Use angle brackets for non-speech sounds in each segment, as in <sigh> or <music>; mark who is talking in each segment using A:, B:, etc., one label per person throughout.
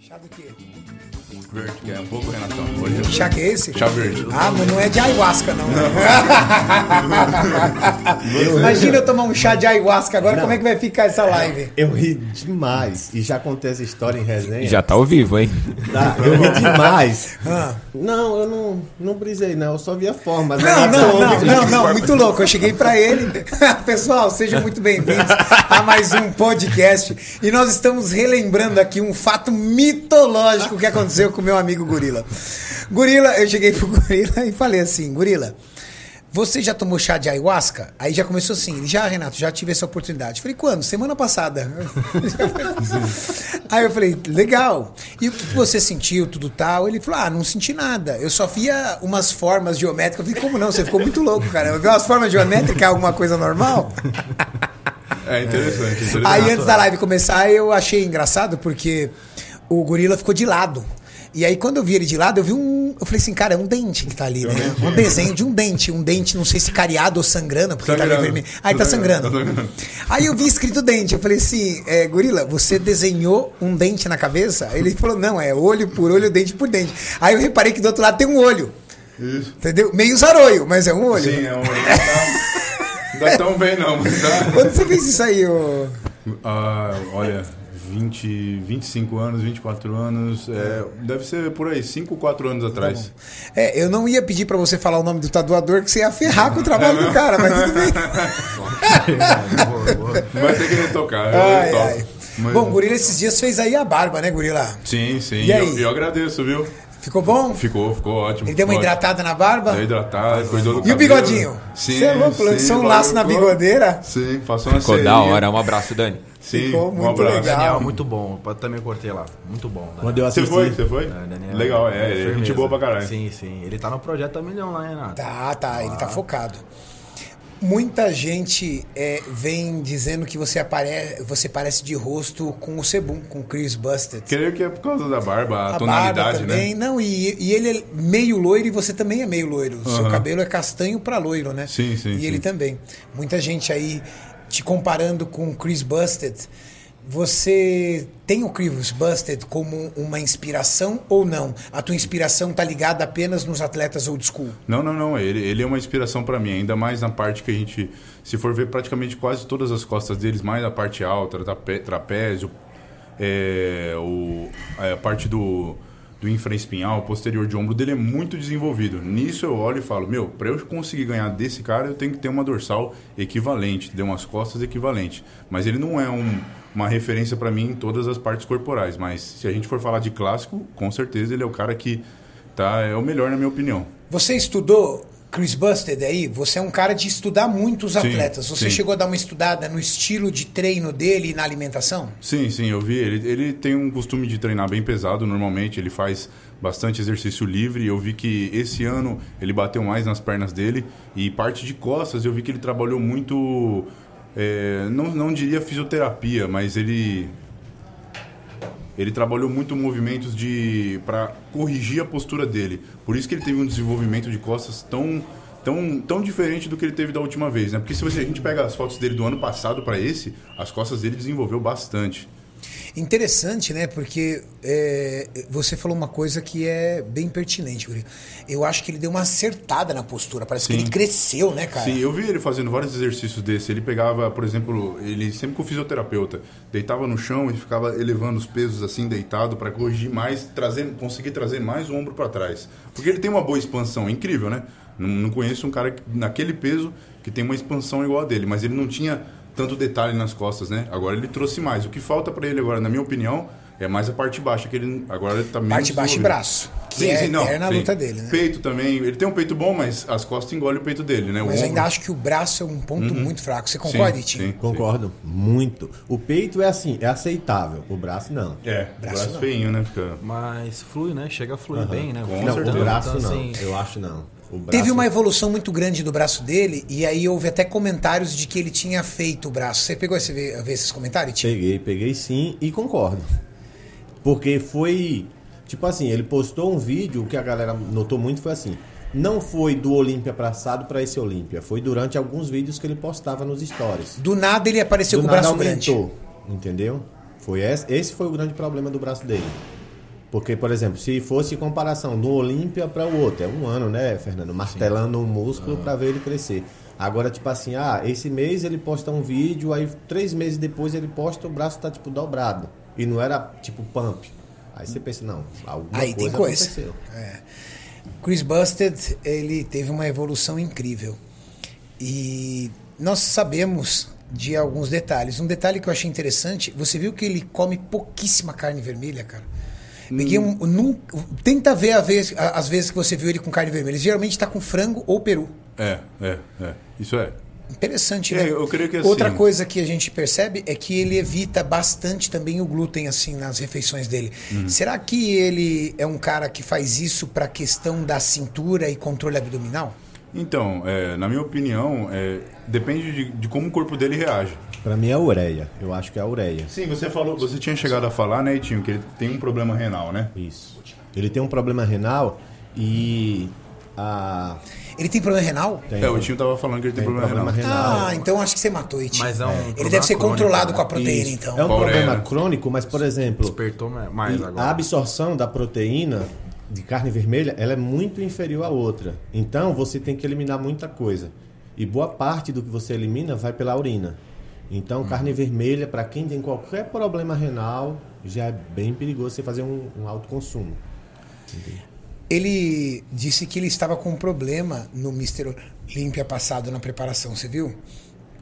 A: Chá do quê?
B: Verde, que é um pouco, Renatão. Hoje eu-
A: Chá que é esse?
B: Chá verde.
A: Ah, mas não é de ayahuasca, não. né?
B: Eu-
A: Imagina eu tomar um chá de ayahuasca agora, como é que vai ficar essa live?
C: Eu ri demais. E já contei essa história em resenha.
D: Já tá ao vivo, hein?
C: Tá, eu ri
A: <laughs>
C: demais. não, eu não, não brisei, não. Eu só vi a forma. mas
A: Ah. Não,
C: era
A: não,
C: tão-
A: não, não, não, muito louco. Eu cheguei pra ele. <laughs> Pessoal, sejam muito bem-vindos a mais um podcast. E nós estamos relembrando aqui um fato mitológico que aconteceu com o meu amigo Gorila. Gorila, eu cheguei pro Gorila e falei assim: Gorila, você já tomou chá de ayahuasca? Aí já começou assim, ele, já, Renato, já tive essa oportunidade. Falei, quando? Semana passada. Aí eu falei, legal. E o que que você sentiu, tudo tal? Ele falou, ah, não senti nada. Eu só via umas formas geométricas. Eu falei, como não? Você ficou muito louco, cara. Eu vi umas formas geométricas, é alguma coisa normal?
B: É interessante, interessante.
A: Aí antes da live começar, eu achei engraçado porque o gorila ficou de lado. E aí quando eu vi ele de lado, eu vi um, eu falei assim, cara, é um dente que tá ali,
B: É
A: né? Um desenho de um dente, um dente, não sei se cariado ou sangrando, porque tá
B: Sangrando.
A: meio vermelho. Aí tá
B: Sangrando,
A: sangrando.
B: tá sangrando.
A: Aí eu vi escrito dente, eu falei assim, é, gorila, você desenhou um dente na cabeça? Ele falou, não, é olho por olho, dente por dente. Aí eu reparei que do outro lado tem um olho,
B: Isso.
A: entendeu? Meio zaroio, mas é um olho.
B: Sim, é um. Não dá tão bem, não. mas dá.
A: Quando você fez isso aí, ô...
B: Ah, olha, 20, 25 anos, 24 anos. é, deve ser por aí, 5, 4 anos atrás.
A: É, eu não ia pedir pra você falar o nome do tatuador, que você ia ferrar com o trabalho
B: É
A: do cara, mas tudo
B: <laughs>
A: bem.
B: Vai ter que não tocar. eu- eu
A: Ai,
B: toco.
A: ai.
B: Mas- é.
A: Bom, o Gorila esses dias fez aí a barba, né, Gorila?
B: Sim, sim.
A: E
B: eu-
A: aí?
B: Eu, agradeço, viu?
A: Ficou bom?
B: Ficou, ficou ótimo.
A: Ele deu uma
B: ficou ótimo.
A: hidratada na barba?
B: Deu hidratada, cuidou do
A: E o
B: cabelo.
A: bigodinho?
B: Sim.
A: Você é louco, lançou um
B: sim,
A: laço na
B: ficou-
A: bigodeira?
B: Sim, passou uma
D: Ficou da
B: cerinha.
D: hora. Um abraço, Dani.
B: Sim,
A: Ficou
B: um
A: muito
B: abraço.
A: legal.
E: Daniel, Ah, muito bom. Eu também cortei lá. Muito bom. né? Daniel.
C: Quando eu
B: Você
C: assisti.
B: foi? Você foi?
E: É, Daniel.
B: Legal, é. é
E: Firmeza.
B: gente boa pra caralho.
E: Sim, sim. Ele tá no projeto a milhão lá, Renato.
A: Tá, tá, ele tá focado. Muita gente é, vem dizendo que você, apare... você parece de rosto com o Sebum, com o Chris Busted.
B: Creio que é por causa da barba, a,
A: A barba
B: tonalidade,
A: também,
B: né?
A: não, e, e ele é meio loiro e você também é meio loiro. O Seu
B: Aham.
A: cabelo é castanho pra loiro, né?
B: Sim, sim,
A: E
B: sim.
A: ele também. Muita gente aí te comparando com o Chris Busted. Você tem o Chris Busted como uma inspiração ou não? A tua inspiração tá ligada apenas nos atletas old school?
B: Não, não, não. Ele, ele é uma inspiração pra mim, ainda mais na parte que a gente, se for ver praticamente quase todas as costas deles, mais a parte alta, trape- trapézio, é, o, é, a parte do, do infraespinhal, posterior de ombro dele é muito desenvolvido. Nisso eu olho e falo, meu, pra eu conseguir ganhar desse cara, eu tenho que ter uma dorsal equivalente, ter umas costas equivalentes. Mas ele não é um- uma referência pra mim em todas as partes corporais, mas se a gente for falar de clássico, com certeza ele é o cara que tá, é o melhor na minha opinião.
A: Você estudou Chris Busted aí? Você é um cara de estudar muito os
B: Sim,
A: atletas. Você
B: sim.
A: chegou a dar uma estudada no estilo de treino dele e na alimentação?
B: Sim, sim, eu vi. Ele, ele tem um costume de treinar bem pesado, normalmente. Ele faz bastante exercício livre. Eu vi que esse ano ele bateu mais nas pernas dele. E parte de costas, eu vi que ele trabalhou muito. é, não, não diria fisioterapia, mas ele. Ele trabalhou muito movimentos de para corrigir a postura dele. Por isso que ele teve um desenvolvimento de costas tão tão, tão diferente do que ele teve da última vez, né? Porque se você, a gente pega as fotos dele do ano passado para esse, as costas dele desenvolveu bastante.
A: Interessante, né? Porque é, você falou uma coisa que é bem pertinente, Guri. Eu acho que ele deu uma acertada na postura. Parece que
B: Sim.
A: ele cresceu, né, cara?
B: Sim, eu vi ele fazendo vários exercícios desse. Ele pegava, por exemplo, ele sempre com o fisioterapeuta, deitava no chão e ficava elevando os pesos assim deitado para corrigir mais, trazer, conseguir trazer mais o ombro para trás. Porque ele tem uma boa expansão, é incrível, né? Não, não conheço um cara que- naquele peso que tem uma expansão igual a dele, mas ele não tinha tanto detalhe nas costas, né? Agora ele trouxe mais. O que falta para ele agora, na minha opinião, é mais a parte baixa que ele agora ele tá menos
A: Parte baixa e
B: desenvolvido.
A: braço, que é eterna luta dele, né?
B: Peito também, ele tem um peito bom, mas as costas engolem o peito dele, né? O
A: Mas
B: ombro-
A: ainda acho que o braço é um ponto muito fraco. Você
B: Uhum. Sim,
A: concorda, Tim?
B: sim,
C: Concordo muito. O peito é assim, é aceitável. O braço não.
B: sim. É, braço, braço feinho, né? Fica...
E: Mas flui, né? Chega a fluir bem, né?
B: Com
C: não,
B: certeza.
C: o braço
E: Então,
C: não.
E: assim,
C: Eu acho não. O braço,
A: Teve uma evolução muito grande do braço dele, e aí houve até comentários de que ele tinha feito o braço. Você pegou esse, ver esses comentários, Tim?
C: Peguei, peguei sim e concordo. Porque foi. Tipo assim, ele postou um vídeo, o que a galera notou muito foi assim. Não foi do Olímpia passado pra esse Olímpia. Foi durante alguns vídeos que ele postava nos stories.
A: Do nada ele apareceu
C: do
A: com o
C: nada
A: braço grande.
C: aumentou, entendeu? Foi esse, esse foi o grande problema do braço dele. Porque, por exemplo, se fosse comparação do Olímpia para o outro, é um ano, né, Fernando? Martelando um músculo
A: Ah.
C: para ver ele crescer. Agora, tipo assim, ah, esse mês ele posta um vídeo, aí três meses depois ele posta, o braço tá, tipo, dobrado. E não era, tipo, pump. Aí você pensa, não, alguma
A: Aí
C: coisa
A: tem coisa.
C: aconteceu.
A: É. Chris Busted, ele teve uma evolução incrível. E nós sabemos de alguns detalhes. Um detalhe que eu achei interessante, você viu que ele come pouquíssima carne vermelha, cara? Peguei
C: Hum.
A: um, num- tenta ver a vez- a- as vezes que você viu ele com carne vermelha. Ele geralmente tá com frango ou peru.
B: É, é, é. Isso é.
A: Interessante,
B: É,
A: né?
B: eu creio que assim-
A: Outra coisa que a gente percebe é que ele evita bastante também o glúten, assim, nas refeições dele. Será que ele é um cara que faz isso para questão da cintura e controle abdominal?
B: Então, é, na minha opinião, é, depende de, de como o corpo dele reage.
C: Pra mim é a ureia. Eu acho que é a ureia.
B: Sim, você falou, você tinha chegado a falar, né, Itinho, que ele tem um problema renal, né?
C: Isso. Ele tem um problema renal e. a um
A: Ele tem problema renal?
C: tem
B: É, o Itinho tava falando que ele tem,
C: tem
B: problema, renal.
A: Ah, então acho que você matou, Iti.
E: Mas é um
A: Ele
E: problema
A: deve ser
E: crônico,
A: controlado
E: né?
A: com a proteína,
C: Isso.
A: então.
C: É um
B: Paulo,
C: problema
B: é.
C: crônico, mas, por exemplo,
E: Despertou mais
C: E
E: agora.
C: a absorção da proteína de carne vermelha ela é muito inferior à outra. Então você tem que eliminar muita coisa. E boa parte do que você elimina vai pela urina.
E: Hum.
C: Então, carne vermelha, para quem tem qualquer problema renal, já é bem perigoso você fazer um, um alto consumo.
A: Ele disse que ele estava com um problema no Mr. Olímpia passado na preparação, você viu?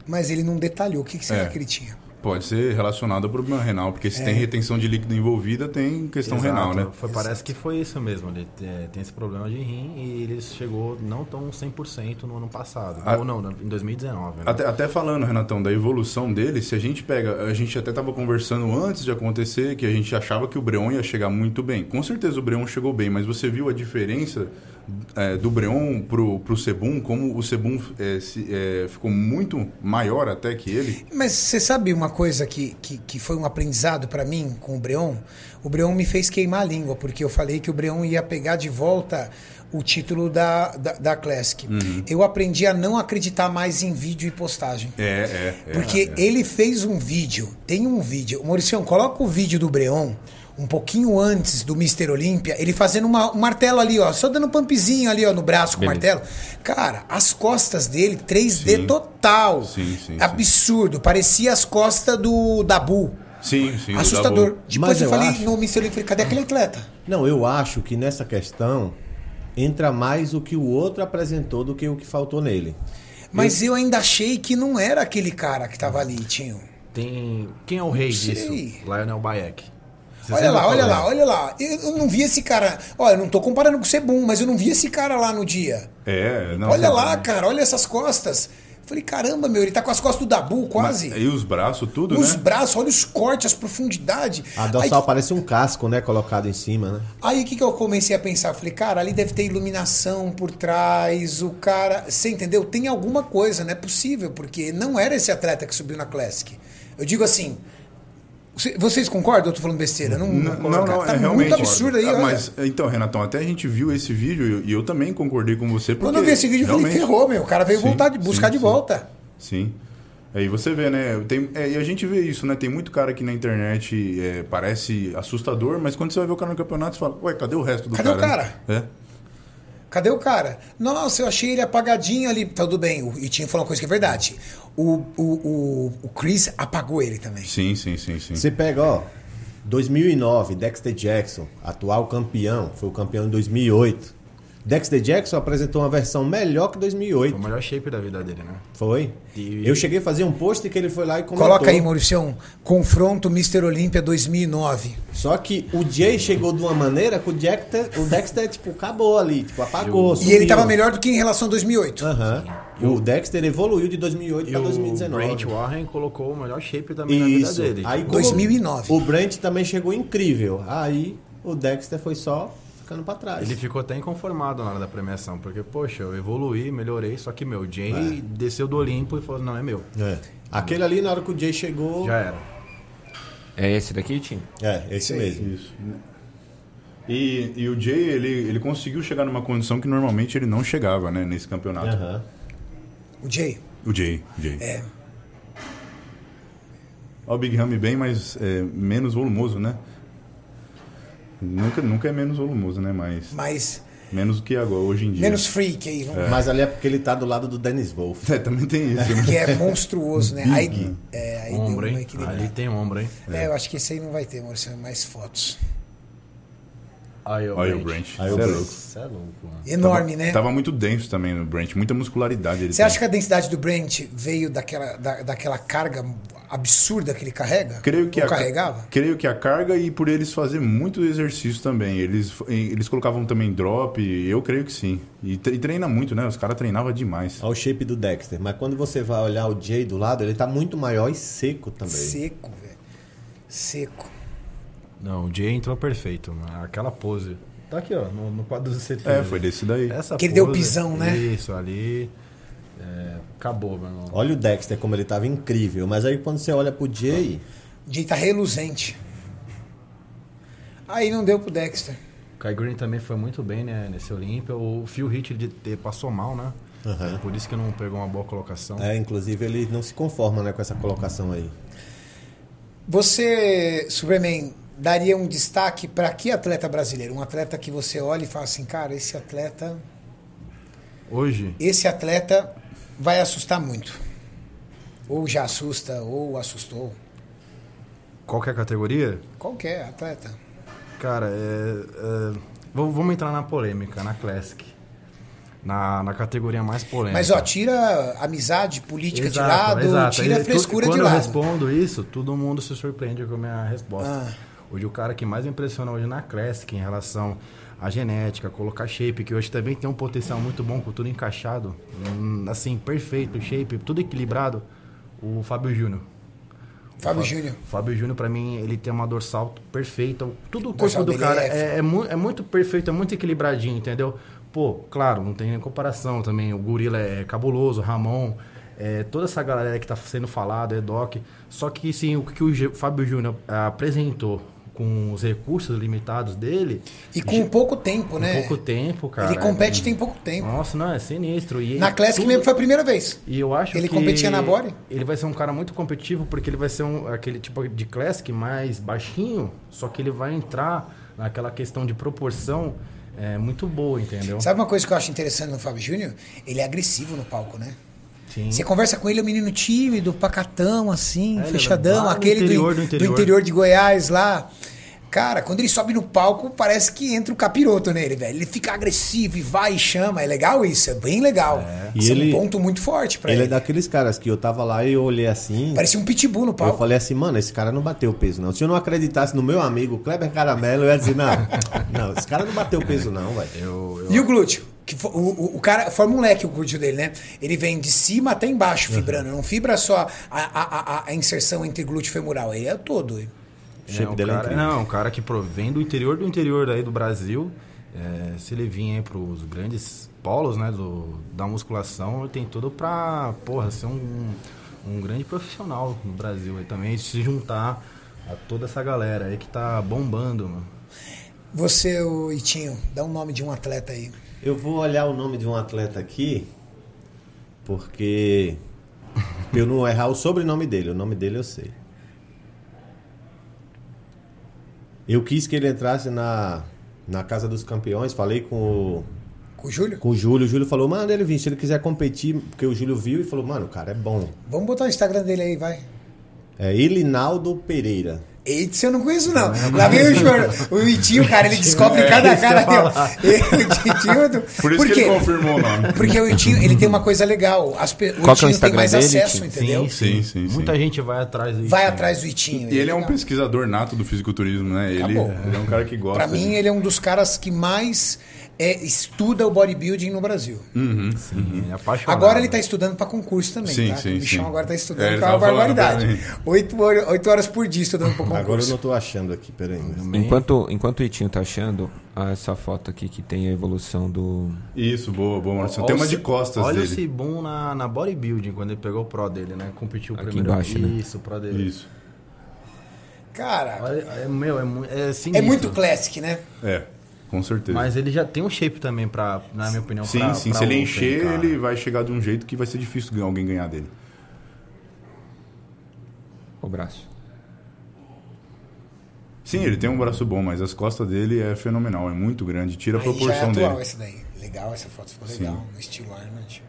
A: Mas ele não detalhou. O que, que será
B: É.
A: que ele tinha?
B: Pode ser relacionado ao problema renal, porque se tem retenção de líquido envolvida, tem questão
E: Exato.
B: renal, né?
E: Foi- parece que foi isso mesmo. Ele te- tem esse problema de rim e ele chegou não tão 100% no ano passado.
B: Ah.
E: Ou não, em 2019. né?
B: É. Até, até falando, Renatão, da evolução dele, se a gente pega, a gente até tava conversando antes de acontecer que a gente achava que o Breon ia chegar muito bem. Com certeza o Breon chegou bem, mas você viu a diferença é, do Breon pro, pro Sebum, como o Sebum é, se- é, ficou muito maior até que ele.
A: Mas você sabe uma coisa que, que, que foi um aprendizado pra mim com o Breon? O Breon me fez queimar a língua, porque eu falei que o Breon ia pegar de volta o título da, da, da Classic. Eu aprendi a não acreditar mais em vídeo e postagem.
B: É, é, é.
A: Porque ele fez um vídeo, tem um vídeo. Mauricião, coloca o vídeo do Breon um pouquinho antes do Mr. Olímpia, ele fazendo uma- um martelo ali, ó, só dando um pumpzinho ali, ó, no braço com o martelo. Cara, as costas dele, 3D
B: Sim.
A: total.
B: Sim, sim,
A: Absurdo. Parecia as costas do Dabu.
B: Sim, sim. o
A: Assustador.
B: Dabu.
A: Depois
C: Mas
A: eu
C: eu
A: falei
C: acho-
A: no Mr. Olímpia, falei, cadê aquele atleta?
C: Não, eu acho que nessa questão entra mais o que o outro apresentou do que o que faltou nele.
A: Mas eu ainda achei que não era aquele cara que tava ali, Tinho.
E: Tem. Quem é o rei
A: Sei.
E: disso? Lionel Bayek. Vocês
A: Olha lá,
E: lembram
A: olha
E: qual é?
A: lá, olha lá. Eu eu não vi esse cara. Olha, eu não tô comparando com o Sebum, mas eu não vi esse cara lá no dia.
B: É, não,
A: olha
B: não,
A: lá,
B: não.
A: cara, olha essas costas. Falei, caramba, meu, ele tá com as costas do Dabu quase.
B: Mas- E os braços, tudo,
A: os
B: né?
A: braços, olha os cortes, as profundidades.
C: A dorsal parece um casco, né? Colocado em cima, né?
A: Aí o que, que eu comecei a pensar? Falei, cara, ali deve ter iluminação por trás, o cara. Você entendeu? Tem alguma coisa, não é possível, porque não era esse atleta que subiu na Classic. Eu digo assim. c- Vocês concordam? Eu tô falando besteira. Não,
B: Não, não,
A: cara,
B: não,
A: tá
B: é realmente.
A: muito absurdo aí,
B: Ah,
A: olha.
B: Mas, então, Renatão, até a gente viu esse vídeo e eu- e eu também concordei com você. Porque
A: Quando eu vi esse vídeo, eu falei,
B: realmente-
A: ferrou, meu. O cara veio
B: Sim,
A: voltar de,
B: sim,
A: buscar de
B: sim.
A: volta.
B: Sim. Aí você vê, né? Tem, é, e a gente vê isso, né? Tem muito cara que na internet é, parece assustador, mas quando você vai ver o cara no campeonato, você fala, ué, cadê o resto do
A: Cadê o
B: cara? né?
A: Cadê o cara? Nossa, eu achei ele apagadinho ali. Então, Tudo bem, o Itinho falou uma coisa que é verdade. O, o, o, o Chris apagou ele também.
B: É. Sim, sim, sim, sim.
C: Você pega, ó, 2009, Dexter Jackson, atual campeão, foi o campeão em 2008. Dexter Jackson apresentou uma versão melhor que
E: Foi o
C: 2008.
E: melhor shape da vida dele, né?
C: Foi?
E: E-
C: Eu cheguei a fazer um post que ele foi lá e comentou.
A: Coloca aí, Mauricião. Confronto Mr. Olímpia 2009.
C: Só que o Jay chegou de uma maneira que o Dexter, o Dexter tipo, acabou ali, tipo, apagou.
A: E ele
C: sumiu.
A: tava melhor do que em relação a 2008.
C: Aham. O Dexter evoluiu de 2008
E: E
C: para
E: o
C: 2019.
E: Brent Warren colocou o melhor shape também
C: Isso.
E: na vida dele.
C: Aí, como
A: 2009.
C: O Brent também chegou incrível. Aí o Dexter foi só ficando pra trás.
E: Ele ficou até inconformado na hora da premiação, porque, poxa, eu evoluí, melhorei, só que meu, Jay
A: É.
E: desceu do Olimpo e falou, não, é meu.
C: É. Aquele ali, na hora que o Jay chegou.
E: Já era.
D: É esse daqui, Tim?
C: É, é esse mesmo.
B: Isso. E, e o Jay, ele, ele conseguiu chegar numa condição que normalmente ele não chegava, né? Nesse campeonato.
C: Aham.
A: O Jay.
B: O Jay, Jay. É. Olha o Big Ram bem, mas é, menos volumoso, né? Nunca, nunca é menos volumoso, né? Mas
A: Mas
B: menos do que agora, hoje em dia.
A: menos freak aí, não
C: Mas ali é porque ele tá do lado do Dennis Wolf.
B: <laughs> É, também tem isso,
A: <laughs>
B: né?
A: que é monstruoso, né? Aí, é, aí
E: Ombro,
A: deu uma
E: hein? Ali
A: equilibrada.
E: tem ombro, hein?
A: É, eu acho que esse aí não vai ter, Maurício, mais fotos.
E: Aí, ó,
B: Olha o
E: Brent.
B: Brent.
C: Aí
B: Cê é
C: eu
B: louco.
C: Cê é louco, mano.
A: Enorme,
B: tava,
A: né?
B: Tava muito denso também no Brent, muita muscularidade ele
A: Você
B: tem.
A: acha que a densidade do Brent veio daquela, da, daquela carga absurda que ele carrega?
B: Creio que
A: Ou
B: a,
A: carregava?
B: Creio que a carga e por eles fazer muito exercício também. Eles, eles colocavam também drop, eu creio que sim. E, tre- e treina muito, né? Os caras treinavam demais.
C: Olha o shape do Dexter. Mas quando você vai olhar o Jay do lado, ele tá muito maior e seco também.
A: Seco, velho. Seco.
E: Não, o Jay entrou perfeito, mano. Aquela pose. Tá aqui, ó, no, no quadro do CT.
B: É, foi desse daí.
E: Essa
A: Que ele deu pisão, né?
E: Isso, ali. é, acabou, meu irmão.
C: Olha o Dexter como ele tava incrível. Mas aí quando você olha pro Jay,
A: O Jay tá reluzente. Aí não deu pro Dexter.
E: O Kai Green também foi muito bem, né, nesse Olímpia. O Phil Heath ele te- passou mal, né?
C: Aham.
E: Por isso que não pegou uma boa colocação.
C: é, inclusive, ele não se conforma né, com essa colocação aí.
A: Você, Superman, daria um destaque pra que atleta brasileiro? Um atleta que você olha e fala assim, cara, esse atleta,
E: Hoje,
A: esse atleta vai assustar muito. Ou já assusta, ou assustou.
E: qual que é a categoria?
A: Qualquer atleta.
E: Cara, é, é, vamos vamos entrar na polêmica, na Classic. Na, na categoria mais polêmica.
A: Mas ó, tira amizade política
E: É, então. Exato,
A: de lado,
E: exato.
A: tira
E: Aí,
A: a frescura
E: quando
A: de
E: eu
A: lado.
E: respondo isso, todo mundo se surpreende com a minha resposta.
A: Ah.
E: Hoje o cara que mais me impressiona hoje na Classic em relação à genética, colocar shape, que hoje também tem um potencial muito bom, com tudo encaixado, hum, assim, perfeito, shape, tudo equilibrado, o Fábio Júnior.
A: Fábio Júnior.
E: O Fábio Júnior, pra mim, ele tem uma dorsal perfeita. o- Tudo o corpo
A: Dorsal
E: do
A: dele
E: cara
A: é
E: é, é mu- é muito perfeito, é muito equilibradinho, entendeu? Pô, claro, não tem nem comparação também. O Gorila é cabuloso, Ramon, é, toda essa galera que tá sendo falada, é Doc. Só que, sim, o que o Ge- Fábio Júnior ah, apresentou com os recursos limitados dele,
A: E com pouco tempo,
E: em
A: né?
E: pouco tempo, cara.
A: Ele compete
E: é-
A: tem pouco tempo.
E: Nossa, não, é sinistro. E
A: Na Classic
E: tudo-
A: mesmo foi a primeira vez.
E: e eu acho
A: Ele
E: que
A: competia na body?
E: Ele vai ser um cara muito competitivo porque ele vai ser um, aquele tipo de classic mais baixinho, só que ele vai entrar naquela questão de proporção é, muito boa, entendeu?
A: Sabe uma coisa que eu acho interessante no Fábio Júnior? Ele é agressivo no palco, né?
E: Sim.
A: Você conversa com ele, é um menino tímido, pacatão, assim,
E: É, ele é
A: fechadão,
E: lá do
A: aquele do
E: interior,
A: interior,
E: do
A: do,
E: interior.
A: interior de Goiás lá. Cara, quando ele sobe no palco, parece que entra o capiroto nele, velho. Ele fica agressivo e vai e chama. É legal isso, é bem legal.
C: E
A: Isso
C: ele-
A: é um ponto muito forte pra
C: Ele
A: ele.
C: é daqueles caras que eu tava lá e eu olhei assim.
A: Parecia um pitbull no
C: Eu
A: palco.
C: falei assim, mano, esse cara não bateu o peso, não. Se eu não acreditasse no meu amigo Kleber Caramelo, eu ia dizer, não, não, esse cara não bateu o peso, não, velho.
A: E o glúteo? Que fo- o, o- o cara, forma um leque o glúteo dele, né? Ele vem de cima até embaixo fibrando. Não fibra só a, a- a- a inserção entre glúteo femoral. Ele é todo.
C: O shape
E: é, um
C: dele é
E: cara,
C: incrível.
E: não, um cara que provém do interior do interior aí do Brasil. é, se ele vir aí pros grandes polos, né, do, da musculação, ele tem tudo pra, porra, ser um, um grande profissional no Brasil aí também, se juntar a toda essa galera aí que tá bombando, mano.
A: Você, o Itinho, dá um nome de um atleta aí.
C: Eu vou olhar o nome de um atleta aqui, porque pra eu não errar o sobrenome dele. O nome dele eu sei. Eu quis que ele entrasse na, na Casa dos Campeões, falei com o,
A: Com o Júlio?
C: com o Júlio. O Júlio falou, mano, ele vem, se ele quiser competir, porque o Júlio viu e falou, mano, o cara é bom.
A: Vamos botar o Instagram dele aí, vai.
C: É Ilinaldo Pereira.
A: Eita, se eu não conheço, não. Lá vem o Júlio. O Itinho, cara, ele descobre cada cara <laughs> dele. O Itinho do-
B: Por isso
A: Por
B: que
A: quê?
B: ele confirmou
A: <laughs>
B: o nome.
A: Porque o Itinho, ele tem uma coisa legal. As pe...
D: Qual que é
A: Itinho tem
D: o Instagram
A: mais
D: dele,
A: acesso,
D: Itinho?
A: entendeu?
B: Sim, sim, sim.
E: Muita gente vai atrás disso.
A: Vai
E: né?
A: atrás do Itinho.
B: E ele é um
A: legal.
B: pesquisador nato do fisiculturismo, né? Ele,
A: Acabou.
B: ele é um cara que gosta.
A: Pra mim, ele é um dos caras que mais é, estuda o bodybuilding no Brasil.
B: Uhum.
E: Sim, é apaixonado.
A: Agora ele tá estudando pra concurso também,
B: Sim,
A: tá?
B: sim,
A: o bichão
B: sim.
A: agora tá
B: É,
A: estudando
B: ele
A: pra uma
B: tava falando
A: barbaridade.
B: pra
A: Oito, hor- oito horas por dia estudando
B: <laughs>
A: pra concurso.
C: Agora eu não tô achando aqui, peraí.
D: Enquanto, enquanto o Itinho tá achando, ah, essa foto aqui que tem a evolução do.
B: Isso, boa, boa, Marcelo.
E: Olha
B: Tem uma
E: o
B: de
E: Ci-
B: costas
E: Olha o
B: dele.
E: Cibum na, na bodybuilding, quando ele pegou o pro dele, né? Competiu o
D: Aqui
E: primeiro.
D: embaixo, né?
E: Isso, o pro dele.
B: Isso.
A: Cara,
E: Olha, é, meu, é, mu- é sinistro.
A: é muito classic, né?
B: É, com certeza.
E: Mas ele já tem um shape também, pra, na minha opinião.
B: sim,
E: pra-
B: sim.
E: pra
B: Se ele
E: ontem,
B: encher,
E: cara.
B: ele vai chegar de um jeito que vai ser difícil ganhar- alguém ganhar dele.
D: O braço.
B: Sim, ele tem um braço bom, mas as costas dele é fenomenal, é muito grande, tira a
A: Aí já é
B: proporção
A: atual
B: dele.
A: essa daí. Legal, essa foto ficou
B: Sim.
A: legal. No estilo Arnold.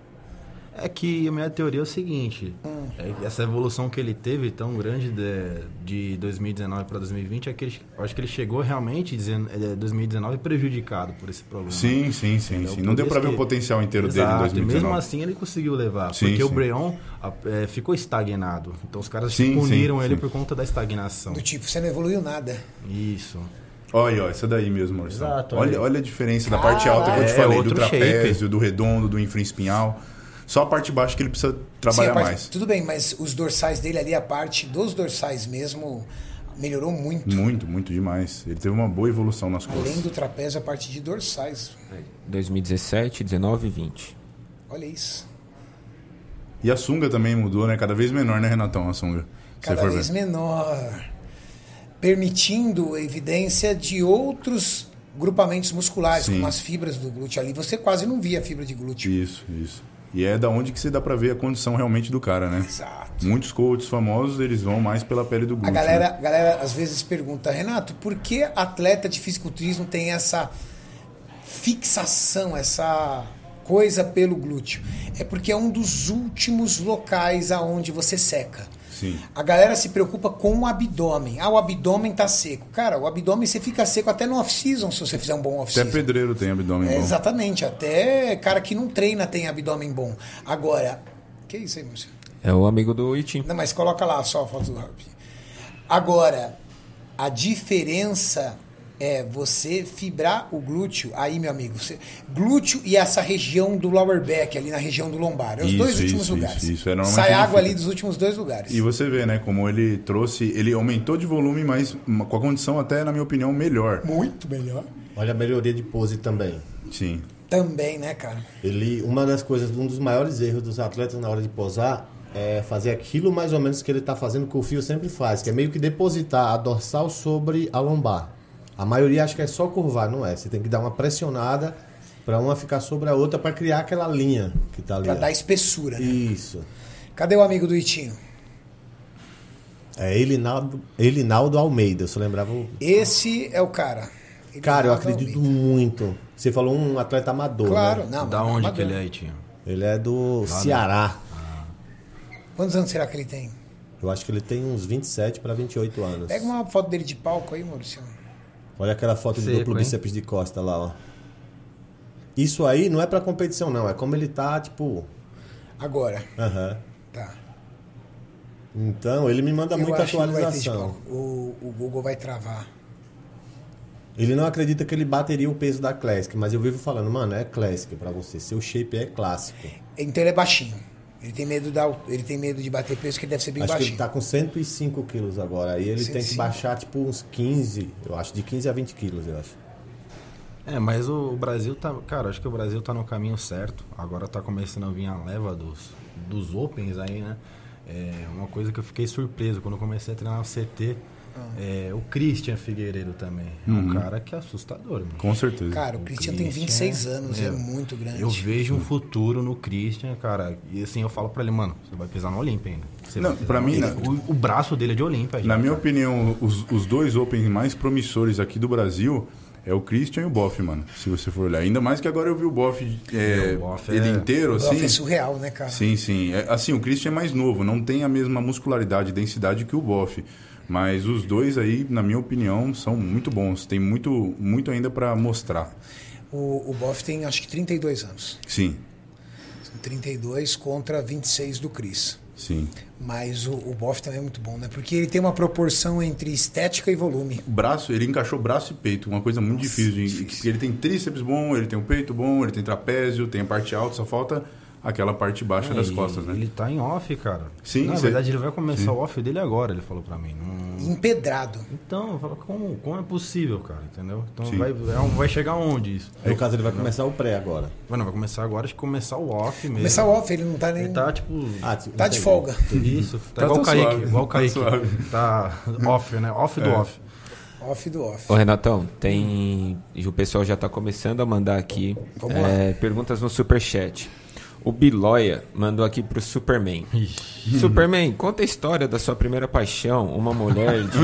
E: É que a minha teoria é o seguinte:
A: Hum.
E: é que essa evolução que ele teve tão grande de, de 2019 para 2020, é que ele, eu acho que ele chegou realmente dizendo, é, 2019 prejudicado por esse problema.
B: Sim, sim, sim,
E: Entendeu?
B: sim. Não deu
E: Por
B: pra ver
E: isso
B: o
E: que-
B: potencial inteiro dele em
E: Exato, E
B: 2019.
E: mesmo assim ele conseguiu levar,
B: Sim,
E: porque o
B: sim.
E: Breon a- é, ficou estagnado. Então os caras
B: Sim,
E: puniram
B: sim,
E: ele
B: sim.
E: por conta da estagnação.
A: Do tipo, você não evoluiu nada.
E: Isso.
B: Olha, ó, essa daí mesmo, Marcelo.
E: Exato, olha
B: olha,
E: aí.
B: olha a diferença da parte alta que eu te
E: é
B: falei, do
E: outro
B: trapézio,
E: shape.
B: do redondo, do infraespinhal. Só a parte baixa que ele precisa
A: Sim,
B: trabalhar
A: a parte-
B: mais.
A: Tudo bem, mas os dorsais dele ali, a parte dos dorsais mesmo, melhorou muito.
B: Muito, muito demais. Ele teve uma boa evolução nas
A: Além
B: costas.
A: do trapézio, a parte de dorsais.
D: 2017, 19 e 20.
A: Olha isso.
B: E a sunga também mudou, né? Cada vez menor, né, Renatão, a sunga. Se você
A: Cada
B: for
A: vez
B: ver.
A: menor. Permitindo a evidência de outros grupamentos musculares,
B: Sim.
A: como as fibras do glúteo ali. Você quase não via fibra de glúteo.
B: Isso, isso. E é da onde que você dá pra ver a condição realmente do cara, né?
A: Exato.
B: Muitos coaches famosos, eles vão mais pela pele do
A: A
B: glúteo.
A: galera,
B: né?
A: a galera às vezes pergunta, Renato, por que atleta de fisiculturismo tem essa fixação, essa coisa pelo glúteo? É porque é um dos últimos locais aonde você seca.
B: Sim.
A: A galera se preocupa com o abdômen. Ah, o abdômen tá seco. Cara, o abdômen você fica seco até no off-season se você fizer um bom
B: Até
A: off-season.
B: pedreiro tem abdômen
A: É,
B: bom.
A: exatamente, até cara que não treina tem abdômen bom. Agora, que isso aí, Márcio?
D: É o amigo do Itim.
A: Não, mas coloca lá só a foto do Harp. Agora, a diferença é você fibrar o glúteo, aí meu amigo, você- glúteo e essa região do lower back, ali na região do lombar, é os
B: Isso,
A: dois
B: isso,
A: últimos
B: isso,
A: lugares.
B: isso, é normalmente
A: Sai
B: onde
A: água
B: fica.
A: ali dos últimos dois lugares.
B: E você vê, né, como ele trouxe, ele aumentou de volume, mas uma- com a condição até, na minha opinião, melhor.
A: Muito melhor.
C: Olha a melhoria de pose também.
B: Sim.
A: Também, né, cara?
C: Ele, uma das coisas, um dos maiores erros dos atletas na hora de posar é fazer aquilo mais ou menos que ele está fazendo, que o Fio sempre faz, que é meio que depositar a dorsal sobre a lombar. A maioria acha que é só curvar, não é? Você tem que dar uma pressionada para uma ficar sobre a outra para criar aquela linha que tá ali.
A: Pra
C: ó.
A: dar espessura. né?
C: Isso.
A: Cadê o amigo do Itinho?
C: É Elinaldo, Elinaldo Almeida, eu só lembrava. o-
A: Esse é o cara. Ele
C: Cara, eu
A: manda um
C: acredito
A: vídeo.
C: muito. Você falou um atleta amador.
A: Claro,
C: né?
A: não. tá
E: da
A: não,
E: onde
A: amador.
E: que ele é, Itinho?
C: Ele é do Ceará. é.
A: Quantos anos será que ele tem?
C: Eu acho que ele tem uns 27 para 28 anos.
A: Pega uma foto dele de palco aí, Maurício.
C: Olha aquela foto do
E: Seco,
C: duplo
E: hein?
C: bíceps de costa lá, ó. Isso aí não é pra competição, não. É como ele tá, tipo.
A: Agora.
C: Aham.
A: Tá.
C: Então, ele me manda muita
A: que não vai ter
C: atualização.
A: desbloqueio. o, o Google vai travar.
C: Ele não acredita que ele bateria o peso da Classic, mas eu vivo falando, mano, é Classic pra você. Seu shape é clássico.
A: Então ele é baixinho. Ele tem medo, da, al- ele tem medo de bater peso, que ele deve ser bem
C: acho que
A: baixinho.
C: ele tá com 105 quilos agora. Aí ele tem que
A: 105.
C: baixar, tipo, uns 15, eu acho, de 15 a 20 quilos, eu acho.
E: É, mas o Brasil tá. Cara, acho que o Brasil tá no caminho certo. Agora tá começando a vir a leva dos, dos Opens aí, né? É uma coisa que eu fiquei surpreso quando eu comecei a treinar no CT. É, o Christian Figueiredo também. É um
B: Uhum.
E: cara que é assustador, mano.
B: Com certeza.
A: Cara, o Christian tem
E: Christian,
A: 26 anos, é
E: meu,
A: muito grande.
E: Eu vejo um futuro no Christian, cara. E assim, eu falo pra ele, mano, você vai pisar no Olímpia ainda. Você
B: Não,
E: vai pisar
B: pra
E: no
B: mim,
E: Olímpia.
B: na-
E: o, o braço dele é de Olímpia.
B: Na
E: gente.
B: minha opinião, os, os dois Opens mais promissores aqui do Brasil é o Christian e o Boff, mano. Se você for olhar. Ainda mais que agora eu vi o Boff, é,
E: O Boff
B: ele
E: é-
B: inteiro,
A: O
B: assim.
A: Goff é surreal, né, cara?
B: Sim, sim. É, assim, o Christian é mais novo, não tem a mesma muscularidade e densidade que o Boff. Mas os dois aí, na minha opinião, são muito bons. Tem muito, muito ainda pra mostrar.
A: O, o Boff tem acho que 32 anos.
B: Sim,
A: São 32 contra 26 do Chris.
B: sim.
A: Mas o, o Boff também é muito bom, né? Porque ele tem uma proporção entre estética e volume.
B: O braço, ele encaixou braço e peito, uma coisa muito difícil. de- que Ele tem tríceps bom, ele tem o peito bom, ele tem trapézio, tem a parte alta, só falta aquela parte baixa das
E: E
B: costas, né? <laughs>
E: Ele tá em off, cara.
B: Sim,
E: Na
B: sim.
E: verdade, ele vai começar o off dele agora, ele falou pra mim. Não-
A: Empedrado.
E: Então, eu falo, como, como é possível, cara, entendeu? Então
B: Sim.
E: vai, é um- vai chegar onde isso?
C: No caso, ele vai começar o pré agora.
E: Mas não, vai começar agora, acho que começar o off mesmo.
A: Começar o off, ele não tá nem.
E: Ele tá, tipo...
C: Ah, tipo,
A: Tá de
C: entendi.
A: folga.
E: Isso, tá,
B: né? Tá
E: igual o
B: tão
E: Kaique,
B: suave,
E: igual o
B: tá
E: Kaique.
B: suave. É.
E: Tá off, né? Off do off.
A: Off do off.
D: Ô Renatão, tem. e O pessoal já tá começando a mandar aqui
A: Vamos
D: é, perguntas no superchat. O Biloia mandou aqui pro Superman. Superman, conta a história da sua primeira paixão, uma mulher de.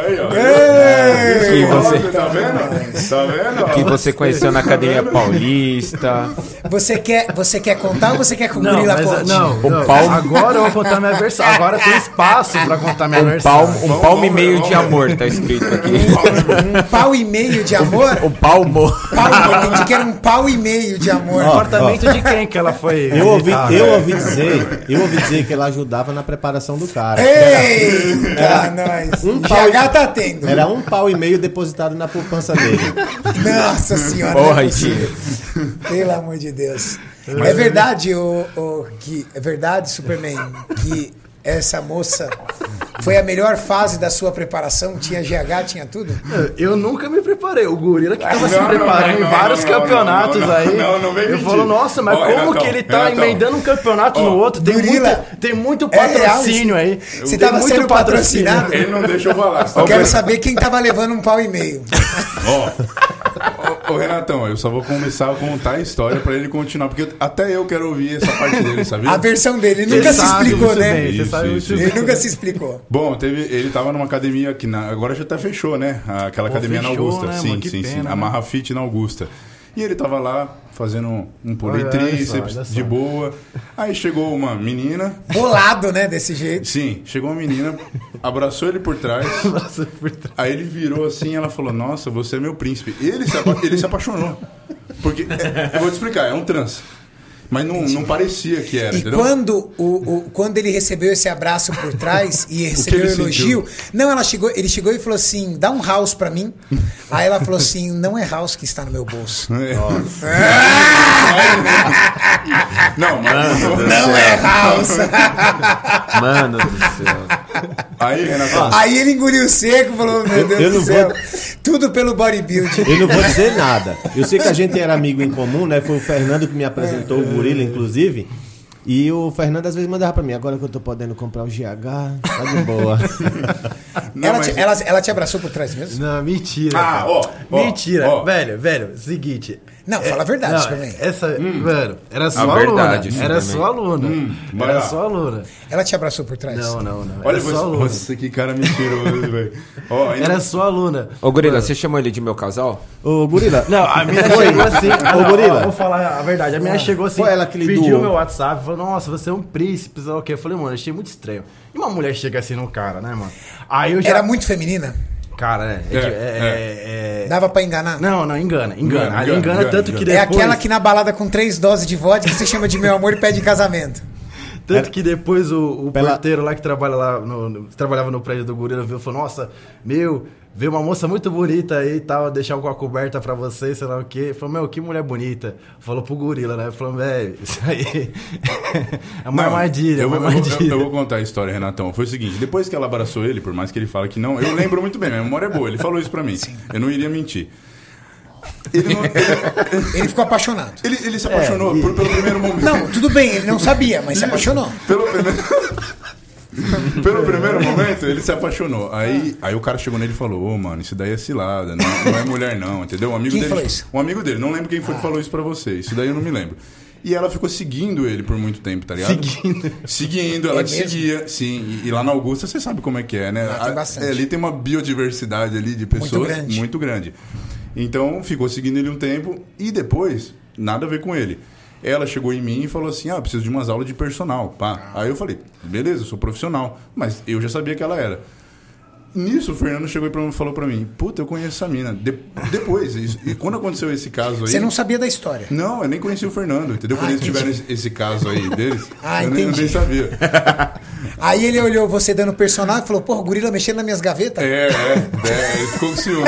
B: Aí, ó.
D: Que você-
B: Tá
A: né?
B: vendo? Tá vendo?
D: Que você conheceu na academia paulista.
E: <laughs>
A: Você quer, você quer contar ou você quer que o
E: Não,
A: gorila
E: mas,
A: conte?
E: não,
D: O
E: não.
D: palmo-
E: agora eu vou contar minha versão. Agora tem espaço pra contar minha
D: Um
E: versão.
D: palmo, um
B: Vamos,
D: palmo e
B: vamos,
D: meio
B: vamos.
D: de amor, tá escrito
A: <laughs>
D: aqui.
A: Um pau e meio de amor?
D: O palmo.
A: Pau, eu entendi que era um pau e meio de amor.
E: Apartamento de quem que ela foi?
C: Eu ouvi,
E: visitar,
C: eu
E: né?
C: ouvi dizer, eu ouvi dizer que ela ajudava na preparação do cara.
A: É, Eita, nós. Um
C: pau e-
A: GH tá tendo.
C: Era um pau e meio depositado na poupança dele.
A: Nossa senhora. não é
D: Porra,
A: possível.
D: tio.
A: Pelo amor de Deus. é verdade, o, que é verdade, Superman, que essa moça foi a melhor fase da sua preparação, tinha GH, tinha tudo?
E: Eu nunca me preparei. O gorila que tava se
B: Não, não,
E: preparando
B: não,
E: em
B: não,
E: vários
B: não, não,
E: campeonatos
B: não, não,
E: aí.
B: não, não vem
E: eu
B: mentir.
E: falo, nossa, mas
B: Ó,
E: como
B: Renatão,
E: que ele tá
B: Renatão.
E: emendando um campeonato no outro? Tem,
A: gorila,
E: muita, tem muito
A: é real
E: patrocínio aí.
A: isso.
E: Tem
A: Você tava
E: muito
A: sendo
E: patrocínio.
A: patrocinado?
B: Ele não deixa eu falar. você tá
A: Eu quero
B: vendo?
A: saber quem tava levando um pau e meio.
B: Ó. Ô, ô, Renatão, eu só vou começar a contar a história pra ele continuar, porque até eu quero ouvir essa parte dele, sabia?
A: A versão dele, ele
E: Você
A: nunca se
E: sabe
A: explicou,
E: muito
A: né?
E: bem, Você
B: Isso,
E: sabe
B: isso,
E: muito
B: isso.
A: Ele
E: bem.
A: nunca se explicou.
B: Bom, teve, ele tava numa academia que na- agora já até fechou, né? Aquela
E: Pô,
B: academia na
E: fechou,
B: Augusta.
E: né, mano?
B: sim,
E: Que
B: sim, sim.
E: pena,
B: A
E: né?
B: Marra Fit na Augusta. E ele tava lá fazendo um pulei
E: Olha só,
B: tríceps
E: olha só.
B: de boa. Aí chegou uma menina.
A: Bolado, né, desse jeito.
B: Sim, chegou uma menina, abraçou ele por
E: <laughs>
B: trás.
E: Nossa, por trás.
B: Aí ele virou assim e ela falou: Nossa, você é meu príncipe. Ele se, apa- ele se apaixonou. Porque, é, eu vou te explicar, é um trans. Mas não, não parecia que era,
A: E
B: entendeu?
A: quando, o, o- quando ele recebeu esse abraço por trás e recebeu o
B: ele
A: elogio, não, ela chegou, ele chegou e falou assim: dá um house pra mim. Aí ela falou assim: não é house que está no meu bolso.
B: É. Não, mas.
A: Não é house.
D: Mano do céu.
B: Aí, Renato.
A: Aí ele engoliu seco e falou: meu
C: Eu-
A: Deus
C: eu
A: do
C: não
A: céu,
C: vou-
A: tudo pelo
C: <laughs>
A: bodybuilding.
C: Eu não vou dizer nada. Eu sei que a gente era amigo em comum, né? Foi o Fernando que me apresentou, o gorila, inclusive. E o Fernando às vezes mandava pra mim, agora que eu tô podendo comprar o GH, tá de boa.
B: Não,
A: ela,
B: mas-
A: te, ela, ela te abraçou por trás mesmo?
E: Não, mentira.
B: Ah,
E: cara.
B: ó, ó,
E: mentira.
B: ó.
E: Velho, velho, seguinte.
A: Não, fala a verdade, Superman.
C: é,
E: Essa, velho, era sua
D: verdade,
E: aluna. Era
D: Superman.
E: sua aluna.
B: vai
E: era
B: lá.
E: sua aluna.
A: Ela te abraçou por trás?
E: Não, não, não.
B: Olha
E: era sua
B: você,
E: aluna.
B: você, que cara mentiroso, velho. Ó, ainda-
E: Era sua aluna.
D: Ô, gorila, você chamou ele de meu casal?
C: Ô, gorila.
E: Não, a minha chegou assim. Ah,
C: Ô,
E: não,
C: gorila.
E: ó, Vou falar a verdade. A minha chegou assim.
C: Foi ela que lhe
E: pediu
C: doou.
E: meu WhatsApp. Falou, nossa, você é um príncipe. sei lá o quê. Eu falei, mano, achei muito estranho. E uma mulher chega assim no cara, né, mano? Aí eu já.
A: Era muito feminina?
E: Cara, é. é,
B: É,
E: é, é-
A: Dava pra enganar?
E: Não, não, engana, engana.
B: Engana,
E: Aí
B: engana,
E: engana,
B: engana,
E: tanto que
A: É
E: depois.
A: aquela que na balada com três doses de vodka você chama de meu amor e pede em casamento.
E: Tanto que depois o, o
C: Pela-
E: porteiro lá que trabalha lá no, no- que trabalhava no prédio do Gorila viu e falou: Nossa, meu, veio uma moça muito bonita aí e tal, deixar com a coberta pra vocês, sei lá o quê. Falou: Meu, que mulher bonita. Falou pro Gorila, né? Falou: Velho, <laughs> isso aí é uma
B: Não,
E: armadilha, é
B: eu,
E: uma
B: vou- eu vou-
E: armadilha.
B: eu vou contar a história, Renatão. Foi o seguinte: depois que ela abraçou ele, por mais que ele fale que não, eu lembro muito bem, minha memória é boa. Ele falou isso pra mim. Eu não iria mentir. Ele, não- ele-
A: Ele ficou apaixonado.
B: ele- ele se apaixonou por- pelo primeiro momento.
A: Não, tudo bem, ele não sabia, mas se apaixonou.
B: Pelo primeiro.
A: É.
B: Pelo primeiro momento, ele se apaixonou. Aí, aí o cara chegou nele e falou: Ô, mano, isso daí é cilada, não, não é mulher, não, entendeu? Um amigo
A: Quem
B: dele.
A: falou isso? Ah.
B: Um amigo dele, não lembro quem foi que falou isso pra você. Isso daí eu não me lembro. E ela ficou seguindo ele por muito tempo, tá ligado? Seguindo. Seguindo, ela
A: É
B: te
A: mesmo?
B: seguia, sim. E, e lá na Augusta você sabe como é que é, né?
A: Lá tem
B: A-
A: bastante.
B: é, ali tem uma biodiversidade ali de pessoas
A: grande.
B: muito grande. Então ficou seguindo ele um tempo e depois nada a ver com ele. Ela chegou em mim e falou assim: Ah, preciso de umas aulas de personal. Pá. Aí eu falei: Beleza, eu sou profissional. Mas eu já sabia que ela era. Nisso, o Fernando chegou e falou pra mim: Puta, eu conheço essa mina. De- depois, isso- e quando aconteceu esse caso aí.
A: Você não sabia da história.
B: Não, eu nem conheci o Fernando, entendeu? Quando
A: Ah,
B: eles
A: entendi.
B: tiveram esse, esse caso aí deles,
A: Ah,
B: eu, nem, eu
A: entendi.
B: nem sabia.
A: Aí ele olhou você dando personal e falou: Porra, o gorila mexendo nas minhas gavetas?
B: É, é, é, ele ficou com ciúme.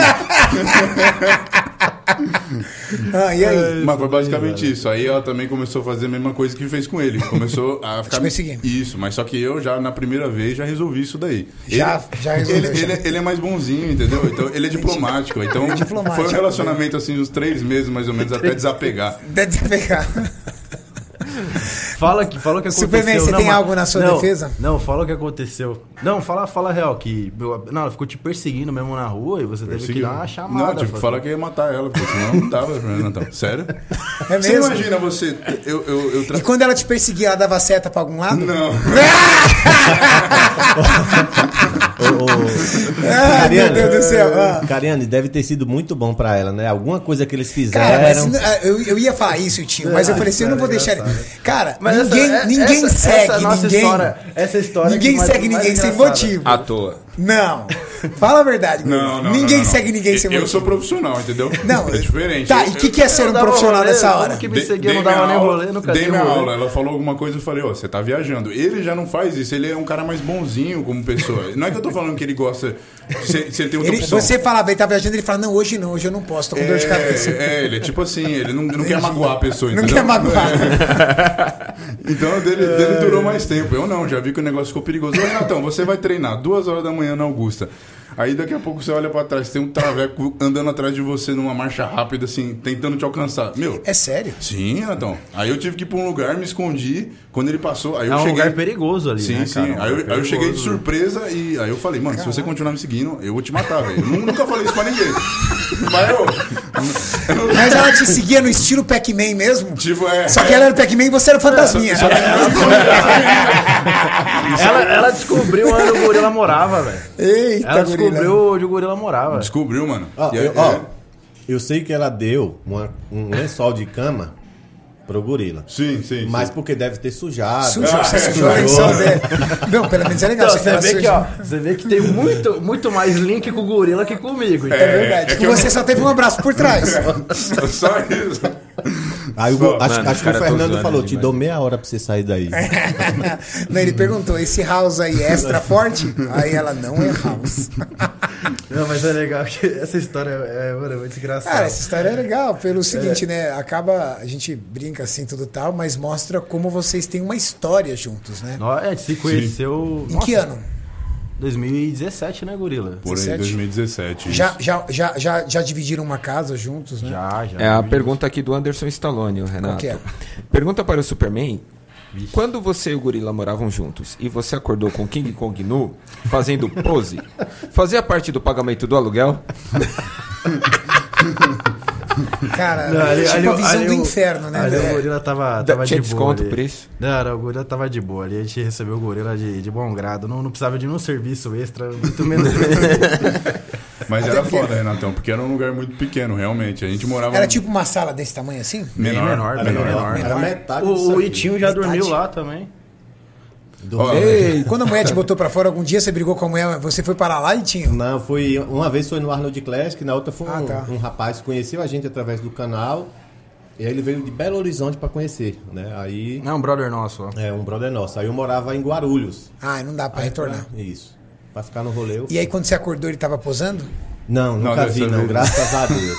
A: Ah, e aí?
B: Mas foi basicamente isso. Aí ela também começou a fazer a mesma coisa que fez com ele. Começou
A: <laughs>
B: a ficar.
A: Te perseguindo.
B: Isso, mas só que eu já, na primeira vez, já resolvi isso daí.
A: Já- já resolveu,
B: Ele,
A: já. é
B: ele, ele é mais bonzinho, entendeu? Então,
A: <laughs>
B: ele é diplomático. Então,
A: diplomático. né?
B: foi um É. relacionamento assim, uns três meses mais ou menos, até desapegar.
A: Deve pegar.
E: Fala que, fala o que aconteceu.
A: Superman, você
E: Não,
A: tem
E: mas-
A: algo na sua
E: não,
A: defesa?
E: Não, fala o que aconteceu. Não, fala, fala a real, que. eu- Não, ela ficou te perseguindo mesmo na rua e você teve que
B: Perseguiu.
E: dar uma chamada.
B: Não, tipo, tive que
E: fazer-
B: falar que ia matar ela, porque senão não tava, Natal. Sério?
A: <laughs> É
B: Você
A: mesmo?
B: imagina você. Eu, eu, eu tra-
A: E quando ela te perseguia, ela dava seta pra algum lado?
B: Não.
C: Ô, ô,
A: Ah, <laughs> meu Deus do céu. Ah.
C: Cariane, deve ter sido muito bom pra ela, né? Alguma coisa que eles fizeram.
A: Cara,
E: um-
A: mas n- ah, eu, eu ia falar isso, tio, mas eu falei assim, eu não vou deixar ele. Cara,
E: Mas essa-
A: ninguém,
E: é-
A: ninguém
E: essa-
A: segue
E: essa nossa
A: ninguém.
E: história- essa é história
A: Ninguém
E: que mais-
A: segue
E: mais
A: ninguém sem
E: engraçada.
A: motivo.
D: À toa.
B: <laughs>
A: Não. Fala a verdade,
B: Não,
A: Bruno.
B: não.
A: Ninguém
B: não, não.
A: segue ninguém sem
B: Eu, eu
A: motivo.
B: sou profissional, entendeu?
A: Não,
B: É <laughs> diferente.
A: Tá,
B: Eu-
A: e o que, que é ser
E: Eu
A: um
E: dava
A: profissional
E: rolê,
A: nessa
E: eu
A: hora?
E: que
B: eu-
E: me
B: de-
E: seguia,
B: dei
E: não dava
B: minha
E: nem
B: aula-
E: rolê, nunca
B: Dei
E: dei
B: minha
E: rolê.
B: aula, ela falou alguma coisa e eu falei, ó, você tá viajando. Ele já não faz isso, ele é um cara mais bonzinho como pessoa. Não é que eu tô falando que ele gosta. Se se ele tem outra
A: Ele,
B: opção.
A: você falava, ele tá viajando, ele fala, não, hoje não, hoje eu não posso, tô com dor de
B: <laughs>
A: cabeça.
B: É, é, ele é tipo assim, ele não, não quer magoar a pessoa,
A: Não
B: entendeu?
A: quer magoar.
B: Então o dele,
E: É.
B: dele durou mais tempo. Eu não, já vi que o negócio ficou perigoso. Ô, Renatão, você vai treinar duas horas da manhã na Augusta. Aí daqui a pouco você olha pra trás, tem um traveco andando atrás de você numa marcha rápida, assim, tentando te alcançar. Meu.
A: É sério?
B: Sim, Renatão. Aí eu tive que ir pra um lugar, me escondi. Quando ele passou, aí
E: É
B: eu
E: um
B: cheguei.
E: lugar perigoso ali,
B: Sim,
E: né,
B: sim.
E: cara? Um
B: aí, eu,
E: lugar
B: aí eu cheguei de
E: perigoso.
B: surpresa e aí eu falei, mano, se você continuar me seguindo, eu vou te matar, velho. Eu nu- nunca falei isso pra
E: <laughs>
B: ninguém. Mas eu. eu <laughs> não-
A: Mas ela te seguia no estilo Pac-Man mesmo?
B: tipo, é.
A: Só que ela era o Pac-Man e você era o Fantasminha.
E: Ela, ela descobriu onde o gorila morava, velho.
A: <laughs> Eita, gorila.
E: Ela descobriu onde o gorila morava.
B: Descobriu, mano.
C: Ó,
B: E aí- é,
C: eu, ó, eu sei que ela deu uma- um lençol de cama pro gorila.
B: Sim, sim. sim.
C: Mas porque deve ter sujado.
A: Sujou, você
C: Ah,
A: sujou a lençol dele. Não, pelo menos é legal.
E: Então,
A: você
E: você
A: ela
E: vê que,
A: sujou.
E: ó, você vê que tem muito, muito mais link com o gorila que comigo.
A: É
E: Então,
A: verdade.
B: É, é que
A: que
B: eu-
A: você só teve um abraço por trás.
B: <laughs> Só isso.
C: Aí o, go- acho,
D: Mano,
C: acho que o
D: cara, tô
C: Fernando
D: zoando
C: falou, te
D: demais.
C: dou meia hora pra você sair daí.
A: Não, ele perguntou, esse house aí é extra forte? Aí ela, não é house.
E: Não, mas é legal que essa história é, mano, é muito engraçada.
A: Cara, essa história é legal, pelo seguinte, né? Acaba, a gente brinca assim, tudo tal, mas mostra como vocês têm uma história juntos, né?
E: Nó- é, se conheceu.
A: Em que
E: Nossa,
A: ano?
E: 2017, né, gorila?
B: Por aí,
A: 17.
B: 2017.
A: Já, já, já, já, já dividiram uma casa juntos, né?
E: Já, já.
D: É a pergunta aqui do Anderson Stallone, o Renato.
A: que é?
D: Pergunta para o Superman. Quando você e o gorila moravam juntos e você acordou com King Kong nu, fazendo pose, fazia parte do pagamento do aluguel?
A: Cara,
E: Não, ali-
A: tipo
E: ali-
A: a visão
E: ali
A: do
E: o-
A: inferno, né?
E: Ali
A: velho?
E: o gorila tava, tava
D: Tinha
E: de boa.
D: desconto
E: ali.
D: por isso?
E: Não, não, o gorila tava de boa. Ali a gente recebeu o gorila de, de bom grado. Não, não precisava de nenhum serviço extra,
A: <laughs>
E: muito menos.
B: Mas era
A: porque-
B: foda, Renatão, porque era um lugar muito pequeno, realmente. A gente morava.
A: Era tipo uma sala desse tamanho assim?
B: menor.
E: Bem menor, bem menor.
C: Era metade disso
E: o, o
C: aqui.
E: Itinho já
A: Metade.
E: dormiu lá também.
C: Do-
B: Ó,
A: Quando a mulher te botou pra fora algum dia, você brigou com a mulher, você foi parar lá e tinha. um?
C: Não, foi. Uma vez foi no Arnold Classic, na outra foi
A: Ah,
C: um,
A: tá.
C: um rapaz que conheceu a gente através do canal. E aí ele veio de Belo Horizonte pra conhecer, né? Aí.
E: Não, um brother nosso. ó.
C: É, um brother nosso. Aí eu morava em Guarulhos.
A: Ah, não dá pra retornar.
C: Isso. Pra ficar no rolê. eu-
A: E aí quando você acordou, ele tava posando?
C: Não,
B: Não,
C: nunca
B: dessa
C: vi, não.
B: vez.
C: Graças a
D: <laughs>
C: Deus.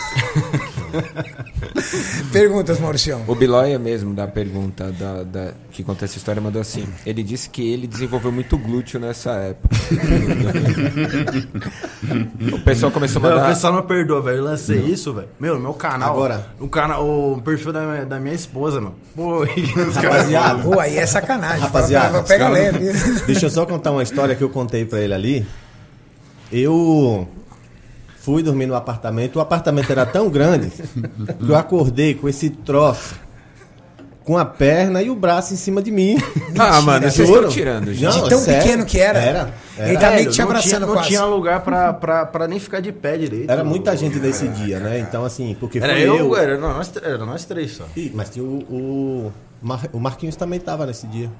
A: Perguntas, Mauricião.
D: O Bilóia mesmo, da pergunta da, da- que conta essa história, mandou assim. Ele disse que ele desenvolveu muito glúteo nessa época. <laughs> o pessoal começou a
E: Não, o
D: mandar...
E: pessoal não perdoa, velho. Eu lancei isso, velho. Meu, meu canal.
C: Agora.
E: O, canal, o perfil da minha, da minha esposa, mano. Pô, <laughs>
C: Rapaziada,
A: Pô, aí é sacanagem.
C: Rapaziada,
A: pega
C: os caras-
A: leve.
C: Deixa eu só contar uma história que eu contei pra ele ali. Eu fui dormir no apartamento. O apartamento era tão grande que eu acordei com esse troço com a perna e o braço em cima de mim.
D: Ah, mano, vocês
C: Juro.
D: estão tirando, gente.
C: Não,
A: De tão
C: sério.
A: pequeno que era.
C: Era.
A: Ele
C: era.
A: tá meio que
E: Velho,
A: te
E: não
A: abraçando
E: tinha, não
A: quase.
E: tinha lugar pra, pra, pra nem ficar de pé direito.
C: Era muita gente nesse dia, né? Então, assim, porque
E: Era
C: fui
E: eu, era nós, era nós três só.
C: Ih, Mas tinha o, o, Mar- o Marquinhos também tava nesse dia.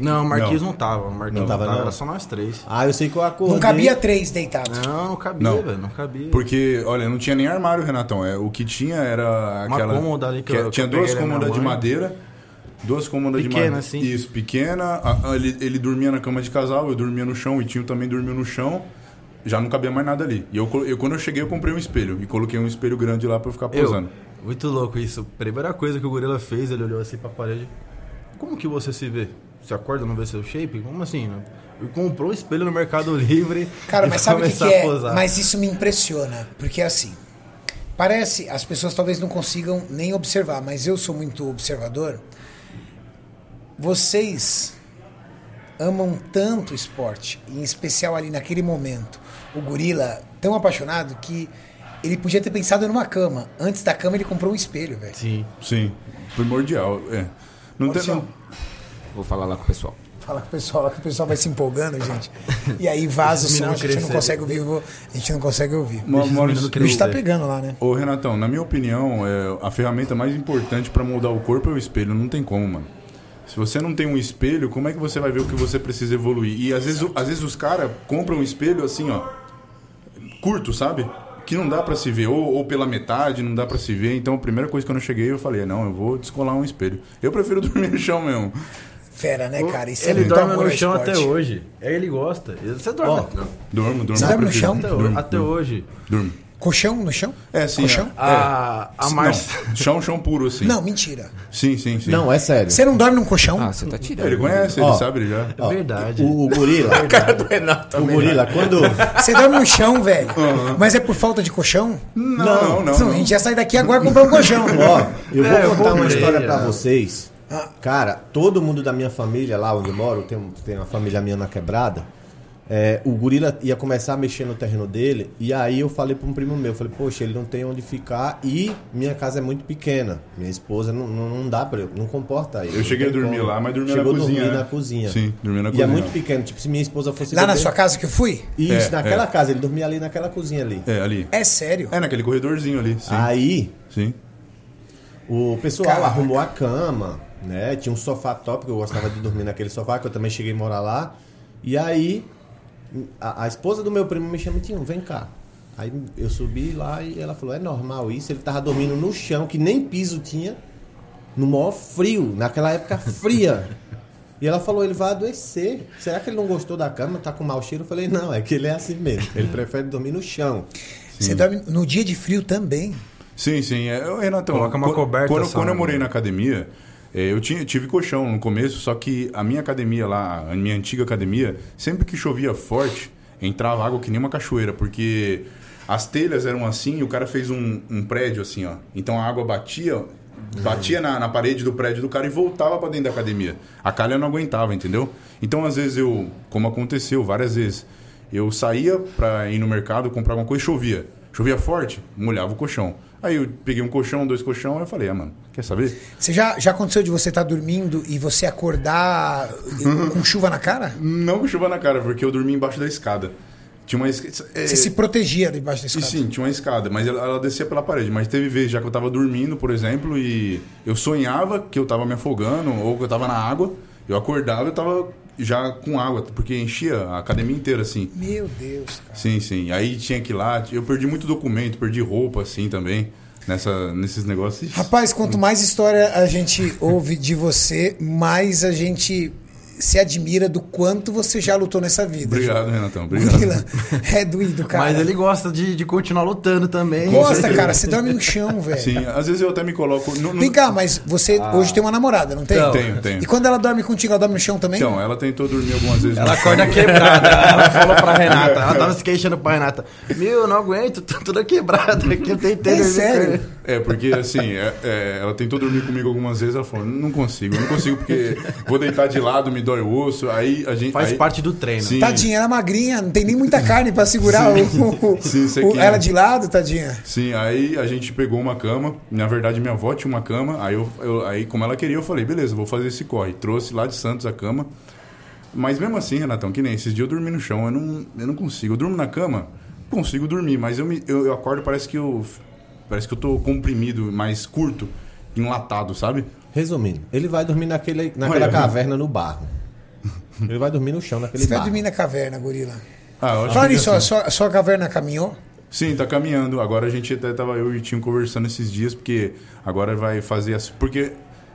E: Não, o Marquinhos não, tava. O Marquinhos não
C: Não
E: tava,
C: tava, não?
E: era só nós três.
C: Ah, eu sei que eu acordei.
A: Não cabia três deitados.
E: Não, não cabia,
B: Não.
E: velho. Não cabia.
B: Porque, olha, não tinha nem armário, Renatão. É, o que tinha era
E: Uma
B: aquela. é-
E: cômoda ali que eu- que
B: Tinha
E: eu
B: duas
E: peguei da minha
B: cômodas de
E: mãe.
B: madeira. Duas cômodas de
E: Pequena,
B: madeira.
E: assim.
B: Isso, pequena. A- a- ele, ele dormia na cama de casal, eu dormia no chão, o Itinho também dormiu no chão. Já não cabia mais nada ali. E eu, co- eu- quando eu cheguei, eu comprei um espelho. E coloquei um espelho grande lá pra eu ficar
E: Eu,
B: posando.
E: muito louco isso. Primeira coisa que o gorila fez, ele olhou assim pra parede. Como que você se vê? Você acorda e não vê seu shape? Como assim, né? E comprou o espelho no Mercado Livre.
A: Cara,
E: <laughs> e
A: mas
E: foi
A: sabe o que,
E: começar
A: que
E: a
A: é?
E: posar.
A: Mas isso me impressiona, porque assim, parece, as pessoas talvez não consigam nem observar, mas eu sou muito observador. Vocês amam tanto o esporte, em especial ali naquele momento. O gorila, tão apaixonado que ele podia ter pensado numa cama. Antes da cama, ele comprou um espelho, velho.
E: Sim.
B: Sim, primordial. É. Não tem,
A: Maurício,
B: não.
D: Vou falar lá com o pessoal.
A: Fala com o pessoal, lá que o pessoal vai se empolgando,
E: <laughs>
A: gente. E aí vaza o som, a gente não
E: crescer.
A: consegue ouvir, vo- a gente não consegue ouvir.
B: Ma- Maurício,
A: O bicho tá pegando lá, né?
B: Ô, Renatão, na minha opinião, é, a ferramenta mais importante pra mudar o corpo é o espelho. Não tem como, mano. Se você não tem um espelho, como é que você vai ver o que você precisa evoluir? E às vezes, o- às vezes os caras compram um espelho assim, ó, curto, sabe? Que não dá pra se ver, ou, ou pela metade, não dá pra se ver. Então, a primeira coisa que eu não cheguei, eu falei, não, eu vou descolar um espelho. Eu prefiro <laughs> dormir no chão mesmo.
A: Fera, né, cara? Isso é
E: Ele
A: muito
E: dorme
A: amor
E: no
A: ao
E: chão
A: esporte.
E: até hoje. É, Ele gosta. Você dorme.
C: Ó,
E: Não.
B: Dormo, dormo.
A: Você dorme no
B: prefiro.
A: chão?
E: Até, ho-
B: Durmo,
E: até
B: durmo,
E: hoje.
B: durmo.
A: Colchão no chão?
B: É, sim.
A: Colchão?
B: é.
E: A, a
B: Não,
E: Marcia.
B: chão, chão puro, assim.
A: Não, mentira.
B: Sim, sim, sim.
C: Não, é sério.
A: Você não dorme num colchão?
D: Ah, você tá tirando.
B: Ele conhece, ele
C: Ó.
B: sabe, ele já.
C: Ó,
E: Verdade.
C: O,
B: <laughs>
C: o
B: É
C: gorila. o
A: né?
C: gorila, quando.
A: Você dorme no chão, velho. Mas é por falta de colchão?
B: Não, não,
A: Não, a gente já sai daqui agora e comprar um colchão.
C: Ó, eu vou
E: É, eu
C: contar uma
E: comprei,
C: história pra
E: né?
C: vocês. Cara, todo mundo da minha família, lá onde eu moro, tem, um- tem uma família minha na quebrada. é, o gorila ia começar a mexer no terreno dele. E aí eu falei pra um primo meu, eu falei, poxa, ele não tem onde ficar e minha casa é muito pequena. Minha esposa não, não, não dá pra eu, não comporta ele.
B: Eu cheguei a dormir lá, mas dormi na cozinha,
C: Chegou a dormir
B: né?
C: na cozinha.
B: Sim, dormi na
C: e
B: cozinha.
C: é muito pequeno, tipo, se minha esposa fosse...
A: Lá na
C: beber-
A: sua casa que eu fui?
C: Isso,
B: É,
C: naquela
B: é.
C: casa, ele dormia ali naquela cozinha ali.
B: É, ali.
A: É sério.
B: É naquele corredorzinho ali, sim.
C: Aí,
B: Sim.
C: O pessoal
A: Caraca.
C: arrumou a cama, né? Tinha um sofá top, que eu gostava de dormir naquele sofá, que eu também cheguei a morar lá. E aí, a, a esposa do meu primo me chamou, Tinho, vem cá. Aí eu subi lá e ela falou, é normal isso? Ele tava dormindo no chão, que nem piso tinha, no maior frio, naquela época fria. E ela falou, ele vai adoecer. Será que ele não gostou da cama? Tá com mau cheiro? Eu falei, não, é que ele é assim mesmo. Ele prefere dormir no chão.
A: Você dorme no dia de frio também.
B: Sim, sim. É, ô, Renatão,
E: Coloca uma
B: quan-
E: coberta
B: Quando,
E: só,
B: quando eu
E: né?
B: morei na academia, é, eu tinha, tive colchão no começo, só que a minha academia lá, a minha antiga academia, sempre que chovia forte, entrava água que nem uma cachoeira, porque as telhas eram assim e o cara fez um, um prédio assim, ó. Então a água batia. Batia na, na parede do prédio do cara e voltava pra dentro da academia. A calha não aguentava, entendeu? Então, às vezes, eu, como aconteceu várias vezes, Eu saía pra ir no mercado comprar alguma coisa e chovia. Chovia forte, molhava o colchão. Aí eu peguei um colchão, dois colchão, aí eu falei, ah, mano, quer saber?
A: Você já, já aconteceu de você estar dormindo e você acordar eh, com chuva na cara?
B: Não com chuva na cara, porque eu dormi embaixo da escada. Tinha uma escada.
A: Você se protegia debaixo da
B: E
A: escada.
B: sim, tinha uma escada, mas ela, ela descia pela parede. Mas teve vezes já que eu tava dormindo, por exemplo, e eu sonhava que eu tava me afogando ou que eu tava na água. Eu acordava e eu tava já com água, porque enchia a academia inteira, assim.
A: Meu Deus, cara.
B: Sim, sim. Aí tinha que ir lá. Eu perdi muito documento, perdi roupa, assim, também. Nessa, nesses negócios.
A: Rapaz, quanto mais história a gente ouve de você, mais a gente se admira do quanto você já lutou nessa vida. <laughs>
B: Obrigado, Renatão. Obrigado.
A: Gorila, é doído, cara.
E: Mas ele gosta de, de continuar lutando também.
A: Gosta, cara. Você dorme no
B: <laughs>
A: chão, velho.
B: Sim, às vezes eu até me coloco. No, no-
A: Vem cá, mas você
E: Ah.
A: hoje tem uma namorada, não tem?
E: Então.
B: Tenho, tenho.
A: E quando ela dorme contigo, ela dorme no chão também?
B: Então, ela tentou dormir algumas vezes.
E: Ela acorda quebrada. Ela <laughs> falou pra Renata. Ela tava se queixando pra Renata. Meu, eu não aguento, tô toda quebrada. Que eu tentei.
A: É
E: dormir.
A: sério?
B: É, porque assim, é- é, ela tentou dormir comigo algumas vezes, ela falou, não consigo, eu não consigo, porque vou deitar de lado, me dói o osso, aí a gente.
E: Faz
B: aí-
E: parte né? do treino.
B: Sim.
A: Tadinha, ela é magrinha, não tem nem muita carne pra segurar o, o-
B: <laughs> Sim, isso
A: o-
B: aqui é.
A: ela de lado, tadinha.
B: Sim, aí a gente pegou uma cama. Na verdade, minha avó tinha uma cama. Aí, eu, eu- aí como ela queria, eu falei, beleza, vou fazer esse corre. Trouxe lá de Santos a cama. Mas mesmo assim, Renatão, que nem esses dias eu dormi no chão, eu não, eu não consigo. Eu durmo na cama, consigo dormir, mas eu, me, eu, eu acordo, parece que eu. Parece que eu tô comprimido, mais curto, enlatado, sabe?
C: Resumindo, ele vai dormir naquele, naquela
B: Olha.
C: caverna
A: <laughs>
C: no barro. Ele vai dormir no chão naquele
A: Você vai
C: barro.
A: dormir na caverna, gorila.
B: Ah, eu acho
A: Fala
B: que-
A: nisso, ó, sua, sua caverna caminhou?
B: Sim, tá caminhando. Agora a gente até tava eu e o Tinho conversando esses dias, porque agora vai fazer as. Porque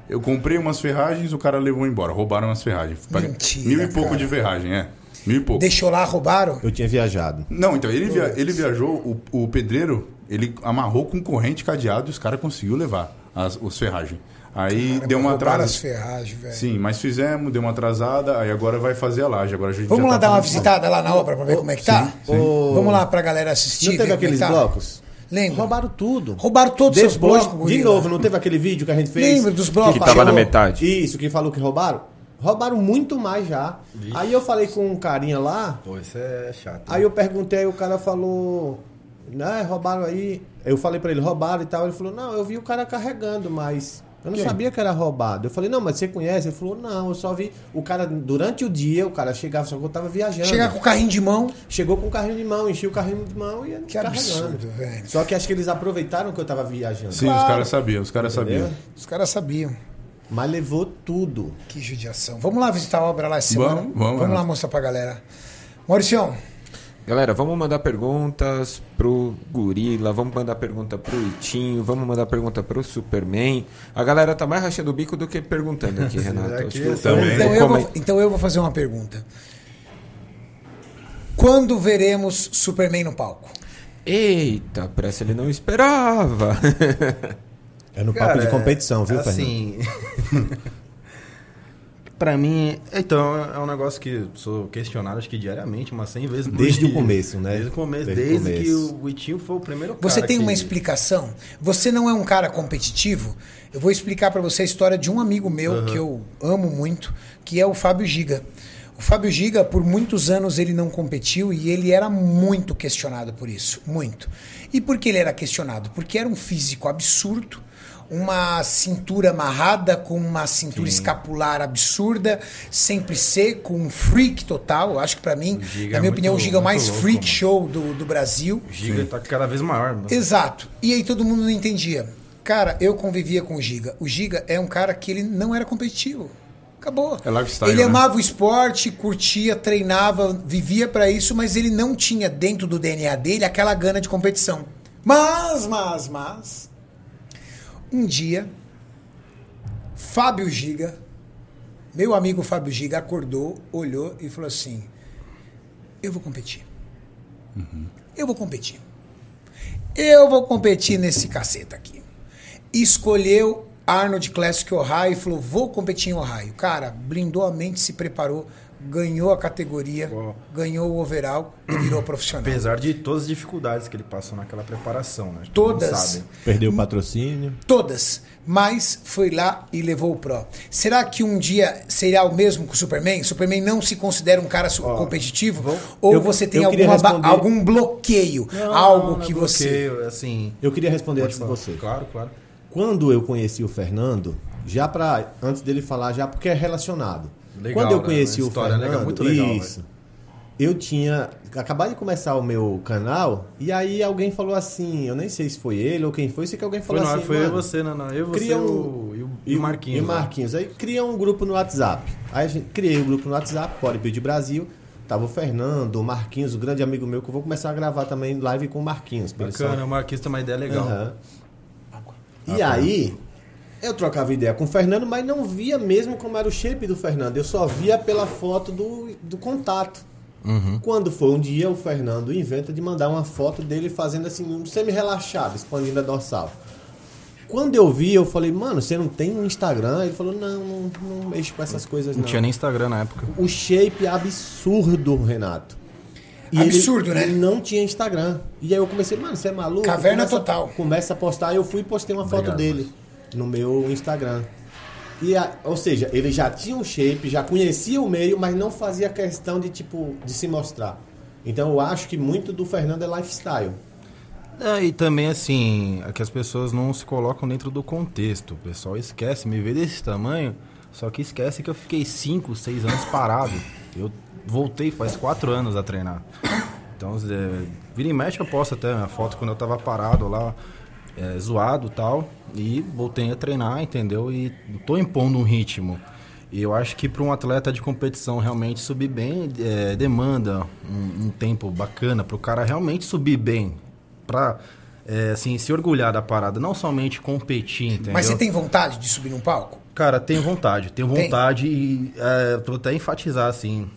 B: eu comprei umas ferragens, o cara levou embora. Roubaram as ferragens. Paguei
A: Mentira,
B: Mil e pouco
A: cara.
B: de ferragem, é. Mil e pouco.
A: Deixou lá, roubaram?
C: Eu tinha viajado.
B: Não, então, ele, via- ele viajou, o, o pedreiro, ele amarrou com corrente cadeado e os caras conseguiu levar as, os ferragens. Aí deu uma
A: Roubaram as
B: atrasada.
A: ferragens, velho.
B: Sim, mas fizemos, deu uma atrasada, aí agora vai fazer a laje. Agora a gente
A: Vamos
B: já
A: lá
B: tá
A: dar uma
B: falando-
A: visitada lá na obra pra ver como é que tá?
C: sim.
A: Vamos lá pra galera assistir.
C: Não
A: ver
C: teve
A: como é que
C: aqueles
A: tá?
C: blocos?
A: Lembra?
C: Roubaram tudo.
A: Roubaram todos os seus blocos,
C: De né?
A: gorila.
C: novo, não teve aquele vídeo que a gente fez?
A: Lembra dos blocos?
D: Que tava na
A: Chegou.
D: metade.
C: Isso, que falou que roubaram? Roubaram muito mais já. Aí eu falei com um carinha lá,
E: Pô, isso é chato.
C: aí eu perguntei, aí o cara falou, né, roubaram aí. Eu falei pra ele, roubaram e tal. Ele falou, não, eu vi o cara carregando, mas eu não sabia que era roubado. Eu falei, não, mas você conhece? Ele falou, não, eu só vi. O cara, durante o dia, o cara chegava, só que eu tava viajando.
A: Chegar com o carrinho de mão.
C: Chegou com o carrinho de mão, enchia o carrinho de mão e ia
A: Que absurdo, velho.
C: Só que acho que eles aproveitaram que eu tava viajando.
B: Sim, os caras sabiam, os caras sabiam.
A: Os caras sabiam.
C: Mas levou tudo.
A: Que judiação. Vamos lá visitar a obra lá essa semana.
B: Vamos, vamos,
A: lá
B: vamos.
A: mostrar pra galera. Mauricião,
D: Galera, vamos mandar perguntas pro Gorila, vamos mandar pergunta pro Itinho, vamos mandar pergunta pro Superman. A galera tá mais rachando o bico do que perguntando
A: <laughs>
D: aqui, Renato. Acho que eu
B: também.
D: vou
A: então eu,
C: é?
D: comen-
A: vou, então eu vou fazer uma pergunta. Quando veremos Superman no palco?
D: Eita, parece que ele não esperava.
C: É no
E: Cara,
C: papo de
E: é-
C: competição, viu, Fernando?
E: assim, <laughs> Pra mim, então, é um negócio que sou questionado acho que diariamente, umas 100 vezes por
C: Desde
E: dia.
C: o começo, né?
E: Desde o começo,
C: Desde
E: desde,
C: o começo.
E: que o Guitinho foi o primeiro cara
A: Você tem
E: que-
A: uma explicação? Você não é um cara competitivo? Eu vou explicar pra você a história de um amigo meu que eu amo muito, que é o Fábio Giga. O Fábio Giga, por muitos anos, ele não competiu e ele era muito questionado por isso, muito. E por que ele era questionado? Porque era um físico absurdo, uma cintura amarrada com uma cintura escapular absurda, sempre seco, um freak total. Eu acho que pra mim,
E: Giga
A: na
E: é
A: minha opinião, o
E: muito-
A: Giga é o mais
E: muito louco,
A: freak
E: mano.
A: show do, do Brasil.
E: O Giga tá cada vez maior, mano.
A: Exato. E aí todo mundo não entendia. Cara, eu convivia com o Giga. O Giga é um cara que ele não era competitivo. Acabou.
B: É lifestyle,
A: ele
B: né?
A: amava o esporte, curtia, treinava, vivia pra isso, mas ele não tinha dentro do DNA dele aquela gana de competição. Mas, mas, mas. Um dia, Fábio Giga, meu amigo Fábio Giga, acordou, olhou e falou assim: Eu vou competir. Eu vou competir. Eu vou competir nesse caceta aqui. Escolheu Arnold Classic Ohio e falou: vou competir em Ohio. Cara, blindou a mente, se preparou, ganhou a categoria,
E: Uau.
A: ganhou o overall e virou profissional.
E: Apesar de todas as dificuldades que ele passou naquela preparação, né?
A: Todas.
E: Não sabe.
C: Perdeu o patrocínio.
A: Todas. Mas foi lá e levou o Pro. Será que um dia será o mesmo com o Superman? O Superman não se considera um cara su- competitivo? Ou
C: eu-
A: você tem
C: eu queria
A: alguma ba-
C: responder-
A: algum bloqueio?
E: Não,
A: algo
E: não é
A: que você.
E: bloqueio, Assim,
C: Eu queria responder
E: Pode
C: antes de
E: falar.
C: você.
E: Claro, claro.
C: Quando eu conheci o Fernando, já para antes dele falar, já porque é relacionado.
E: Legal,
C: Quando eu
E: né?
C: conheci
E: Uma
C: o
E: história
C: Fernando,
E: legal, muito legal, né?
C: isso. Eu tinha acabado de começar o meu canal e aí alguém falou assim, eu nem sei se foi ele ou quem foi, sei que alguém
E: Foi,
C: falou
E: não,
C: assim,
E: foi eu e
C: mano,
E: você, não, não. Eu, você
C: cria
E: o-
C: um-
E: e o, e o Marquinhos. né?"
C: E Marquinhos. Aí cria um grupo no WhatsApp. Aí a gente criei o grupo no WhatsApp, Bodybuild Brasil. Tava o Fernando, o Marquinhos, o grande amigo meu, que eu vou começar a gravar também live com o Marquinhos. pra ele
E: Bacana, o Marquinhos tem uma ideia legal.
C: Aham. E aí,
E: né?
C: eu trocava ideia com o Fernando, mas não via mesmo como era o shape do Fernando. Eu só via pela foto do, do contato.
E: Uhum.
C: Quando foi um dia, o Fernando inventa de mandar uma foto dele fazendo assim, um semi-relaxado, expandindo a dorsal. Quando eu vi, eu falei, mano, você não tem um Instagram? Ele falou, não, não, não mexo com essas coisas não.
E: Não tinha nem Instagram na época.
C: O shape absurdo, Renato.
A: Absurdo,
C: ele
A: né?
C: Não tinha Instagram. E aí eu comecei, mano, você é maluco?
A: Caverna
C: Começa-
A: total.
C: Começa a postar, eu fui e postei uma foto
E: Obrigado,
C: dele no meu Instagram. E a- ou seja, ele já tinha um shape, já conhecia o meio, mas não fazia questão de tipo de se mostrar. Então eu acho que muito do Fernando é lifestyle.
E: É, e também, assim, é que as pessoas não se colocam dentro do contexto. O pessoal esquece, me vê desse tamanho, só que esquece que eu fiquei 5, 6 anos parado. Eu voltei faz 4 anos a treinar. Então, é, vira e mexe, eu posto até a foto quando eu tava parado lá, é, zoado e tal. E voltei a treinar, entendeu? E tô impondo um ritmo. E eu acho que para um atleta de competição realmente subir bem, é, demanda um, um tempo bacana para o cara realmente subir bem. Pra, é, assim, se orgulhar da parada, não somente competir, entendeu?
A: Mas você tem vontade de subir num palco?
E: Cara, tenho vontade, tenho
A: Tem.
E: vontade e é, vou até enfatizar, assim.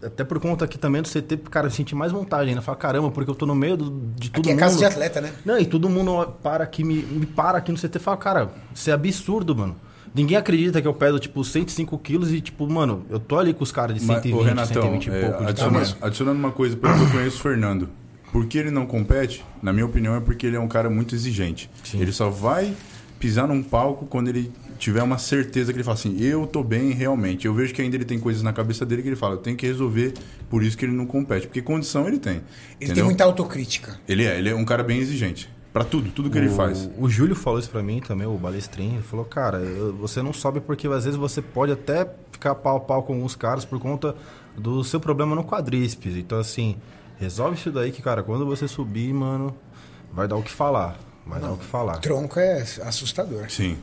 E: Até por conta aqui também do CT, cara, eu senti mais vontade ainda. Falar, caramba, porque eu tô no meio do- de tudo
A: Aqui é
E: mundo.
A: casa de atleta, né?
E: Não, e todo mundo para aqui, me, me para aqui no CT e fala, cara, isso é absurdo, mano. Ninguém acredita que eu peso, tipo, 105 quilos e, tipo, mano, eu tô ali com os caras de
B: Mas,
E: 120,
B: ô, Renatão,
E: 120 e
B: é,
E: pouco de
B: adiciona-
E: tamanho.
B: adicionando uma coisa, pelo que eu conheço o Fernando, por que ele não compete, na minha opinião, é porque ele é um cara muito exigente. Ele só vai pisar num palco quando ele tiver uma certeza que ele fala assim, eu tô bem realmente. Eu vejo que ainda ele tem coisas na cabeça dele que ele fala, eu tenho que resolver, por isso que ele não compete. Porque condição ele tem.
A: Ele tem
B: entendeu?
A: muita autocrítica.
B: Ele é, ele é um cara bem exigente. Pra tudo, tudo que ele
E: O-
B: faz.
E: O Júlio falou isso pra mim também, o Balestrinho. Ele falou, cara, eu- você não sobe porque às vezes você pode até ficar pau a pau com alguns caras por conta do seu problema no quadríceps. Então, assim, resolve isso daí que, cara, quando você subir, mano, vai dar o que falar. Vai dar o que falar.
A: Tronco é assustador.
B: Sim.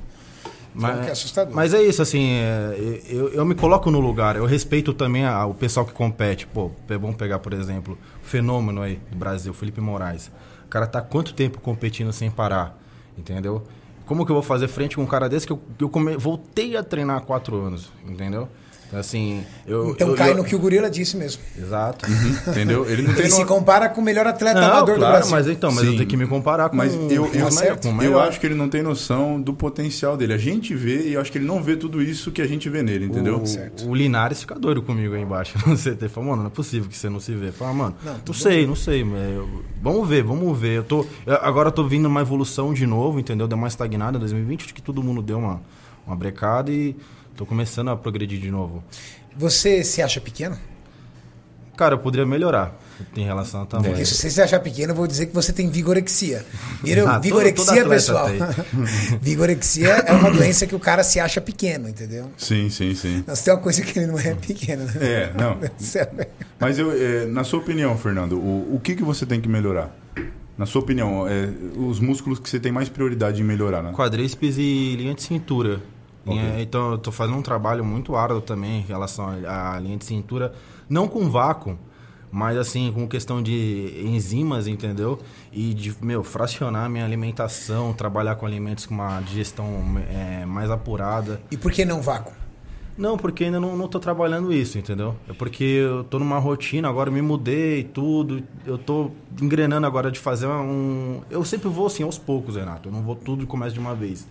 A: Tronco é assustador.
E: Mas é isso, assim, é, eu, eu me coloco no lugar, eu respeito também a- o pessoal que compete. Pô, é bom pegar, por exemplo, o fenômeno aí do Brasil, Felipe Moraes. O cara tá quanto tempo competindo sem parar, entendeu? Como que eu vou fazer frente com um cara desse que eu, que eu come- voltei a treinar há quatro anos, entendeu? Então, assim, eu...
A: Então
E: eu,
A: cai
E: eu-
A: no que o Gorila disse mesmo.
E: Exato.
B: Entendeu? Ele
E: <laughs>
B: não
A: Ele
B: tem
A: se
B: no-
A: compara com o melhor atleta
E: Não,
A: É amador do
E: claro,
A: Brasil.
E: mas então, mas eu
B: Sim.
E: tenho que me comparar com...
B: Mas eu,
E: Hum, com
B: eu,
E: o maior- com o
B: eu
E: maior.
B: acho que ele não tem noção do potencial dele. A gente vê e eu acho que ele não vê tudo isso que a gente vê nele,
E: Uh,
B: entendeu?
A: Certo.
E: O Linares fica doido comigo aí embaixo <laughs> no CT. Fala, mano, não é possível que você não se vê. Fala, "Ah, mano, não, sei, não sei. mas eu- Vamos ver, vamos ver. Eu tô, eu- agora eu tô vindo uma evolução de novo, entendeu? Deu uma estagnada em 2020, acho que todo mundo deu uma, uma brecada e tô começando a progredir de novo.
A: Você se acha pequeno?
E: Cara, eu poderia melhorar em relação a tamanho.
A: Porque se você se achar pequeno, eu vou dizer que você tem vigorexia. Viram?
E: Ah, todo-
A: vigorexia,
E: todo atleta
A: pessoal. <laughs>
E: <laughs>
A: vigorexia é uma doença que o cara se acha pequeno, entendeu?
B: Sim, sim, sim.
A: Nós tem uma coisa que ele não é pequeno, né?
B: É, não.
A: <laughs>
B: Mas eu, é, na sua opinião, Fernando, o, o que, que você tem que melhorar? Na sua opinião, é, os músculos que você tem mais prioridade em melhorar, né?
E: Quadríceps e linha de cintura. Linha- então, eu tô fazendo um trabalho muito árduo também em relação à à linha de cintura. Não com vácuo, mas assim, com questão de enzimas, entendeu? E de, meu, fracionar a minha alimentação, trabalhar com alimentos com uma digestão é, mais apurada.
A: E por que não vácuo?
E: Não, porque ainda não, não tô trabalhando isso, entendeu? É porque eu tô numa rotina, agora eu me mudei e tudo. Eu tô engrenando agora de fazer um. Eu sempre vou assim, aos poucos, Renato. Eu não vou tudo e começo de uma vez.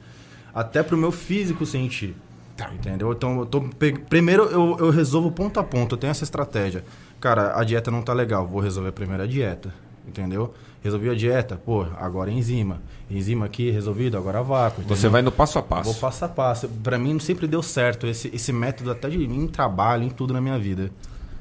E: Até pro meu físico sentir.
D: Tá.
E: Entendeu? Então eu tô. pe- Primeiro eu, eu resolvo ponto a ponto, eu tenho essa estratégia. Cara, a dieta não tá legal, vou resolver primeiro a dieta. Entendeu? Resolvi a dieta, pô, agora enzima. Enzima aqui resolvido, agora vácuo. entendeu?
D: Você vai no passo a
E: Vou
D: passo.
E: passo a passo. Pra mim sempre deu certo esse, esse método até de em trabalho, em tudo na minha vida.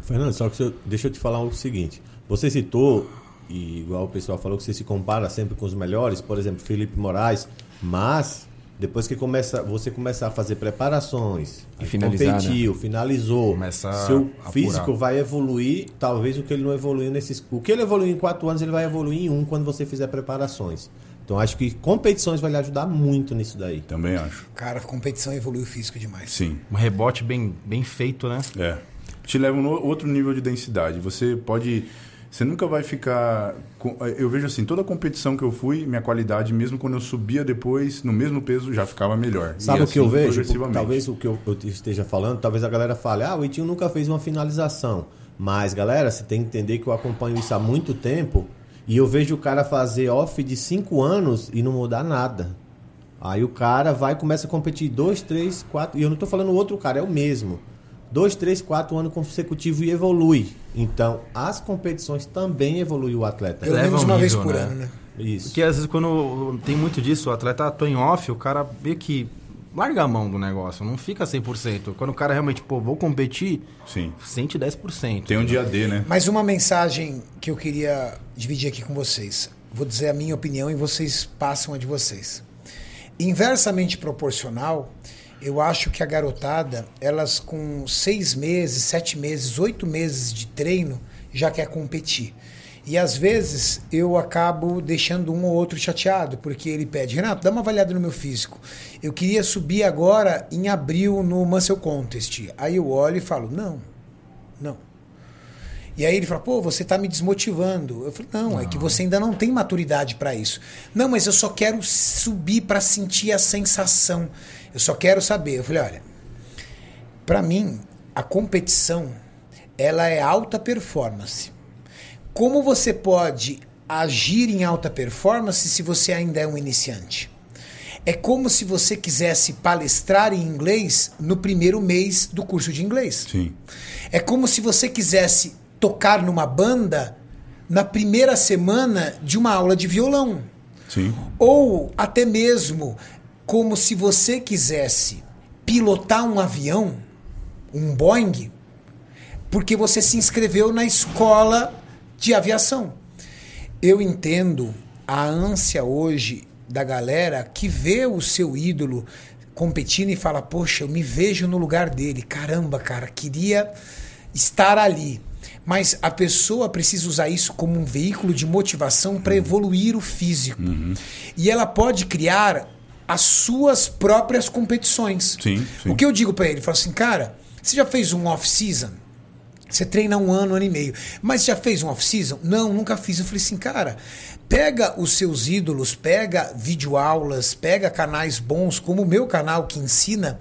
C: Fernando, só que se eu- deixa eu te falar o seguinte. Você citou, e igual o pessoal falou, que você se compara sempre com os melhores, por exemplo, Felipe Moraes, mas depois que começa, você começar a fazer preparações,
D: E
C: aí
D: finalizar,
C: competiu, finalizou,
E: né? Começa a
C: seu
E: apurar.
C: físico vai evoluir, talvez o que ele não evoluiu nesses... O que ele evoluiu em quatro anos, ele vai evoluir em um quando você fizer preparações. Então acho que competições vai lhe ajudar muito nisso daí.
B: Também acho.
A: Cara, competição evolui o físico demais.
B: Sim.
E: Um rebote bem, bem feito, né?
B: É. Te leva a um outro nível de densidade. Você pode. Você nunca vai ficar. com- Eu vejo assim, toda competição que eu fui, minha qualidade, mesmo quando eu subia depois, no mesmo peso, já ficava melhor. E
C: Sabe o que
B: assim,
C: eu vejo?
B: progressivamente.
C: Talvez o que eu, eu te esteja falando, talvez a galera fale, ah, o Itinho nunca fez uma finalização. Mas, galera, você tem que entender que eu acompanho isso há muito tempo e eu vejo o cara fazer off de 5 anos e não mudar nada. Aí o cara vai e começa a competir 2, 3, 4. E eu não tô falando outro cara, é o mesmo. 2, 3, 4 anos consecutivos e evolui. Então, as competições também evoluem o atleta.
A: Pelo
E: Leva
A: menos
E: um
A: uma vez
E: nível,
A: por
E: né?
A: ano, né?
C: Isso.
E: Porque às vezes quando tem muito disso, o atleta atua em off, o cara meio que larga a mão do negócio, não fica 100%. Quando o cara realmente, pô, vou competir,
B: Sim.
E: sente 10%.
B: Tem um dia D, né?
A: Mas uma mensagem que eu queria dividir aqui com vocês. Vou dizer a minha opinião e vocês passam a de vocês. Inversamente proporcional, eu acho que a garotada, elas com seis meses, sete meses, oito meses de treino, já quer competir. E às vezes eu acabo deixando um ou outro chateado, porque ele pede, Renato, dá uma avaliada no meu físico. Eu queria subir agora em abril no Muscle Contest. Aí eu olho e falo, não, não. E aí ele fala, pô, você tá me desmotivando. Eu falei, não, é que você ainda não tem maturidade para isso. Não, mas eu só quero subir para sentir a sensação. Eu só quero saber. Eu falei, olha, para mim, a competição, ela é alta performance. Como você pode agir em alta performance se você ainda é um iniciante? É como se você quisesse palestrar em inglês no primeiro mês do curso de inglês.
B: Sim.
A: É como se você quisesse tocar numa banda na primeira semana de uma aula de violão.
B: Sim.
A: Ou até mesmo como se você quisesse pilotar um avião, um Boeing, porque você se inscreveu na escola de aviação. Eu entendo a ânsia hoje da galera que vê o seu ídolo competindo e fala: Poxa, eu me vejo no lugar dele. Caramba, cara, queria estar ali. Mas a pessoa precisa usar isso como um veículo de motivação
B: Uhum.
A: para evoluir o físico. E ela pode criar as suas próprias competições.
B: Sim, sim.
A: O que eu digo para ele? Eu falo assim, cara, você já fez um off-season? Você treina um ano, ano e meio. Mas já fez um off-season? Não, nunca fiz. Eu falei assim, cara, pega os seus ídolos, pega videoaulas, pega canais bons, como o meu canal que ensina,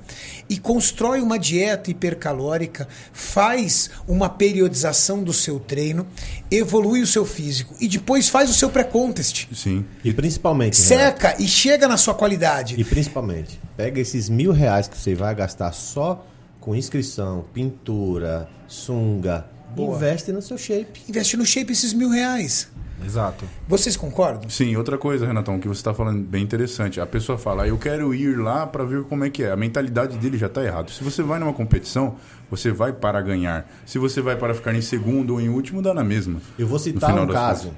A: e constrói uma dieta hipercalórica, faz uma periodização do seu treino, evolui o seu físico e depois faz o seu pré-contest.
B: Sim.
C: E principalmente,
B: é
C: Renato,
A: Seca e chega na sua qualidade.
C: e principalmente, pega esses mil reais que você vai gastar só com inscrição, pintura, sunga,
A: Boa.
C: investe no seu shape.
A: Investe no shape esses mil reais.
E: Exato.
A: Vocês concordam?
B: Sim, outra coisa, Renatão, que você está falando bem interessante. A pessoa fala, "Ah, eu quero ir lá para ver como é que é. A mentalidade dele já está errada. Se você vai numa competição, você vai para ganhar. Se você vai para ficar em segundo ou em último, dá na mesma.
C: Eu vou
B: No
C: citar
B: final
C: um
B: das
C: caso.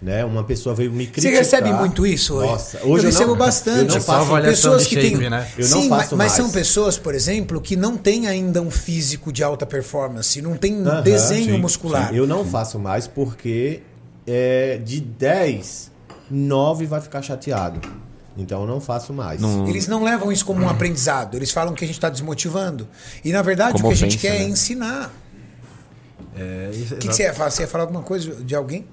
C: Né? Uma pessoa veio me
A: Você
C: criticar.
A: recebe muito isso hoje?
C: Nossa, hoje
A: eu,
C: não-
A: recebo bastante.
B: É
C: Eu não
A: Eu
C: faço
A: faço
E: avaliação
A: pessoas
E: de
A: que
E: shape,
A: têm.
E: né?
C: Eu não
A: Sim, mas,
C: faço
A: mas
C: mais.
A: são pessoas, por exemplo, que não têm ainda um físico de alta performance, não tem
C: Aham,
A: desenho
B: sim,
A: muscular.
C: Eu não faço mais porque é, de 10, 9 vai ficar chateado. Então eu não faço mais.
A: Eles não levam isso como um aprendizado. Eles falam que a gente está desmotivando. E na verdade
D: Como
A: o que a gente
D: ofensa,
A: quer é
D: né?
A: ensinar.
E: É,
A: O que, que você ia falar? Você ia falar alguma coisa de alguém?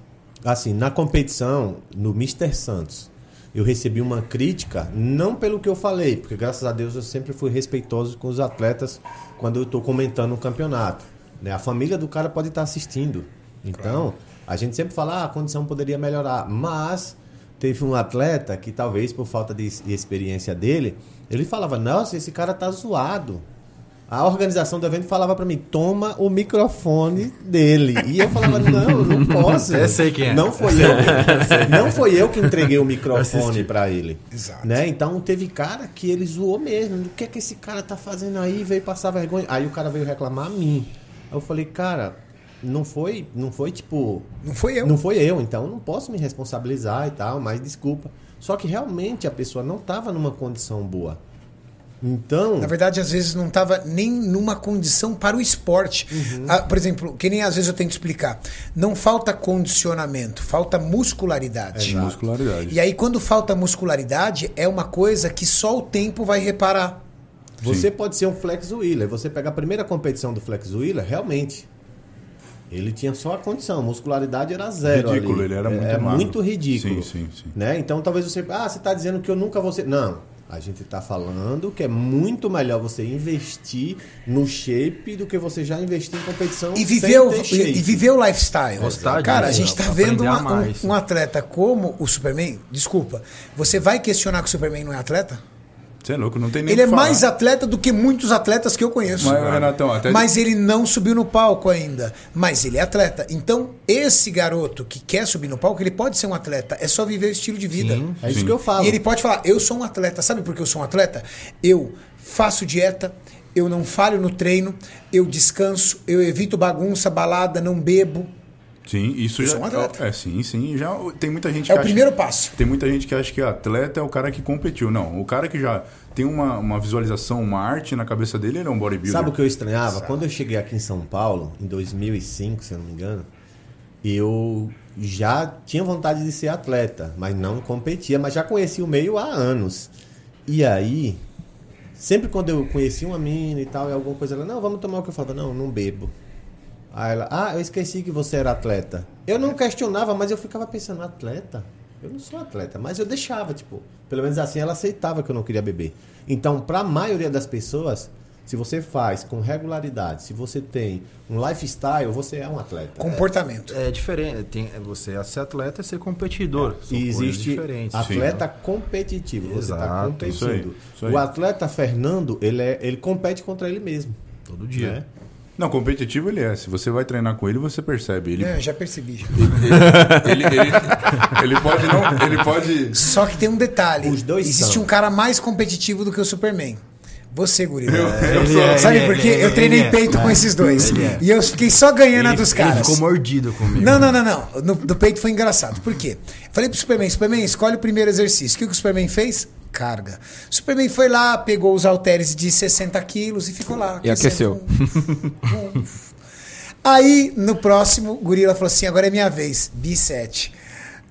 C: Assim, na competição, no Mr. Santos, eu recebi uma crítica, não pelo que eu falei, porque graças a Deus eu sempre fui respeitoso com os atletas quando eu estou comentando um campeonato. né? A família do cara pode estar assistindo. Então, a gente sempre fala, ah, a condição poderia melhorar, mas teve um atleta que talvez por falta de ex- experiência dele, ele falava, nossa, esse cara tá zoado. A organização do evento falava pra mim, toma o microfone dele. E eu falava, não, eu não posso.
E: Eu sei quem é.
C: Não foi eu. Não foi eu que entreguei o microfone pra ele.
A: Exato.
C: Né? Então teve cara que ele zoou mesmo. O que é que esse cara tá fazendo aí? Veio passar vergonha. Aí o cara veio reclamar a mim. Aí eu falei, cara, não foi, não foi tipo,
A: Não foi eu.
C: não foi eu, então eu não posso me responsabilizar e tal, mas desculpa. Só que realmente a pessoa não tava numa condição boa. Então,
A: Na verdade, às vezes não estava nem numa condição para o esporte. Ah, por exemplo, que nem às vezes eu tenho que explicar. Não falta condicionamento, falta muscularidade.
B: É, Muscularidade.
A: E aí, quando falta muscularidade, é uma coisa que só o tempo vai reparar.
C: Você pode ser um Flex Wheeler. Você pega a primeira competição do Flex Wheeler, realmente. Ele tinha só a condição, a muscularidade era zero.
B: Ridículo,
C: ali.
B: ele era muito
C: É, é
B: magro.
C: muito ridículo.
B: Sim, sim, sim.
C: Né? Então talvez você. Ah, você está dizendo que eu nunca vou ser. Não. A gente está falando que é muito melhor você investir no shape do que você já investir em competição.
A: E viver, o,
C: sem ter shape.
A: e, e viver o lifestyle.
E: Gostar
A: Cara, a
E: disso,
A: gente tá
E: pra
A: vendo
E: aprender a
A: uma- um,
E: mais.
A: um atleta como o Superman. Desculpa, você vai questionar que o Superman não é atleta?
B: Você é louco, não tem nem
A: Ele
B: o
A: é
B: que falar.
A: mais atleta do que muitos atletas que eu conheço.
B: Mas, Renatão, até-
A: Mas ele não subiu no palco ainda. Mas ele é atleta. Então, esse garoto que quer subir no palco, ele pode ser um atleta. É só viver o estilo de vida.
C: É isso que eu falo.
A: E ele pode falar: eu sou um atleta. Sabe por que eu sou um atleta? Eu faço dieta. Eu não falho no treino, eu descanso, eu evito bagunça, balada, não bebo.
B: Sim, isso
A: Eu
B: já.
A: sou um atleta.
B: É, sim, sim. Já tem muita gente
A: É o
B: acha-
A: primeiro passo.
B: Tem muita gente que acha que atleta é o cara que competiu. Não, o cara que já tem uma, uma visualização, uma arte na cabeça dele, ele é um bodybuilder.
C: Sabe o que eu estranhava? Quando eu cheguei aqui em São Paulo, em 2005, se eu não me engano, eu já tinha vontade de ser atleta, mas não competia, mas já conhecia o meio há anos. E aí, sempre quando eu conhecia uma mina e tal, e alguma coisa, ela, não, vamos tomar o que eu falava, não, não bebo. Aí ela, ah, eu esqueci que você era atleta. Eu não questionava, mas eu ficava pensando, atleta? Eu não sou atleta, mas eu deixava, tipo, pelo menos assim ela aceitava que eu não queria beber. Então, para a maioria das pessoas, se você faz com regularidade, se você tem um lifestyle, você é um atleta.
A: Comportamento.
E: É diferente. Tem, é você é ser atleta e ser competidor.
D: É,
E: São
C: E
E: coisas
C: existe
E: diferentes. né?
C: atleta competitivo, você está
E: Exato,
C: competindo.
B: isso aí, isso aí.
C: O atleta Fernando, ele, é, ele compete contra ele mesmo.
E: Todo dia.
C: né?
B: Não, competitivo ele é. Se você vai treinar com ele, você percebe. Ele,
A: É, já percebi. já.
B: <laughs> ele, ele- ele pode não. Ele pode.
A: Só que tem um detalhe.
C: Os dois
A: Existe
C: são.
A: um cara mais competitivo do que o Superman. Você, gorila.
B: Eu sou-
E: é,
A: Sabe
E: ele
A: por quê?
E: ele
A: eu treinei
E: ele é.
A: peito com esses dois. E eu fiquei só ganhando a
E: Ele-
A: dos caras.
E: Ele ficou mordido comigo.
A: Não, não, não, não. No- do peito foi engraçado. Por quê? Falei pro Superman, Superman, escolhe o primeiro exercício. O que, que o Superman fez? Carga. O Superman foi lá, pegou os halteres de 60 quilos e ficou lá.
D: E aqueceu.
A: aquecendo. Bom. Aí, no próximo, o gorila falou assim, agora é minha vez, B7.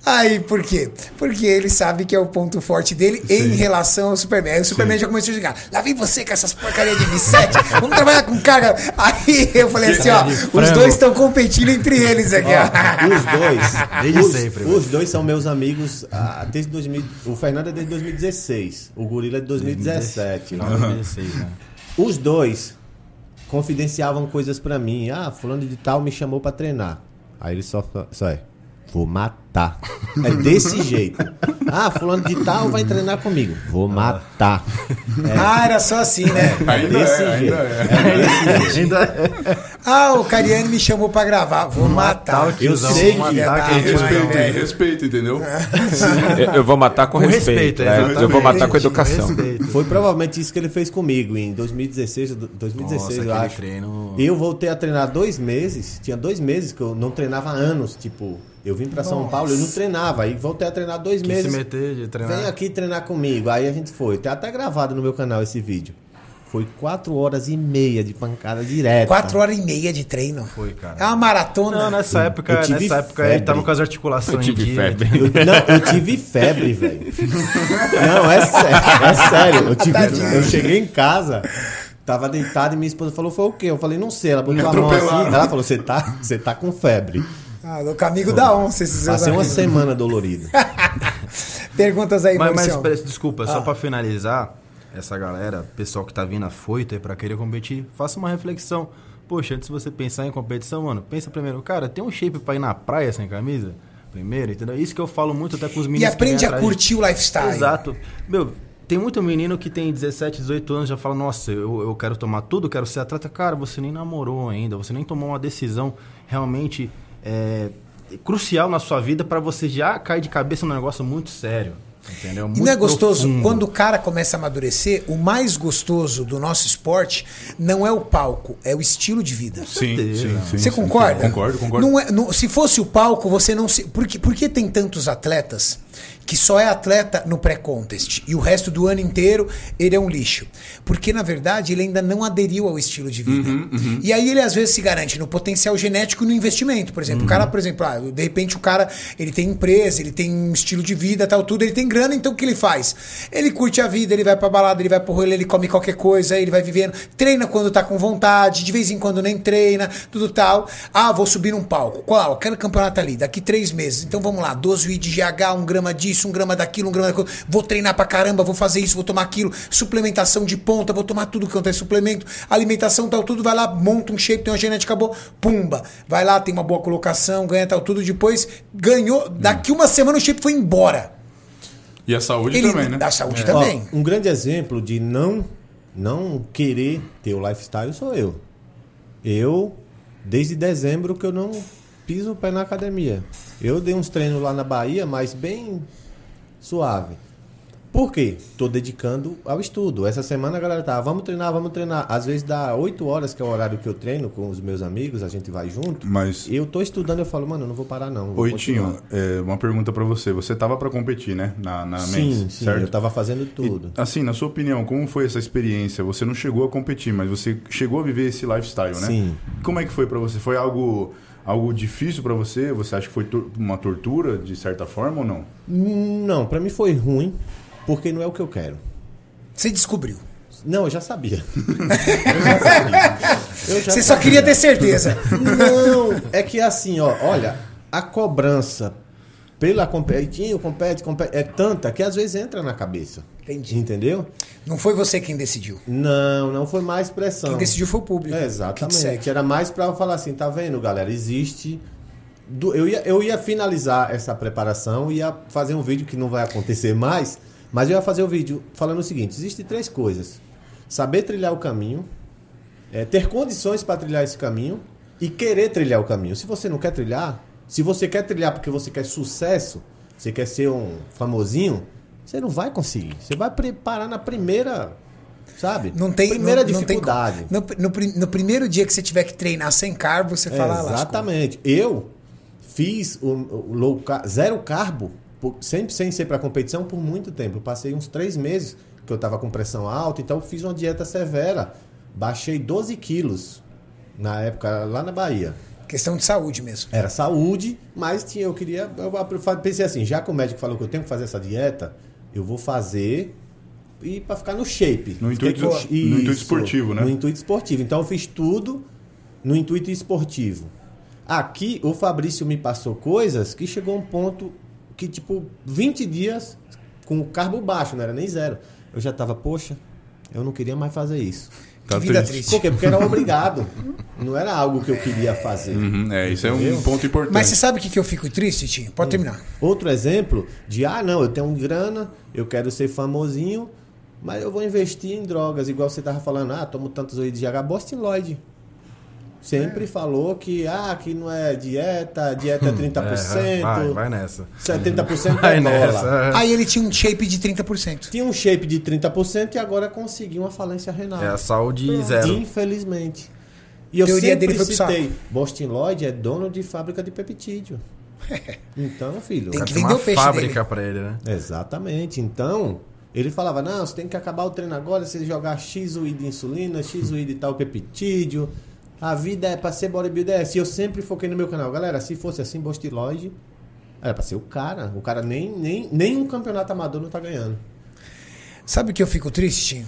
A: Aí, por quê? Porque ele sabe que é o ponto forte dele em relação ao Superman. Aí o Superman já começou a jogar. Lá vem você com essas porcarias de B7. Vamos trabalhar com carga. Aí eu falei assim, ó, os dois estão competindo entre eles aqui, ó.
B: <laughs>
C: Os dois.
E: Desde
C: os,
E: sempre,
C: os dois são meus amigos ah, desde 2000. O Fernando é desde 2016. O Gorila é de 2017.
E: Final de 2016, né?
C: Os dois confidenciavam coisas pra mim. Ah, fulano de tal me chamou pra treinar. Aí ele só, só é, vou matar. É
B: <laughs>
C: desse jeito. Ah, fulano de tal vai treinar comigo. Vou matar.
A: Ah, era só assim, né?
B: Ainda
C: Desse
B: é, ainda
C: jeito.
B: é.
A: Ah, o Cariani me chamou pra gravar. Vou matar.
C: Eu sei
A: vou
C: que-
A: matar
E: que-
A: aquele
E: Respeito,
A: moleque,
B: Respeito,
A: velho.
B: respeito, entendeu?
A: É.
D: Eu, eu vou matar com,
E: Com
D: respeito.
E: respeito,
D: né?
E: exatamente.
D: eu vou matar com educação.
E: Respeito.
C: Foi provavelmente isso que ele fez comigo em 2016, do- 2016
E: Nossa,
C: eu
E: aquele
C: acho.
E: treino-
C: Eu voltei a treinar dois meses, tinha dois meses que eu não treinava há anos, tipo, eu vim pra São Paulo, eu não treinava, aí voltei a treinar dois
E: Quis
C: meses.
E: se meter de treinar.
C: Vem aqui treinar comigo. Aí a gente foi. Tá até gravado no meu canal esse vídeo. Foi quatro horas e meia de pancada direta.
A: Quatro horas e meia de treino. Foi,
E: cara.
A: É uma maratona.
E: Não, nessa época,
C: eu tive
E: nessa época
C: febre.
E: ele tava com as articulações
D: Eu tive
E: em dia.
D: febre.
C: Eu, não, eu tive febre, velho. Não, é sério. É sério. Eu, tive- eu cheguei em casa, tava deitado e minha esposa falou: Foi o quê? Eu falei: Não sei. Ela botou a mão assim. Ela falou: Você tá, você tá com febre.
A: Ah, louco, amigo da onça, esses seus
C: Passei uma
A: amigos.
C: semana dolorida.
A: Perguntas aí,
E: Mas, mas
A: Maurício.
E: pera- desculpa,
A: ah.
E: só pra finalizar, essa galera, pessoal que tá vindo a foita e pra querer competir, faça uma reflexão. Poxa, antes de você pensar em competição, mano, pensa primeiro, cara, tem um shape pra ir na praia sem camisa? Primeiro, entendeu? Isso que eu falo muito até com os
A: E
E: meninos. que vêm
A: aprende a
E: atrás.
A: curtir o lifestyle.
E: Exato.
A: é.
E: Meu, tem muito menino que tem 17, 18 anos já fala, nossa, eu, eu quero tomar tudo, quero ser atleta. Cara, você nem namorou ainda, você nem tomou uma decisão realmente é, crucial na sua vida pra você já cair de cabeça num negócio muito sério. Entendeu?
A: E
E: Muito
A: não é gostoso?
E: profundo.
A: Quando o cara começa a amadurecer, o mais gostoso do nosso esporte não é o palco, é o estilo de vida.
B: Sim, sim,
A: Você
B: sim. sim.
A: concorda?
B: Concordo, concordo.
A: Não é- não- se fosse o palco, você não se. Por que, por que tem tantos atletas que só é atleta no pré-contest e o resto do ano inteiro ele é um lixo? Porque, na verdade, ele ainda não aderiu ao estilo de vida.
B: Uhum,
A: E aí ele às vezes se garante no potencial genético e no investimento. Por exemplo, o
B: Uhum.
A: cara, por exemplo, ah, de repente o cara ele tem empresa, ele tem um estilo de vida, tal, tudo, ele tem grana, então o que ele faz? Ele curte a vida, ele vai pra balada, ele vai pro rolê, ele come qualquer coisa, ele vai vivendo, treina quando tá com vontade, de vez em quando nem treina, tudo tal. Ah, vou subir num palco. Qual? Aquele campeonato ali, daqui três meses. Então vamos lá, 12 UI de GH, um grama disso, um grama daquilo, um grama daquilo. Vou treinar pra caramba, vou fazer isso, vou tomar aquilo. Suplementação de ponta, vou tomar tudo quanto é suplemento. Alimentação, tal, tudo. Vai lá, monta um shape, tem uma genética boa, pumba. Vai lá, tem uma boa colocação, ganha tal, tudo. Depois ganhou, daqui uma semana o shape foi embora.
B: E a saúde também, né?
A: Da saúde
C: Ó,
A: também.
C: um grande exemplo de não não querer ter o lifestyle sou eu. Eu, desde dezembro que eu não piso o pé na academia. Eu dei uns treinos lá na Bahia, mas bem suave. Por quê? Tô dedicando ao estudo. Essa semana a galera tá, vamos treinar, vamos treinar. Às vezes dá 8 horas, que é o horário que eu treino com os meus amigos, a gente vai junto.
B: Mas,
C: Eu tô estudando, eu falo, mano, eu não vou parar não. vou
B: Oitinho,
C: continuar."
B: é, uma pergunta pra você. Você tava pra competir, né? Na, na
C: Sim,
B: Men's,
C: sim,
B: certo?
C: eu tava fazendo tudo.
B: Assim, na sua opinião, como foi essa experiência? Você não chegou a competir, mas você chegou a viver esse lifestyle, né?
C: Sim.
B: Como é que foi pra você? Foi algo, algo difícil pra você? Você acha que foi tor- uma tortura, de certa forma, ou não?
C: Não, pra mim foi ruim, porque não é o que eu quero.
A: Você descobriu.
C: Não, eu já sabia. Eu já
A: Você só queria ter certeza.
C: Não, é que assim, ó, olha, a cobrança pela competição, compete, compete, é tanta que às vezes entra na cabeça.
A: Entendi.
C: Entendeu?
A: Não foi você quem decidiu.
C: Não, não foi mais pressão.
A: Quem decidiu foi o público.
C: É,
A: Que te
C: exatamente.
A: segue.
C: Era mais pra eu falar assim, tá vendo, galera? Existe. do- eu, ia, eu ia finalizar essa preparação, ia fazer um vídeo que não vai acontecer mais, mas eu ia fazer o vídeo falando o seguinte: existe três coisas: saber trilhar o caminho, é, ter condições para trilhar esse caminho e querer trilhar o caminho. Se você não quer trilhar, se você quer trilhar porque você quer sucesso, você quer ser um famosinho, você não vai conseguir. Você vai preparar na primeira, sabe?
A: Não tem
C: primeira
A: não- não tem como.
C: dificuldade.
A: no, no pri- no primeiro dia que você tiver que treinar sem carbo, você
C: É,
A: fala "Ah, lascou."
C: exatamente. Eu fiz o, o low ca- zero carbo, por- sempre sem ser para competição, por muito tempo. Eu passei uns três meses que eu estava com pressão alta, então eu fiz uma dieta severa. Baixei 12 quilos na época, lá na Bahia.
A: Questão de saúde mesmo.
C: Era saúde, mas tinha, eu queria. Eu apro- pensei assim, já que o médico falou que eu tenho que fazer essa dieta, eu vou fazer e para ficar no shape.
B: No
C: Fiquei
B: intuito-
C: com-
B: no intuito esportivo, né?
C: No intuito esportivo. Então eu fiz tudo no intuito esportivo. Aqui o Fabrício me passou coisas que chegou a um ponto que, tipo, 20 dias com o carbo baixo, não era nem zero. Eu já tava, poxa, eu não queria mais fazer isso.
B: Tá
A: vida
B: triste.
C: Por quê? Porque
B: <laughs>
C: era obrigado. Não era algo que eu queria fazer.
B: Uhum, é, isso é um ponto importante.
A: Mas você sabe o que, que eu fico triste, Tinho?
C: Hum.
A: Pode terminar.
C: Outro exemplo de, ah, não, eu tenho grana, eu quero ser famosinho, mas eu vou investir em drogas, igual você tava falando, ah, tomo tantos aí de GH, Boston Lloyd. Sempre falou que, ah, que não é dieta, dieta é 30%,
E: É, vai, vai nessa.
C: 70%
E: Vai
C: é bola.
E: nessa.
A: Aí ele tinha um shape de 30%.
C: Tinha um shape de 30% e agora conseguiu uma falência renal.
E: É a saúde zero.
C: Infelizmente. E eu
A: Teoria
C: sempre
A: dele foi pro saco.
C: citei, Boston Lloyd é dono de fábrica de peptídeo. Então, filho...
A: Tem que
E: Tem
A: vender
E: uma
A: o peixe
E: fábrica pra ele, né?
C: Exatamente. Então, ele falava: não, você tem que acabar o treino agora, você jogar X UI de insulina, X UI de tal peptídeo. A vida é pra ser bodybuilder. E eu sempre foquei no meu canal. Galera, se fosse assim, Bostiloide, era pra ser o cara. O cara nem, nem, nem um campeonato amador não tá ganhando.
A: Sabe o que eu fico triste, Tinho?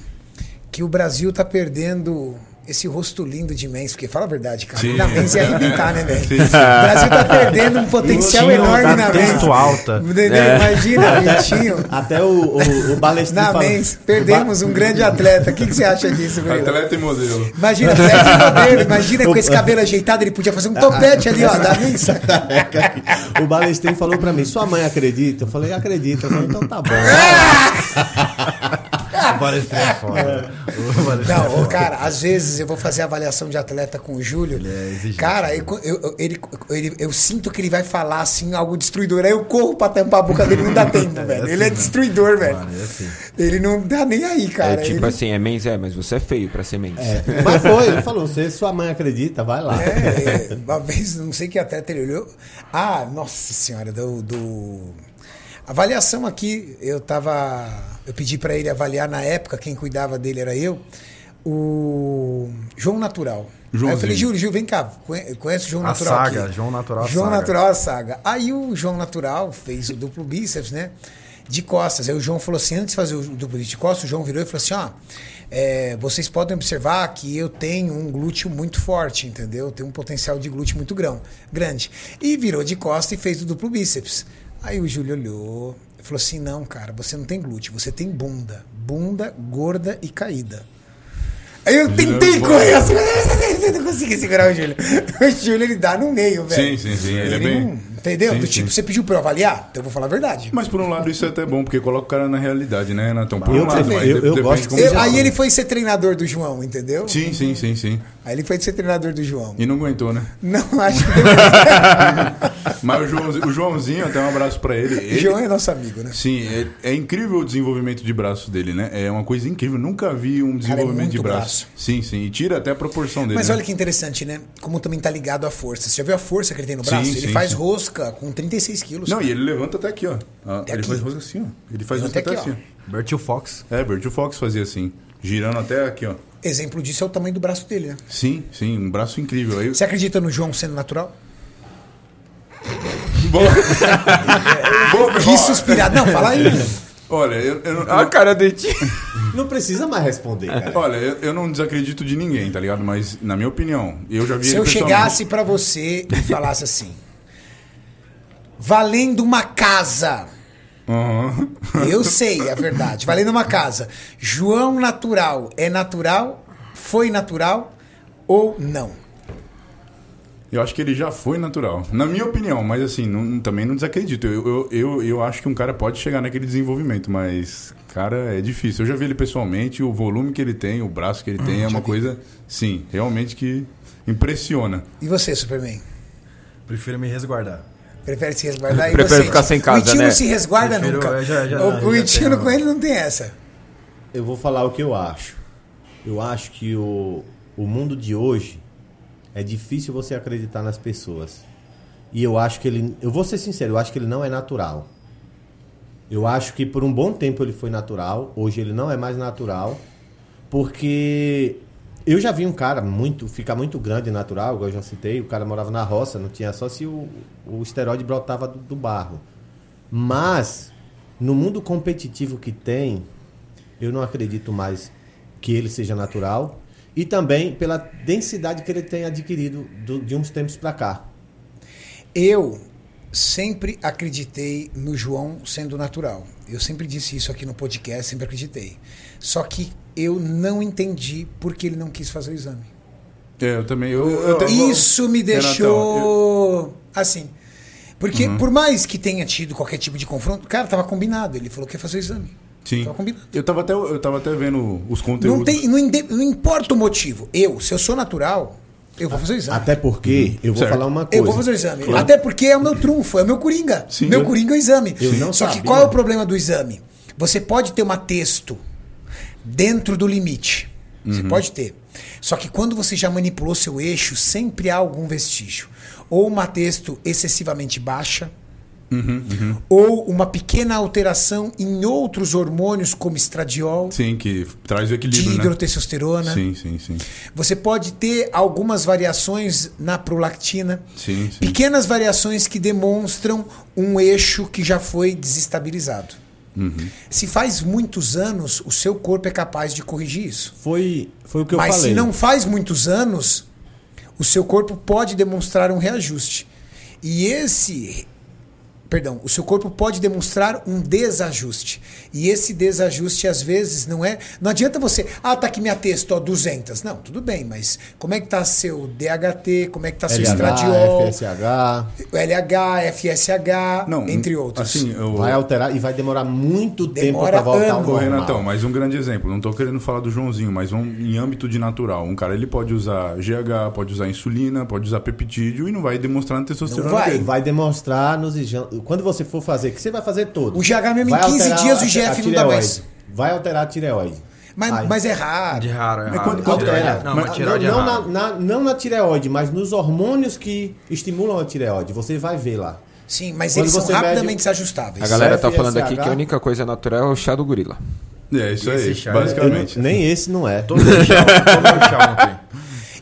A: Que o Brasil tá perdendo esse rosto lindo de Men's, porque fala a verdade, cara.
B: Sim.
A: Na Men's é arrebentar, né, velho?
B: Sim,
A: O Brasil tá perdendo um potencial
E: Tinha um
A: enorme na Men's.
E: texto alta.
A: Entendeu? Imagina, Vitinho.
C: Até o,
A: <laughs>
C: o, o Balestrinho
A: Na
C: fala- <laughs>
A: Men's, perdemos um grande atleta. O que, que você acha disso, Murilo?
B: Atleta e modelo.
A: Imagina, atleta e
D: <laughs>
A: modelo. imagina com esse cabelo ajeitado, ele podia fazer
E: Ah,
A: um topete ali, ó, da Men's.
C: O Balestrinho falou pra mim: sua mãe acredita? Eu falei: acredita. Eu falei: então tá bom.
A: <laughs>
E: O Balestrinho é foda. O Balestrinho é
A: Não, ô,
E: foda.
A: cara, às vezes eu vou fazer avaliação de atleta com o Júlio.
E: é exigente.
A: cara, eu, eu- eu- ele, ele- eu sinto que ele vai falar assim algo destruidor. Aí eu corro pra tampar a boca dele, não dá
E: <laughs>
A: tempo, velho. Ele é
E: assim, né?
A: destruidor, velho.
E: Mano, é assim.
A: Ele não dá nem aí,
D: É
A: cara.
D: tipo
A: Ele-
D: assim, é mens, é, mas você é feio pra ser mens.
C: Mas foi, ele falou: você, sua mãe acredita, vai lá.
A: É, uma vez, não sei que atleta ele olhou. Ah, nossa senhora, do. do- Avaliação aqui, eu tava. Eu pedi pra ele avaliar na época, quem cuidava dele era eu, o João Natural. Aí eu
B: Joãozinho.
A: falei, Júlio, Júlio, vem cá, conhe- conhece o João
E: A
A: Natural.
E: saga,
A: aqui.
E: João Natural, a
A: João
E: saga.
A: Natural, a saga. Aí o João Natural fez o duplo bíceps, né? De costas. Aí o João falou assim: antes de fazer o duplo bíceps de costas, o João virou e falou assim: ó, é, vocês podem observar que eu tenho um glúteo muito forte, entendeu? Tenho um potencial de glúteo muito grão, grande. E virou de costas e fez o duplo bíceps. Aí o Júlio olhou e falou assim: não, cara, você não tem glúteo, você tem bunda. Bunda gorda e caída. Aí eu tentei
B: Júlio,
A: correr assim, mas <laughs> eu não consegui segurar o Júlio. O Júlio, ele dá no meio, velho.
B: Sim, sim, sim. Ele, é bem.
A: não- entendeu?
B: Sim,
A: Do tipo,
B: sim.
A: você pediu pra eu avaliar? Então eu vou falar a verdade.
B: Mas por um lado isso é até bom, porque coloca o cara na realidade, né, Renatão? Por
C: Eu
B: um lado,
C: também,
B: mas
C: eu-
B: de-
C: eu
B: depende
C: gosto
B: como
C: que
A: Eu-
B: você-
C: seja-
A: aí ele foi ser treinador do João, entendeu?
B: Sim, sim, sim, sim.
A: Aí ele foi ser treinador do João.
B: E não aguentou, né? <laughs>
A: Não, acho que deveria.
B: Mas o, Joãozinho, <laughs> o Joãozinho, até um abraço pra ele. ele
A: João é nosso amigo, né?
B: Sim, é, é incrível o desenvolvimento de braço dele, né? É uma coisa incrível. Nunca vi um desenvolvimento de
A: é muito
B: braço.
A: braço.
B: Sim, sim. E tira até a proporção dele.
A: Mas
B: né?
A: olha que interessante, né? Como também tá ligado à força. Você já viu a força que ele tem no
B: Sim,
A: braço? ele
B: sim,
A: faz
B: sim.
A: rosca com 36 quilos.
B: Não,
A: cara.
B: e ele levanta até aqui, ó. Ah, ele
A: aqui.
B: faz rosca assim, ó. Ele faz
A: Levanta
B: rosca
A: aqui,
B: até, assim.
E: Bertil Fox.
B: ó. É, Bert, o Fox fazia assim. Girando até aqui, ó.
A: Exemplo disso é o tamanho do braço dele, né?
B: Sim, sim, um braço incrível. Aí,
A: Você acredita no João sendo natural? <laughs>
B: Boa. Boa,
A: Que suspirado. Não, fala aí.
B: <laughs> Olha, eu, eu não-
D: A Ah,
A: Ah.
D: cara de ti.
C: Não precisa mais responder, cara.
B: olha eu, eu não desacredito de ninguém, tá ligado? Mas, na minha opinião, eu já vi
A: Se
B: ele
A: eu
B: pessoalmente.
A: chegasse pra você e falasse assim, valendo uma casa,
B: Aham.
A: eu sei é verdade, valendo uma casa, João natural é natural, foi natural ou não?
B: Eu acho que ele já foi natural. Na minha opinião, mas assim, não- também não desacredito. Eu, eu, eu, eu acho que um cara pode chegar naquele desenvolvimento, mas, cara, é difícil. Eu já vi ele pessoalmente, o volume que ele tem, o braço que ele tem, é uma coisa, sim, realmente que impressiona.
A: E você, Superman?
E: Prefiro me resguardar.
A: Prefere se resguardar? E
D: Prefiro
A: você?
D: ficar sem
A: O
D: casa,
A: Itinho
D: né?
A: não se resguarda
E: Prefiro-
A: nunca.
E: eu já- já-
A: o o
E: já
A: Itinho
E: tenho-
A: com ele não tem essa.
C: Eu vou falar o que eu acho. Eu acho que o, o mundo de hoje é difícil você acreditar nas pessoas. E eu acho que ele. Eu vou ser sincero, eu acho que ele não é natural. Eu acho que por um bom tempo ele foi natural, hoje ele não é mais natural, porque eu já vi um cara muito, ficar muito grande e natural, igual eu já citei, o cara morava na roça, não tinha só se o, o esteroide brotava do, do barro. Mas, no mundo competitivo que tem, eu não acredito mais que ele seja natural. E também pela densidade que ele tem adquirido do- de uns tempos pra cá.
A: Eu sempre acreditei no João sendo natural. Eu sempre disse isso aqui no podcast, sempre acreditei. Só que eu não entendi por que ele não quis fazer o exame.
B: É, eu também. Eu, eu tenho-
A: Isso me
B: Renatão,
A: deixou assim. Porque por mais que tenha tido qualquer tipo de confronto, cara, tava combinado. Ele falou que ia fazer o exame.
B: Sim.
A: Tava combinado.
B: Eu tava até, eu tava até vendo os conteúdos.
A: Não, tem, não, inde- não importa o motivo. Eu, se eu sou natural, eu vou fazer o exame.
C: Até porque, Uhum. eu vou
B: Certo.
C: falar uma coisa.
A: Eu vou fazer o exame. Até porque é o meu trunfo, é o meu coringa.
B: Sim,
A: meu
B: eu-
A: coringa é o exame.
C: eu não
A: Só que
C: sabia.
A: qual é o problema do exame? Você pode ter uma texto dentro do limite. Você
C: Uhum.
A: pode ter. Só que quando você já manipulou seu eixo, sempre há algum vestígio. Ou uma texto excessivamente baixa,
C: Uhum,
A: ou uma pequena alteração em outros hormônios, como estradiol,
B: Sim, que traz o equilíbrio. né?
A: dihidrotestosterona.
B: Sim, sim, sim.
A: Você pode ter algumas variações na prolactina.
B: Sim, sim.
A: Pequenas variações que demonstram um eixo que já foi desestabilizado. Se faz muitos anos, o seu corpo é capaz de corrigir isso.
C: Foi, foi o que eu
A: Mas
C: falei.
A: se não faz muitos anos, o seu corpo pode demonstrar um reajuste. E esse. Perdão, o seu corpo pode demonstrar um desajuste. E esse desajuste, às vezes, não é. Não adianta você. Ah, tá aqui minha texto, ó, 200. Não, tudo bem, mas como é que tá seu DHT? Como é que tá seu
C: LH,
A: estradiol?
C: FSH,
A: LH, FSH,
B: Não,
A: entre outros.
B: Assim, eu,
C: vai alterar e vai demorar muito tempo
A: Demora
C: pra voltar ao
A: anos.
B: Ô,
C: normal.
B: Renatão, mas um grande exemplo. Não tô querendo falar do Joãozinho, mas um, em âmbito de natural. Um cara, ele pode usar GH, pode usar insulina, pode usar peptídeo e não vai demonstrar na testosterona
A: Não vai.
B: dele.
C: Vai demonstrar nos exames. Quando você for fazer, que você vai fazer todo.
A: O GH mesmo em
C: Vai
A: 15
C: alterar
A: dias o
C: a- a
A: IGF não dá
C: tireoide.
A: mais.
C: Vai alterar a tireoide.
A: Mas,
C: Ai.
A: mas é raro.
E: De raro, é
B: Mas
E: raro.
B: quando-
E: Tireoide-
B: quando
C: Altera.
E: Não,
C: Mas-
E: mas tireoide é
C: não,
E: raro.
C: na, na- não na tireoide, mas nos hormônios que estimulam a tireoide. Você vai ver lá.
A: Sim, mas
C: Quando
A: eles são
C: você mede-
A: rapidamente desajustáveis.
D: A galera tá
C: FSH.
D: falando aqui que a única coisa natural é o chá do gorila.
B: É, isso aí,
E: Esse chá-
B: basicamente.
C: Eu não- nem esse não é.
E: Tomei um chá, tomei um chá ontem.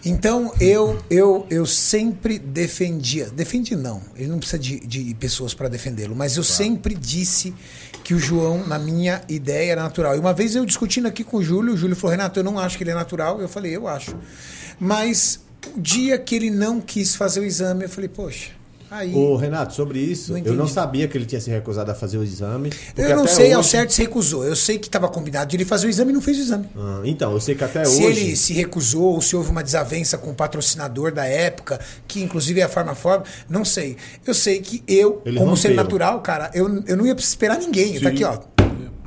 A: Então eu eu, eu sempre defendia, defendi não, ele não precisa de, de pessoas para defendê-lo, mas eu sempre disse que o João, na minha ideia, era natural. E uma vez eu discutindo aqui com o Júlio, o Júlio falou: Renato, eu não acho que ele é natural. Eu falei: eu acho. Mas o dia que ele não quis fazer o exame, eu falei: poxa, aí.
C: Ô, Renato, sobre isso,
A: Não
C: eu não
A: entendi.
C: sabia que ele tinha se recusado a fazer o exame. porque
A: eu não
C: até
A: sei ao
C: hoje-
A: certo se recusou. Eu sei que estava combinado de ele fazer o exame e não fez o exame.
C: Ah, então, eu sei que até
A: Se
C: hoje.
A: ele se recusou ou se houve uma desavença com o patrocinador da época, que inclusive é a Farmaform, não sei. Eu sei que eu,
C: Ele
A: como ser
C: rompeu.
A: natural, cara, eu, eu não ia esperar ninguém. Eu Tá aqui,
B: Sim.
A: ó.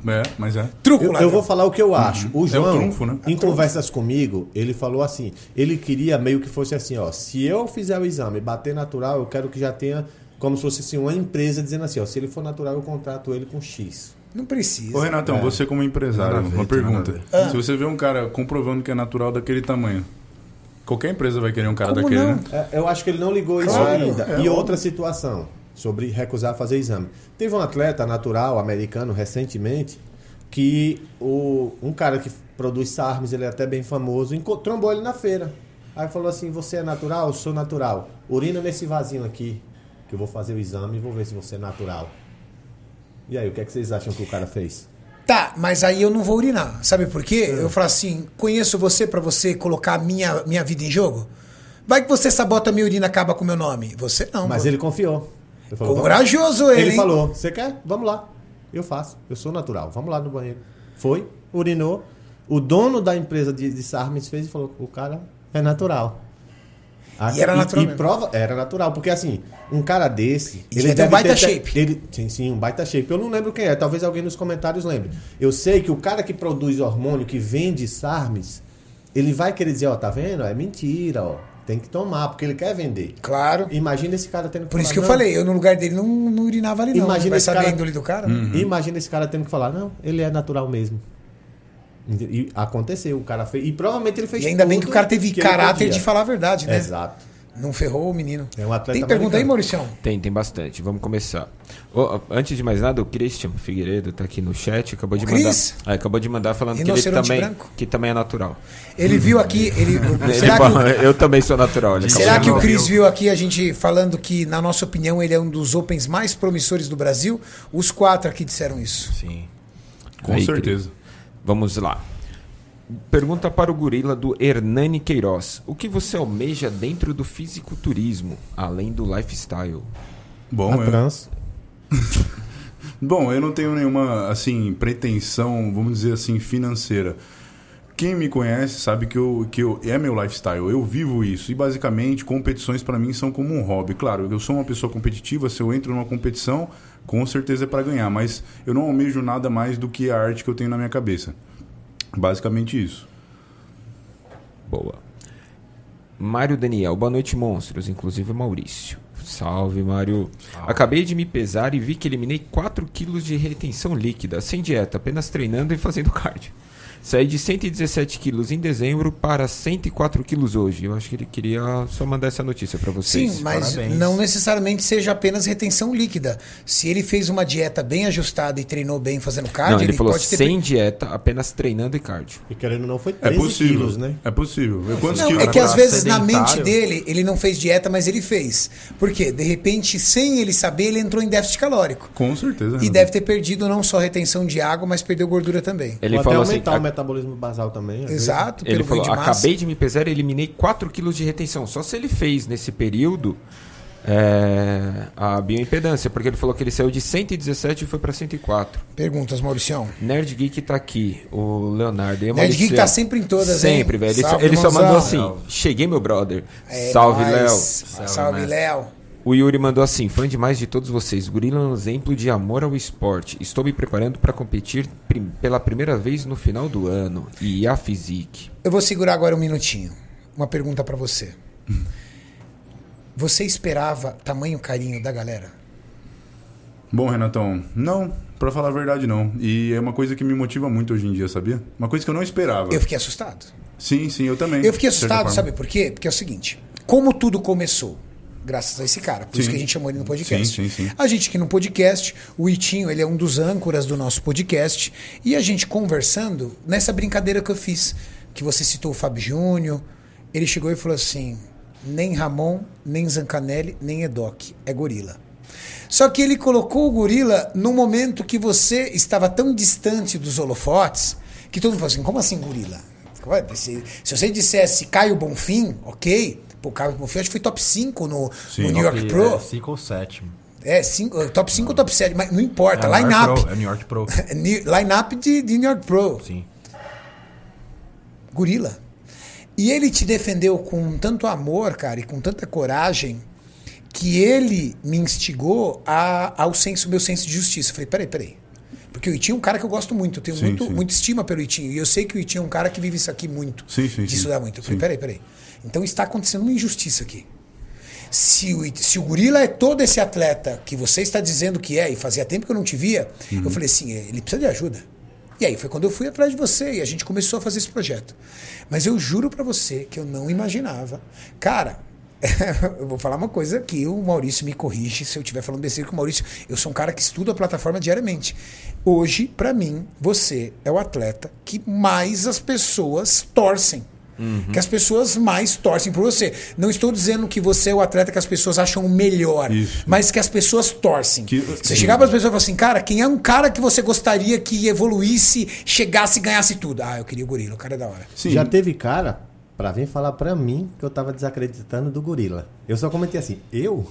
B: É, mas é.
A: Truco,
C: Eu, eu
A: ladrão.
C: vou falar o que eu acho. O João,
B: trunfo, né?
C: em conversas comigo, ele falou assim: ele queria meio que fosse assim, ó. Se eu fizer o exame e bater natural, eu quero que já tenha como se fosse assim, uma empresa dizendo assim, ó. Se ele for natural, eu contrato ele com X.
A: Não precisa.
B: Ô, Renatão, você como empresário,
E: Nada a ver,
B: uma
E: tem
B: pergunta.
E: nada
B: Se você vê um cara comprovando que é natural daquele tamanho, qualquer empresa vai querer um cara
A: Como
B: daquele,
A: não?
B: né?
C: É, Eu acho que ele não ligou isso
A: Claro,
C: ainda.
B: é
C: e
B: óbvio.
C: outra situação, sobre recusar fazer exame. Teve um atleta natural americano recentemente que o, um cara que produz sarmes, ele é até bem famoso, enco- trombou ele na feira. Aí falou assim: Você é natural? Eu sou natural. Urina nesse vasinho aqui, que eu vou fazer o exame e vou ver se você é natural. E aí, o que, é que vocês acham que o cara fez?
A: Tá, mas aí eu não vou urinar. Sabe por quê?
C: É.
A: Eu falo assim, conheço você pra você colocar minha, minha vida em jogo? Vai que você sabota a minha urina e acaba com o meu nome. Você não.
C: Mas
A: pô.
C: ele confiou. Ele falou, "Vamos lá."
A: Corajoso ele,
C: Ele
A: hein?
C: falou: Você quer? Vamos lá. Eu faço. Eu sou natural. Vamos lá no banheiro. Foi, urinou. O dono da empresa de, de Sarmes fez e falou: O cara é natural. Ah,
A: E era natural
C: E,
A: mesmo.
C: prova, era natural, porque assim, um cara desse.
A: E devia ter um
C: deve
A: baita
C: até-
A: shape.
C: Ele, sim, sim, um baita shape. Eu não lembro quem é, talvez alguém nos comentários lembre. Eu sei que o cara que produz hormônio, que vende SARMs, ele vai querer dizer, ó, tá vendo? É mentira, ó. Tem que tomar, porque ele quer vender.
A: Claro.
C: Imagina esse cara tendo que
A: Por isso
C: falar,
A: que eu
C: "Não,
A: falei, eu no lugar dele não, não urinava ali, não.
C: Imagina
A: Vai
C: esse
A: saber a
C: cara- Hum.
A: índole do cara?
B: Uhum.
C: Imagina esse cara tendo que falar, não, ele é natural mesmo. Ente- E aconteceu, o cara fez. E provavelmente ele fez
A: E ainda bem que o
C: tudo
A: cara teve
C: que ele
A: caráter
C: podia.
A: de falar a verdade, né?
C: Exato.
A: Não ferrou o menino.
C: É um atleta
A: Tem pergunta aí,
C: americano.
A: Mauricião?
D: Tem, tem bastante. Vamos começar. Ô, antes de mais nada, o Christian Figueiredo tá aqui no chat, acabou de mandar.
A: Chris?
D: Ah, acabou de mandar falando que ele
A: Rinoceronte
D: também,
A: branco?
D: que também é natural.
A: Ele viu aqui. Ele,
D: <laughs> Ele
A: será que,
D: fala,
A: o-
D: Eu também sou natural. Ele
A: será
D: acabou
A: que
D: de
A: o
D: mandar.
A: Cris viu aqui a gente falando que, na nossa opinião, ele é um dos opens mais promissores do Brasil? Os quatro aqui disseram isso.
E: Sim.
B: Com
D: Aí, Cris.
B: certeza.
D: Vamos lá. Pergunta para o gorila do Hernani Queiroz. O que você almeja dentro do fisiculturismo, além do lifestyle?
B: Bom, é.
C: A
B: eu,
C: trans.
B: Bom, eu não tenho nenhuma, assim, pretensão, vamos dizer assim, financeira. Quem me conhece sabe que, eu, que eu, é meu lifestyle, eu vivo isso. E basicamente, competições para mim são como um hobby. Claro, eu sou uma pessoa competitiva, se eu entro numa competição, com certeza é para ganhar. Mas eu não almejo nada mais do que a arte que eu tenho na minha cabeça. Basicamente isso.
D: Boa. Mário Daniel, boa noite, monstros. Inclusive Maurício. Salve, Mário. Acabei de me pesar e vi que eliminei 4 quilos de retenção líquida, sem dieta, apenas treinando e fazendo cardio. Saí de 117 quilos em dezembro para 104 quilos hoje. Eu acho que ele queria só mandar essa notícia para vocês.
A: Sim, mas
E: parabéns.
A: não necessariamente seja apenas retenção líquida. Se ele fez uma dieta bem ajustada e treinou bem fazendo cardio,
D: Não, ele, falou
A: pode ter.
D: sem dieta, apenas treinando e cardio.
C: E querendo ou não, foi
B: É
C: 13
B: possível.
C: quilos, né?
B: É possível. Eu- quantos
A: Não,
B: quilos?
A: é que às
E: Cara
A: vezes na
E: sedentário.
A: mente dele ele não fez dieta, mas ele fez. Por quê? De repente, sem ele saber, ele entrou em déficit calórico.
B: Com certeza. né?
A: E
D: Uhum.
B: Renan.
A: deve ter perdido não só retenção de água, mas perdeu gordura também.
D: Ele
C: Ou
D: falou
C: até
D: assim.
C: aumentar o
D: a-
C: metabolismo basal também. às vezes.
A: Exato,
D: Ele
A: ganho
D: falou:
A: de massa.
D: acabei de me pesar e eliminei 4 quilos de retenção. Só se ele fez nesse período é, a bioimpedância, porque ele falou que ele saiu de 117 e foi para 104.
A: Perguntas, Mauricião.
D: Nerd Geek tá aqui, o Leonardo. E
A: Nerd
D: a Maurício.
A: Geek tá sempre em todas, hein?
D: Sempre, velho. Ele, só-
A: Salve,
D: ele só
A: irmãozão.
D: mandou assim: cheguei, meu brother.
A: É
D: Salve,
A: nóis.
D: Léo.
A: Salve, Salve, Léo.
D: O Yuri mandou assim: fã demais de todos vocês. Gorila é um exemplo de amor ao esporte. Estou me preparando para competir prim- pela primeira vez no final do ano. E a Physique.
A: Eu vou segurar agora um minutinho. Uma pergunta pra você.
D: Hum.
A: Você esperava tamanho carinho da galera?
B: Bom, Renatão, não, pra falar a verdade, não. E é uma coisa que me motiva muito hoje em dia, sabia? Uma coisa que eu não esperava.
A: Eu fiquei assustado.
B: Sim, sim, eu também. né,
A: Eu fiquei
B: de certa
A: assustado,
B: forma.
A: sabe por quê? Porque é o seguinte: como tudo começou? Graças a esse cara, por isso
B: Sim.
A: que a gente chamou ele no podcast.
B: Sim, sim, sim.
A: A gente aqui no podcast, o Itinho, ele é um dos âncoras do nosso podcast, e a gente conversando nessa brincadeira que eu fiz, que você citou o Fábio Júnior, ele chegou e falou assim: nem Ramon, nem Zancanelli, nem Edoc, é gorila. Só que ele colocou o gorila no momento que você estava tão distante dos holofotes, que todo mundo falou assim: como assim gorila? Ué, Se, se você dissesse Caio Bonfim, ok. Pô, Caio Bonfim acho que foi top 5 no,
B: Sim,
A: no New York
E: E
A: <laughs> Pro.
E: É, cinco ou sétimo.
A: É, cinco, top 5 ou top 7, mas não importa.
E: É a maior
A: line-up.
E: Pro, É New York Pro.
A: <laughs> É ni- Line-up de, de New York Pro.
E: Sim.
A: Gorila. E ele te defendeu com tanto amor, cara, e com tanta coragem, que ele me instigou a, ao senso, meu senso de justiça. Eu falei, peraí, peraí. Porque o Itinho é um cara que eu gosto muito, eu tenho
B: Sim,
A: muito,
B: sim.
A: muita estima pelo Itinho. E eu sei que o Itinho é um cara que vive isso aqui muito.
B: Sim, sim,
A: De
B: sim.
A: estudar muito. Eu falei,
B: Sim.
A: peraí, peraí. Então está acontecendo uma injustiça aqui. Se o, se o gorila é todo esse atleta que você está dizendo que é, e fazia tempo que eu não te via, eu falei assim, ele precisa de ajuda. E aí foi quando eu fui atrás de você e a gente começou a fazer esse projeto. Mas eu juro pra você que eu não imaginava. Cara, <laughs> eu vou falar uma coisa que o Maurício me corrige se eu estiver falando besteira com o Maurício. Eu sou um cara que estuda a plataforma diariamente. Hoje, pra mim, você é o atleta que mais as pessoas torcem.
C: Uhum.
A: Que as pessoas mais torcem por você. Não estou dizendo que você é o atleta que as pessoas acham o melhor,
B: Isso.
A: mas que as pessoas torcem.
B: Que-
A: Você chegar para as pessoas e falar assim, cara, quem é um cara que você gostaria que evoluísse, chegasse e ganhasse tudo? Ah, eu queria o gorila, o cara é da hora.
B: Sim,
C: Já teve cara pra vir falar pra mim que eu tava desacreditando do gorila. Eu só comentei assim, eu?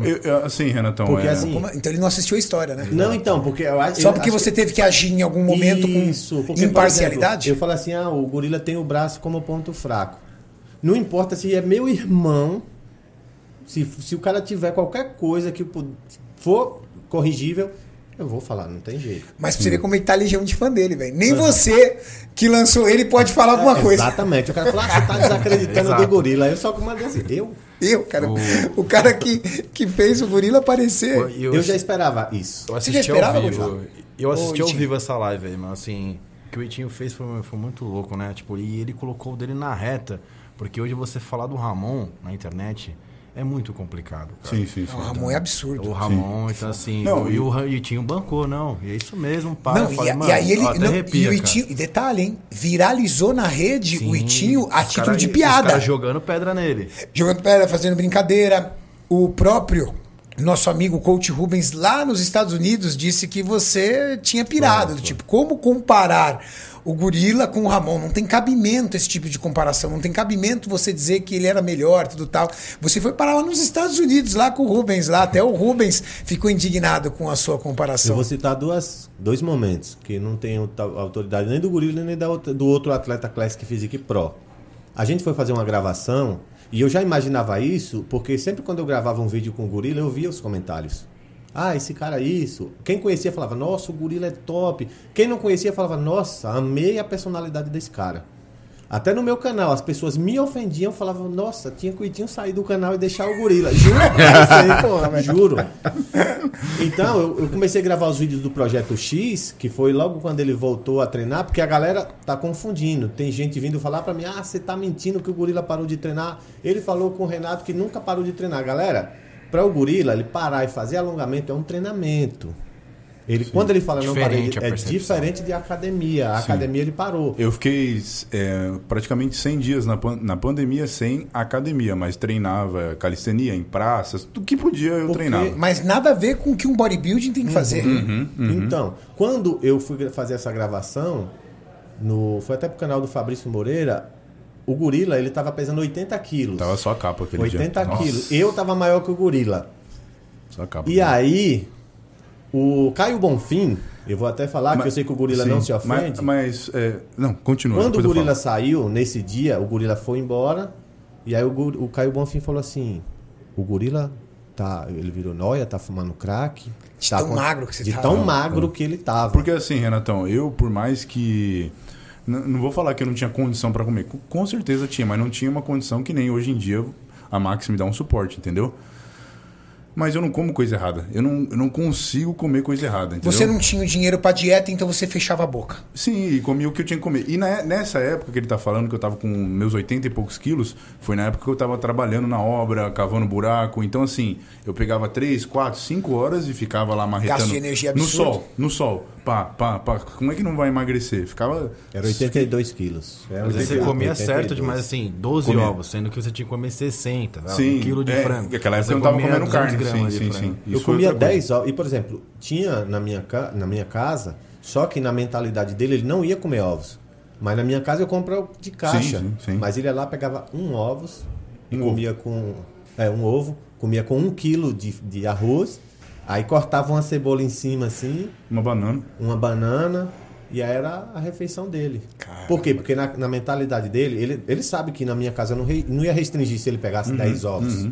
B: eu- eu- assim, Renatão.
C: Porque
B: é-
C: assim- Sim.
A: Como- Então ele não assistiu a história, né?
C: Não, então, porque eu acho.
A: Só
C: eu
A: porque
C: acho
A: você
C: que-
A: teve que agir em algum momento com
C: Isso, porque, por exemplo,
A: imparcialidade?
C: eu falo assim, ah, o gorila tem o braço como ponto fraco. Não importa se é meu irmão, se, se o cara tiver qualquer coisa que pu- for corrigível, eu vou falar, não tem jeito.
A: Mas pra você ver como ele tá legião de fã dele, velho. Nem você que lançou ele pode falar
C: É,
A: alguma coisa.
C: Exatamente. O cara fala, ah, você tá desacreditando do
E: Exato.
C: gorila. Aí Eu só comandei assim, eu,
A: Eu, cara. O cara que, que fez o gorila aparecer.
E: E
C: eu, já esperava isso.
E: eu
A: Você
E: assisti
A: já esperava,
E: ao vivo.
A: Gustavo?
E: Eu assisti
A: Ô,
E: ao
A: Itinho.
E: vivo essa live aí, mas assim, o que o Itinho fez foi, foi muito louco, né? Tipo, e ele colocou o dele na reta. Porque hoje você falar do Ramon na internet é muito complicado. cara.
B: Sim, sim, sim.
A: O Ramon é absurdo.
E: O Ramon, então assim.
B: Não,
E: e o Ra- e o Itinho bancou, não. E é isso mesmo, pai.
A: Não,
E: Eu
A: e,
E: falei,
A: a- e
E: mano,
A: aí ele.
E: ó, até
A: não, e
E: arrepia,
A: o
E: cara.
A: Itinho, e detalhe, hein? Viralizou na rede o
E: Sim,
A: Itinho a
E: os
A: título
E: cara-
A: de
E: Os
A: piada.
E: caras jogando pedra nele.
A: jogando pedra, fazendo brincadeira. O próprio nosso amigo coach Rubens lá nos Estados Unidos disse que você tinha pirado, do tipo, como comparar o gorila com o Ramon? Não tem cabimento esse tipo de comparação, não tem cabimento você dizer que ele era melhor, tudo tal. Você foi parar lá nos Estados Unidos, lá com o Rubens, lá até o Rubens ficou indignado com a sua
C: Eu
A: comparação.
C: vou citar duas, dois momentos que não tem auto- autoridade nem do gorila nem da outra- do outro atleta Classic Physique Pro. A gente foi fazer uma gravação e eu já imaginava isso porque sempre quando eu gravava um vídeo com o gorila eu via os comentários. Ah, esse cara é isso. Quem conhecia falava, nossa, o gorila é top. Quem não conhecia falava, nossa, amei a personalidade desse cara. Até no meu canal, as pessoas me ofendiam, falavam, nossa, tinha que o Itinho sair do canal e deixar o gorila. Juro, pra você, pô, juro. Então, eu, eu comecei a gravar os vídeos do Projeto X, que foi logo quando ele voltou a treinar, porque a galera tá confundindo. Tem gente vindo falar pra mim, ah, você tá mentindo que o Gorila parou de treinar. Ele falou com o Renato que nunca parou de treinar. Galera, pra o Gorila, ele parar e fazer alongamento é um treinamento. Ele, quando ele fala não parei, de-
E: Diferente a
C: é
E: percepção.
C: diferente de academia. A academia ele parou.
B: Eu fiquei é, praticamente 100 dias na, pan- na pandemia sem academia, mas treinava calistenia em praças, tudo que podia eu
C: Porque-
B: treinava.
A: Mas nada a ver com o que um bodybuilding tem que fazer.
E: uhum.
C: Então, quando eu fui gra- fazer essa gravação, no, foi até pro canal do Fabrício Moreira, o gorila, ele tava pesando 80 quilos.
B: Tava só a capa aquele dia.
C: 80
B: Nossa,
C: quilos. Eu tava maior que o gorila.
B: Só a capa.
C: E aí, o Caio Bonfim, eu vou até falar
B: Mas-
C: que eu sei que o gorila
B: sim,
C: não se
B: Mas,
C: ofende.
B: mas, é, não, continua.
C: Quando o
B: depois eu
C: gorila
B: falo.
C: saiu, nesse dia, o gorila foi embora. E aí o, gu- o Caio Bonfim falou assim: o gorila tá. Ele virou noia, tá fumando crack.
A: De
C: tá
A: tão magro que você
C: De
A: tava."
C: tão magro que ele tava.
B: Porque assim, Renatão, eu por mais que n- não vou falar que eu não tinha condição pra comer, com- com certeza tinha, mas não tinha uma condição que nem hoje em dia a Max me dá um suporte, entendeu? Mas eu não como coisa errada. Eu não, eu não consigo comer coisa errada, entendeu?
A: Você não tinha o dinheiro pra dieta, então você fechava a boca.
B: Sim, e comia o que eu tinha que comer. E na- nessa época que ele tá falando que eu tava com meus 80 e poucos quilos, foi na época que eu tava trabalhando na obra, cavando buraco. Então, assim, eu pegava 3, 4, 5 horas e ficava lá marretando.
A: Gasto de energia
B: No
A: absurdo.
B: sol, no sol. Pá, pá, pá. Como é que não vai emagrecer? Ficava...
C: Era 82 quilos.
B: É
C: Era
E: Às vezes você
C: 88,
E: comia certo
C: 82.
E: demais, assim, 12
B: Comia.
E: ovos, sendo que você tinha que comer 60, né?
B: Sim,
E: um quilo de
B: é,
E: frango.
B: Aquela época
E: Você
B: eu não tava
E: comia
B: comendo
E: 200
B: carne. Sim,
E: gramas de
B: sim,
E: frango.
B: sim.
C: Eu
B: Isso foi
C: comia
B: outra coisa.
C: 10 ovos. E, por exemplo, tinha na minha, ca- na minha casa, só que na mentalidade dele ele não ia comer ovos. Mas na minha casa eu compro de caixa.
B: sim, sim.
C: Mas ele ia lá, pegava um ovos,
B: Um
C: comia com. É, um ovo, comia com um quilo de, de arroz, aí cortava uma cebola em cima assim,
B: Uma banana.
C: uma banana, e aí era a refeição dele. Por quê? Porque na, na mentalidade dele, ele, ele sabe que na minha casa eu não, re- não ia restringir se ele pegasse
B: Uhum,
C: 10 ovos.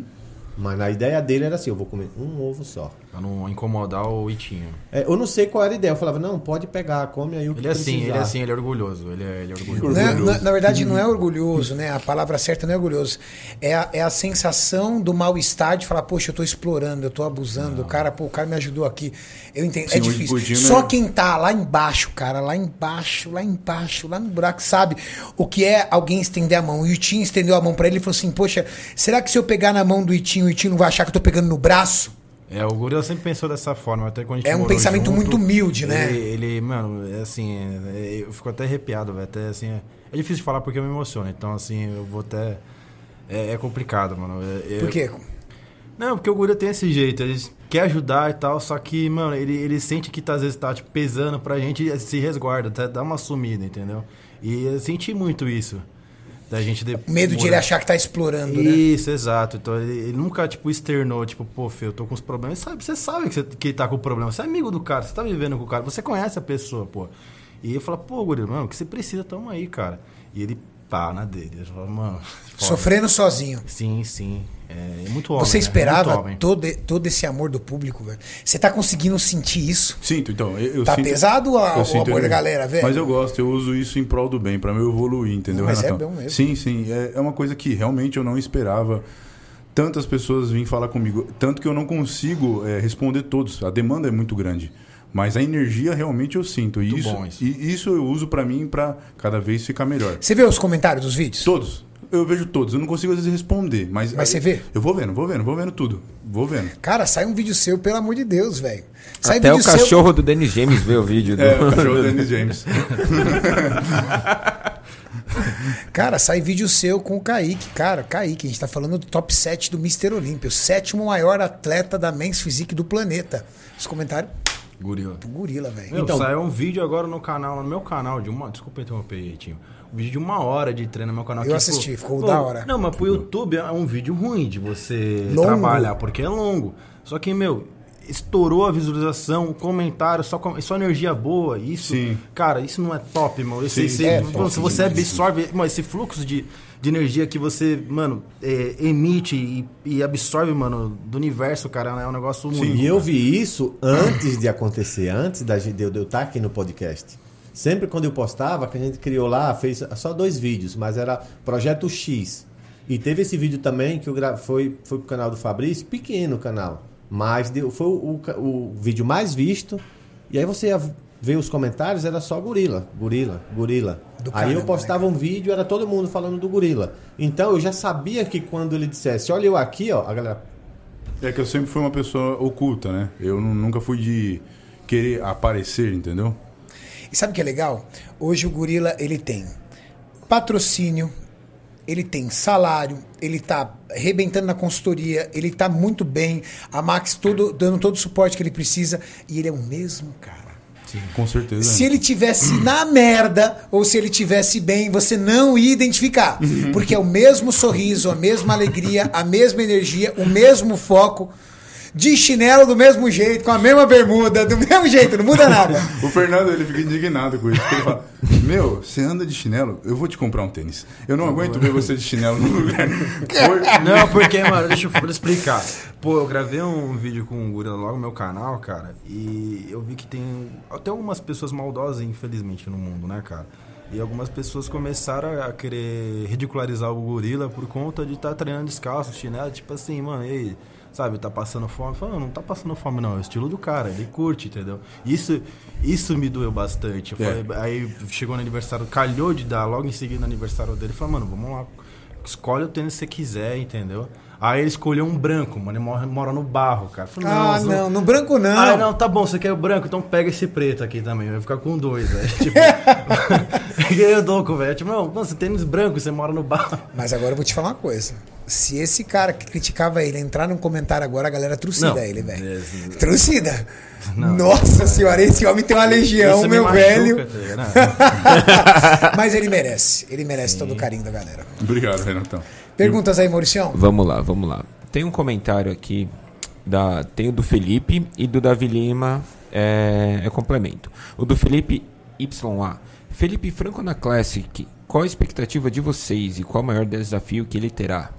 C: Mas na ideia dele era assim, eu vou comer um ovo só.
E: Pra não incomodar o Itinho.
C: É, eu não sei qual era a ideia. Eu falava, não, pode pegar, come aí o que
E: Ele é assim,
C: precisar.
E: ele é assim, ele é orgulhoso. Ele é,
B: <laughs>
E: ele é orgulhoso.
A: Não é- na, na verdade, não é orgulhoso, né? A palavra certa não é orgulhoso. É a, é a sensação do mal-estar de falar, poxa, eu tô explorando, eu tô abusando, o cara, pô, o cara me ajudou aqui. Eu entendo.
B: Sim,
A: é
B: o
A: difícil.
B: Godinho, né?
A: Só quem tá lá embaixo, cara, lá embaixo, lá embaixo, lá no buraco, sabe o que é alguém estender a mão. E o Itinho estendeu a mão pra ele e falou assim: Poxa, será que se eu pegar na mão do Itinho, o Itinho não vai achar que eu tô pegando no braço?
E: É, o gorila sempre pensou dessa forma, até quando a gente
A: É um
E: morou
A: pensamento
E: junto,
A: muito humilde, né?
E: Ele, ele, mano, é assim, é, eu fico até arrepiado, velho. Até assim, é, é difícil de falar porque eu me emociono, então assim, eu vou até. É, é complicado, mano. É, é-
A: Por quê?
E: Não, porque o gorila tem esse jeito, ele quer ajudar e tal, só que, mano, ele, ele sente que tá, às vezes tá tipo, pesando pra gente e se resguarda, tá, dá uma sumida, entendeu? E eu senti muito isso. Da gente de...
A: Medo de ele
E: morar-
A: achar que tá explorando, né?
E: isso, exato. Então ele, ele nunca, tipo, externou, tipo, pô, Fê, eu tô com os problemas. Ele sabe- Você sabe que, você, que ele tá com problema. Você é amigo do cara, você tá vivendo com o cara, você conhece a pessoa, pô. E ele fala, pô, gorila, mano, o que você precisa, tamo aí, cara. E ele pá na dele. Eu falo, mano. foda.
A: Sofrendo sozinho.
E: Sim, sim. É, é muito homem.
A: Você
E: né? É muito
A: esperava
E: homem.
A: todo, todo esse amor do público, velho. Você tá conseguindo sentir isso?
B: Sinto, então. Eu, eu
A: Tá
B: sinto-
A: pesado a-
B: eu
A: o amor
B: ele-
A: da galera, velho?
B: Mas eu gosto, eu uso isso em prol do bem, pra eu evoluir, entendeu,
A: Mas é
B: Renatão?
A: bom mesmo.
B: Sim, sim. É, é uma coisa que realmente eu não esperava. Tantas pessoas vêm falar comigo. Tanto que eu não consigo é, responder todos. A demanda é muito grande. Mas a energia realmente eu sinto. E
E: Muito
B: isso,
E: bom isso.
B: E isso eu uso pra mim pra cada vez ficar melhor.
A: Você vê os comentários dos vídeos?
B: Todos. Eu vejo todos. Eu não consigo às vezes responder. Mas,
A: Mas você vê?
B: Eu vou vendo, vou vendo, vou vendo tudo. Vou vendo.
A: Cara, sai um vídeo seu, pelo amor de Deus, velho. Sai
D: Até o
A: vídeo seu-
D: cachorro do Danny James vê o vídeo.
B: <laughs>
D: Do...
B: É, o cachorro do Dennis James.
A: Cara, sai vídeo seu com o Kaique, cara. Kaique, a gente tá falando do top 7 do Mr. Olímpio, o sétimo maior atleta da Men's Physique do planeta. Os comentários
E: Gorila.
A: do gorila, velho.
E: Meu,
C: Então-
E: saiu um vídeo agora no canal, no meu canal, de uma. Desculpa interromper aí, Tinho. Um vídeo de uma hora de treino no meu canal.
A: Eu assisti, ficou
E: pô,
A: da hora.
E: Não, mas pro YouTube é um vídeo ruim de você
A: Longo.
E: trabalhar, porque é longo. Só que, meu, estourou a visualização, o comentário, só, com- só energia boa. Isso,
B: Sim.
E: cara, isso não é top, mano. Esse,
B: Sim,
E: esse-
B: é
E: mano,
B: top
E: se você
B: demais.
E: absorve mano, esse fluxo de, de energia que você, mano, é, emite e, e absorve, mano, do universo, cara, é um negócio muito.
A: né?
C: E eu vi isso antes de acontecer, antes da gente, de eu de eu estar aqui no podcast. Sempre quando eu postava, que a gente criou lá, fez só dois vídeos, mas era Projeto X. E teve esse vídeo também que eu gra... foi, foi pro canal do Fabrício, pequeno o canal. Mas deu- foi o, o ca- o vídeo mais visto. E aí você ia ver os comentários, era só gorila, gorila, gorila.
A: Do
C: aí eu
A: caramba, né,
C: postava postava um vídeo, era todo mundo falando do gorila. Então eu já sabia que quando ele dissesse, olha eu aqui, ó, a galera,
B: É que eu sempre fui uma pessoa oculta, né? Eu nu- nunca fui de querer aparecer, entendeu?
A: E sabe o que é legal? Hoje o gorila, ele tem patrocínio, ele tem salário, ele tá arrebentando na consultoria, ele tá muito bem, a Max todo, dando todo o suporte que ele precisa, e ele é o mesmo cara.
B: Com certeza. né?
A: Se ele tivesse na merda ou se ele tivesse bem, você não ia identificar. Porque é o mesmo sorriso, a mesma alegria, a mesma energia, o mesmo foco. De chinelo do mesmo jeito, com a mesma bermuda, do mesmo jeito, não muda nada.
B: O Fernando, ele fica indignado com isso. porque Ele fala, meu, você anda de chinelo? Eu vou te comprar um tênis. Eu não aguento ver você de chinelo no <laughs> lugar. Foi-
E: Não, porque, mano, deixa eu explicar. Pô, eu gravei um vídeo com o Gorila logo no meu canal, cara, e eu vi que tem até algumas pessoas maldosas, infelizmente, no mundo, né, cara? E algumas pessoas começaram a querer ridicularizar o gorila por conta de estar treinando descalço, chinelo, tipo assim, mano, e aí, sabe, tá passando fome? Falando, não, não tá passando fome, não, é o estilo do cara, ele curte, entendeu? Isso, isso me doeu bastante.
B: É.
E: Eu falei, aí chegou no aniversário, calhou de dar logo em seguida no aniversário dele, falou, mano, vamos lá Escolhe o tênis que você quiser, entendeu? Aí ele escolheu um branco, mano. Ele mora, mora no barro, cara. Eu falei,
A: Ah,
E: você
A: não, no branco não.
E: Ah, não, tá bom, você quer o branco, então pega esse preto aqui também. Vai ficar com dois,
A: <laughs>
E: velho. Tipo, <laughs> eu dou com velho. Tipo, não, você tênis branco, você mora no barro.
A: Mas agora eu vou te falar uma coisa. Se esse cara que criticava ele entrar num comentário agora, a galera trucida
E: Não.
A: ele, velho.
E: Esse-
A: Trucida. Nossa senhora, esse homem tem uma legião,
E: Você me
A: É meu
E: machuca,
A: velho.
E: tá
A: <laughs>
E: ligado?
A: Mas ele merece. Ele merece todo o carinho da galera.
B: Obrigado, Renatão.
A: Perguntas aí, Mauricião?
D: Vamos lá, vamos lá. Tem um comentário aqui. Da, tem o do Felipe e do Davi Lima é, é complemento. O do Felipe YA. Felipe Franco na Classic, qual a expectativa de vocês e qual o maior desafio que ele terá?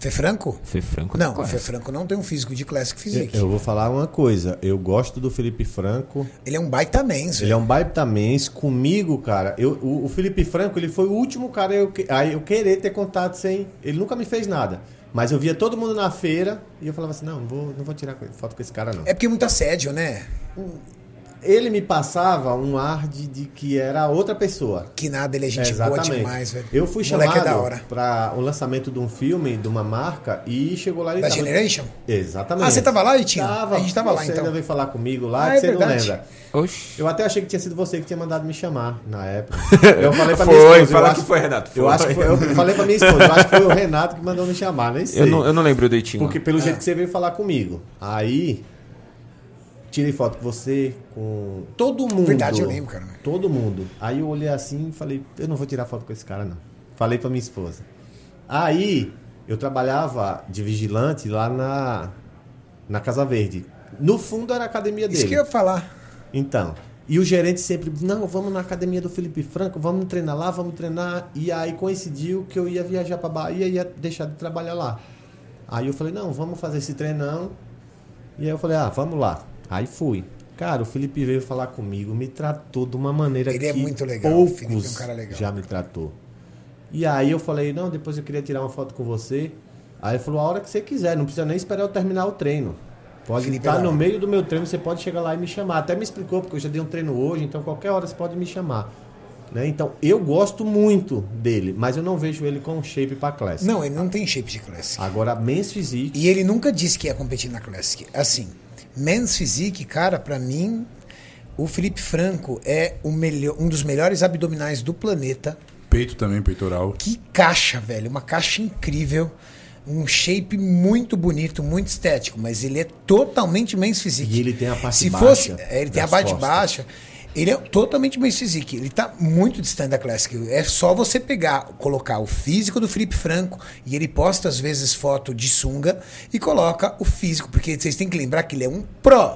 A: Fê Franco?
D: Fê Franco na
A: Não, o Fê
D: Classic.
A: Franco não tem um físico de Classic Physique.
C: é? eu vou falar uma coisa, eu gosto do Felipe Franco,
A: Ele é um baita mens,
C: ele
A: velho.
C: é um baitamense, comigo, cara, eu, o, o Felipe Franco, ele foi o último cara eu, que- a eu querer ter contato sem, ele nunca me fez nada, mas eu via todo mundo na feira e eu falava assim, não, não vou, não vou tirar co- foto com esse cara não.
A: É porque é muito assédio, né?
C: Ele me passava um ar de, de que era outra pessoa,
A: Que nada, ele é gente boa demais, velho.
C: Eu fui
A: O Moleque
C: chamado
A: é da hora.
C: para o lançamento de um filme, de uma marca, e chegou lá e
A: Da
C: tava-
A: Generation?
C: Exatamente.
A: Ah, você tava lá, Itinho?
C: Tava.
A: A gente tava lá,
C: você
A: então.
C: ainda veio falar comigo lá,
A: Ah,
C: que
A: é
C: você não
A: verdade.
C: lembra.
D: Oxi.
C: Eu até achei que tinha sido você que tinha mandado me chamar na
D: <laughs>
C: época. Eu falei pra
D: Foi,
C: minha esposa.
D: fala
C: eu
D: que foi, Renato,
C: Eu,
D: foi.
C: acho que foi- eu falei pra minha esposa, eu acho que foi o Renato que mandou me chamar, nem sei.
D: Eu não, eu não lembro do Itinho.
C: Porque
A: É.
C: pelo jeito que você veio falar comigo. Aí, tirei foto com você, com todo mundo.
A: Verdade, eu lembro, cara.
C: Todo mundo. Aí eu olhei assim e falei, eu não vou tirar foto com esse cara, não. Falei pra minha esposa. Aí, eu trabalhava de vigilante lá na, na Casa Verde. No fundo era a academia dele.
A: Isso que eu ia falar.
C: Então, E o gerente sempre, não, vamos na academia do Felipe Franco, vamos treinar lá, vamos treinar. E aí coincidiu que eu ia viajar para Bahia e ia deixar de trabalhar lá. Aí eu falei, não, vamos fazer esse treinão. E aí eu falei, ah, vamos lá. Aí fui. Cara, o Felipe veio falar comigo, me tratou de uma maneira
A: Ele
C: que
A: é muito legal, o
C: poucos
A: Felipe é um cara legal.
C: já me tratou. E aí eu falei, não, depois eu queria tirar uma foto com você. Aí ele falou, a hora que você quiser, não precisa nem esperar eu terminar o treino. Pode
A: Felipe é
C: estar
A: era
C: no
A: ótimo.
C: meio do meu treino, você pode chegar lá e me chamar. Até me explicou, porque eu já dei um treino hoje, então qualquer hora você pode me chamar. Né? Então, eu gosto muito dele, mas eu não vejo ele com shape pra classe.
A: Não, ele não tem shape de classic.
C: Agora, Men's Physique,
A: E ele nunca disse que ia competir na Classic. Assim, Men's Physique, cara, pra mim, o Felipe Franco é o melhor, um dos melhores abdominais do planeta.
B: Peito também, peitoral.
A: Que caixa, velho. Uma caixa incrível. Um shape muito bonito, muito estético, mas ele é totalmente men's physique.
C: E ele tem a parte
A: Se
C: baixa
A: fosse, é, ele tem a
C: das
A: parte
C: costas.
A: baixa. Ele é totalmente men's physique. Ele tá muito distante da classic. É só você pegar, colocar o físico do Felipe Franco e ele posta às vezes foto de sunga e coloca o físico, porque vocês têm que lembrar que ele é um pro.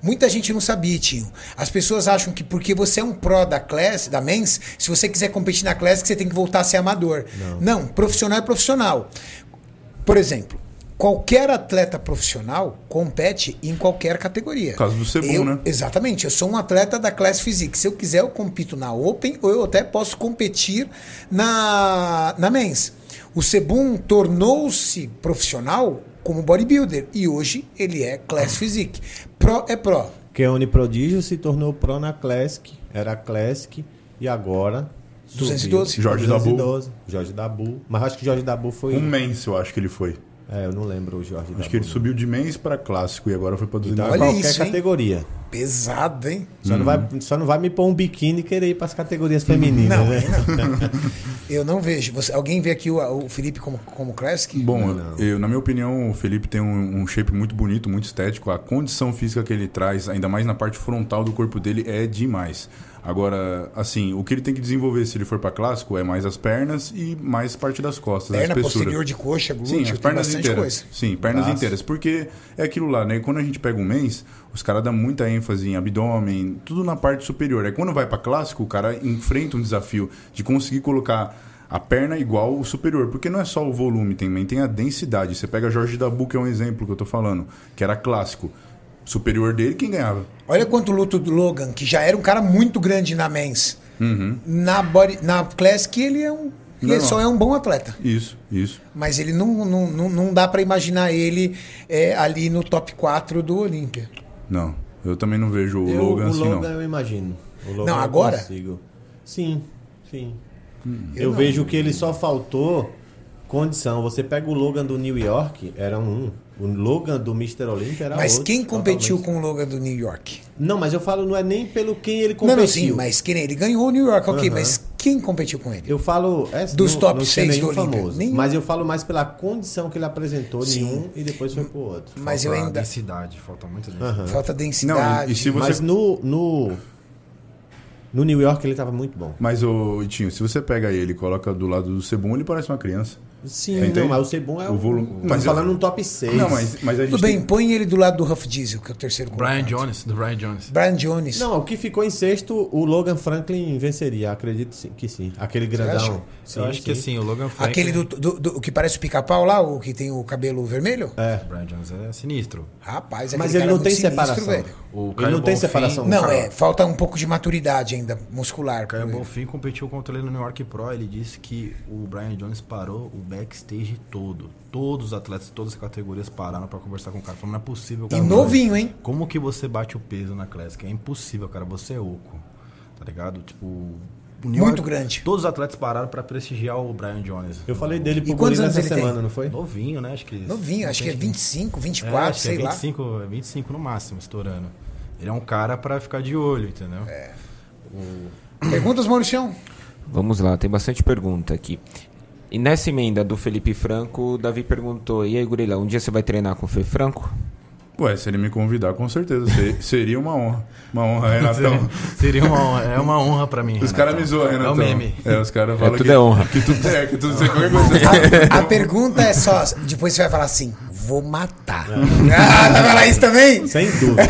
A: Muita gente não sabia, Tinho. As pessoas acham que porque você é um pró da classe, da mens, se você quiser competir na classe, você tem que voltar a ser amador. Não, profissional é profissional. Por exemplo, qualquer atleta profissional compete em qualquer categoria.
B: Caso do Sebum,
A: Eu-
B: né?
A: Exatamente. Eu sou um atleta da classe physique. Se eu quiser, eu compito na Open ou eu até posso competir na, na mens. O Sebum tornou-se profissional como bodybuilder e hoje ele é classe physique. Pro é pro.
C: Keone Prodígio se tornou pro na Classic, era Classic e agora... subiu.
A: 212.
B: Jorge Dabu.
C: 212, Jorge Dabu. Mas acho que Jorge Dabu foi...
B: Um mens, eu acho que ele foi.
C: É, eu não lembro o Jorge Dabu.
B: Acho que ele subiu de mens pra clássico Tá e tá agora foi pra
C: Então,
B: 200.
A: Olha
C: qualquer
A: isso, hein?
C: categoria.
A: Pesado, hein?
C: Só, não
B: Hum.
C: vai, só não vai me pôr um biquíni e querer ir para as categorias femininas,
A: Não,
C: né?
A: aí Eu não vejo. Você, alguém vê aqui o, o Felipe como, como classic?
B: Bom, eu, na minha opinião, o Felipe tem um, um shape muito bonito, muito estético. A condição física que ele traz, ainda mais na parte frontal do corpo dele, é demais. Agora, assim, o que ele tem que desenvolver se ele for pra clássico é mais as pernas e mais parte das costas, a
A: Perna
B: espessura.
A: posterior de coxa,
B: Sim,
A: glúteo,
B: as
A: tem
B: pernas
A: bastante
B: inteiras.
A: coisa.
B: Sim, pernas
C: Braço.
B: inteiras. Porque é aquilo lá, né? Quando a gente pega um mês, os caras dão muita ênfase em abdômen, tudo na parte superior. Aí quando vai pra clássico, o cara enfrenta um desafio de conseguir colocar a perna igual o superior. Porque não é só o volume, também tem a densidade. Você pega Jorge Dabu, que é um exemplo que eu tô falando, que era clássico. Superior dele, quem ganhava?
A: Olha quanto luto do Logan, que já era um cara muito grande na mens.
B: Uhum.
A: Na, body, na classic, ele é um. Ele
B: Normal.
A: só é um bom atleta.
B: Isso, isso.
A: Mas ele não, não, não, não dá pra imaginar ele é, ali no top 4 do Olímpia.
B: Não, eu também não vejo o
C: Eu-
B: Logan assim, não.
C: eu imagino. O Logan
A: Não,
C: eu
A: agora?
C: consigo. Sim, sim.
A: Eu
B: Hum.
C: Eu,
A: não.
C: vejo que ele só faltou condição. Você pega o Logan do New York, era um. O Logan do Mr. Olympia era
A: Mas
C: outro.
A: quem competiu
C: totalmente.
A: com o Logan do New York?
C: Não, mas eu falo, não é nem pelo quem ele
A: Não,
C: competiu.
A: não, sim, mas quem ele ganhou o New York, ok,
C: Aham.
A: mas quem competiu com ele?
C: Eu falo. É,
A: Dos
C: não,
A: top
C: não tinha
A: seis
C: nenhum
A: do Olímpia,
C: famoso.
A: nenhum.
C: Mas eu falo mais pela condição que ele apresentou
A: Sim.
C: em um e depois foi pro outro.
A: Mas eu
E: Falta
A: ainda.
E: densidade, falta muito densidade.
C: Aham.
A: Falta
B: Não,
A: densidade.
B: e, e se você
C: Mas no, no. No New York ele tava muito bom.
B: Mas, ô, Itinho, se você pega ele e coloca do lado do Sebum, ele parece uma criança.
C: Sim,
B: Entende?
C: não, mas o Sebum é
B: O
C: o.
B: volume-
C: Tá
B: mas eu-
C: falando um top 6.
B: Não, mas, mas a gente
A: Tudo bem,
B: tem-
A: põe ele do lado do Ruff Diesel, que é o terceiro
E: Brian
A: colocado.
E: Jones, do Brian Jones.
A: Brian Jones.
C: Não, o que ficou em sexto, o Logan Franklin venceria. Acredito sim- que sim. Aquele
A: acha?
C: grandão. Sim,
E: eu acho que
C: sim.
E: assim, o Logan Franklin...
A: Aquele do, do, do- que parece o pica-pau lá, o que tem o cabelo vermelho?
E: O Brian Jones é sinistro.
A: Rapaz,
C: Mas
A: aquele
C: ele
A: cara é
C: não
A: muito
C: tem
A: sinistro,
C: separação.
A: velho.
E: O
C: ele
E: Caio
C: não tem
E: Bonfim-
C: separação.
A: Não,
C: cara.
A: é, falta um pouco de maturidade ainda, muscular.
E: Caio
A: pro ele.
E: Bonfim competiu contra ele no New York Pro. Ele disse que o Brian Jones parou o backstage todo. Todos os atletas, todas as categorias pararam pra conversar com o cara. Falando, não é possível.
A: E
E: cara.
A: novinho, hein?
E: Como que você bate o peso na Classic? É impossível, cara. Você é oco. Tá ligado? Tipo. o New
A: Muito grande.
E: Todos os atletas pararam pra prestigiar o Brian Jones.
C: Eu falei dele
A: E
C: pro
A: quantos
C: Guri
A: anos
C: nessa
A: ele tem?
C: semana, não foi?
E: Novinho, né? Acho que.
A: Novinho, acho que é 25, 24,
E: É, acho que
A: sei
E: é
A: lá.
E: 25, é 25 no máximo, estourando. Ele é um cara pra ficar de olho, entendeu? É.
A: Perguntas, Mauricião?
D: Vamos lá, tem bastante pergunta aqui. E nessa emenda do Felipe Franco, o Davi perguntou: E aí, Gorila, um dia você vai treinar com o Fê Franco?
B: Ué, se ele me convidar, com certeza. se- Seria uma honra. Uma honra,
A: <laughs> Então.
B: Renatão.
E: <laughs> Seria uma honra, é uma honra pra mim.
B: Os
E: Renatão.
B: caras me zoam,
E: É
B: Renatão.
E: o meme.
B: É, os caras falam
D: tudo
B: que,
D: é honra.
B: Que tudo é, que tudo é qualquer coisa.
A: A, a pergunta é só, depois você vai falar assim, vou matar. Ah, vai falar isso também?
C: Sem
A: <laughs>
C: dúvida.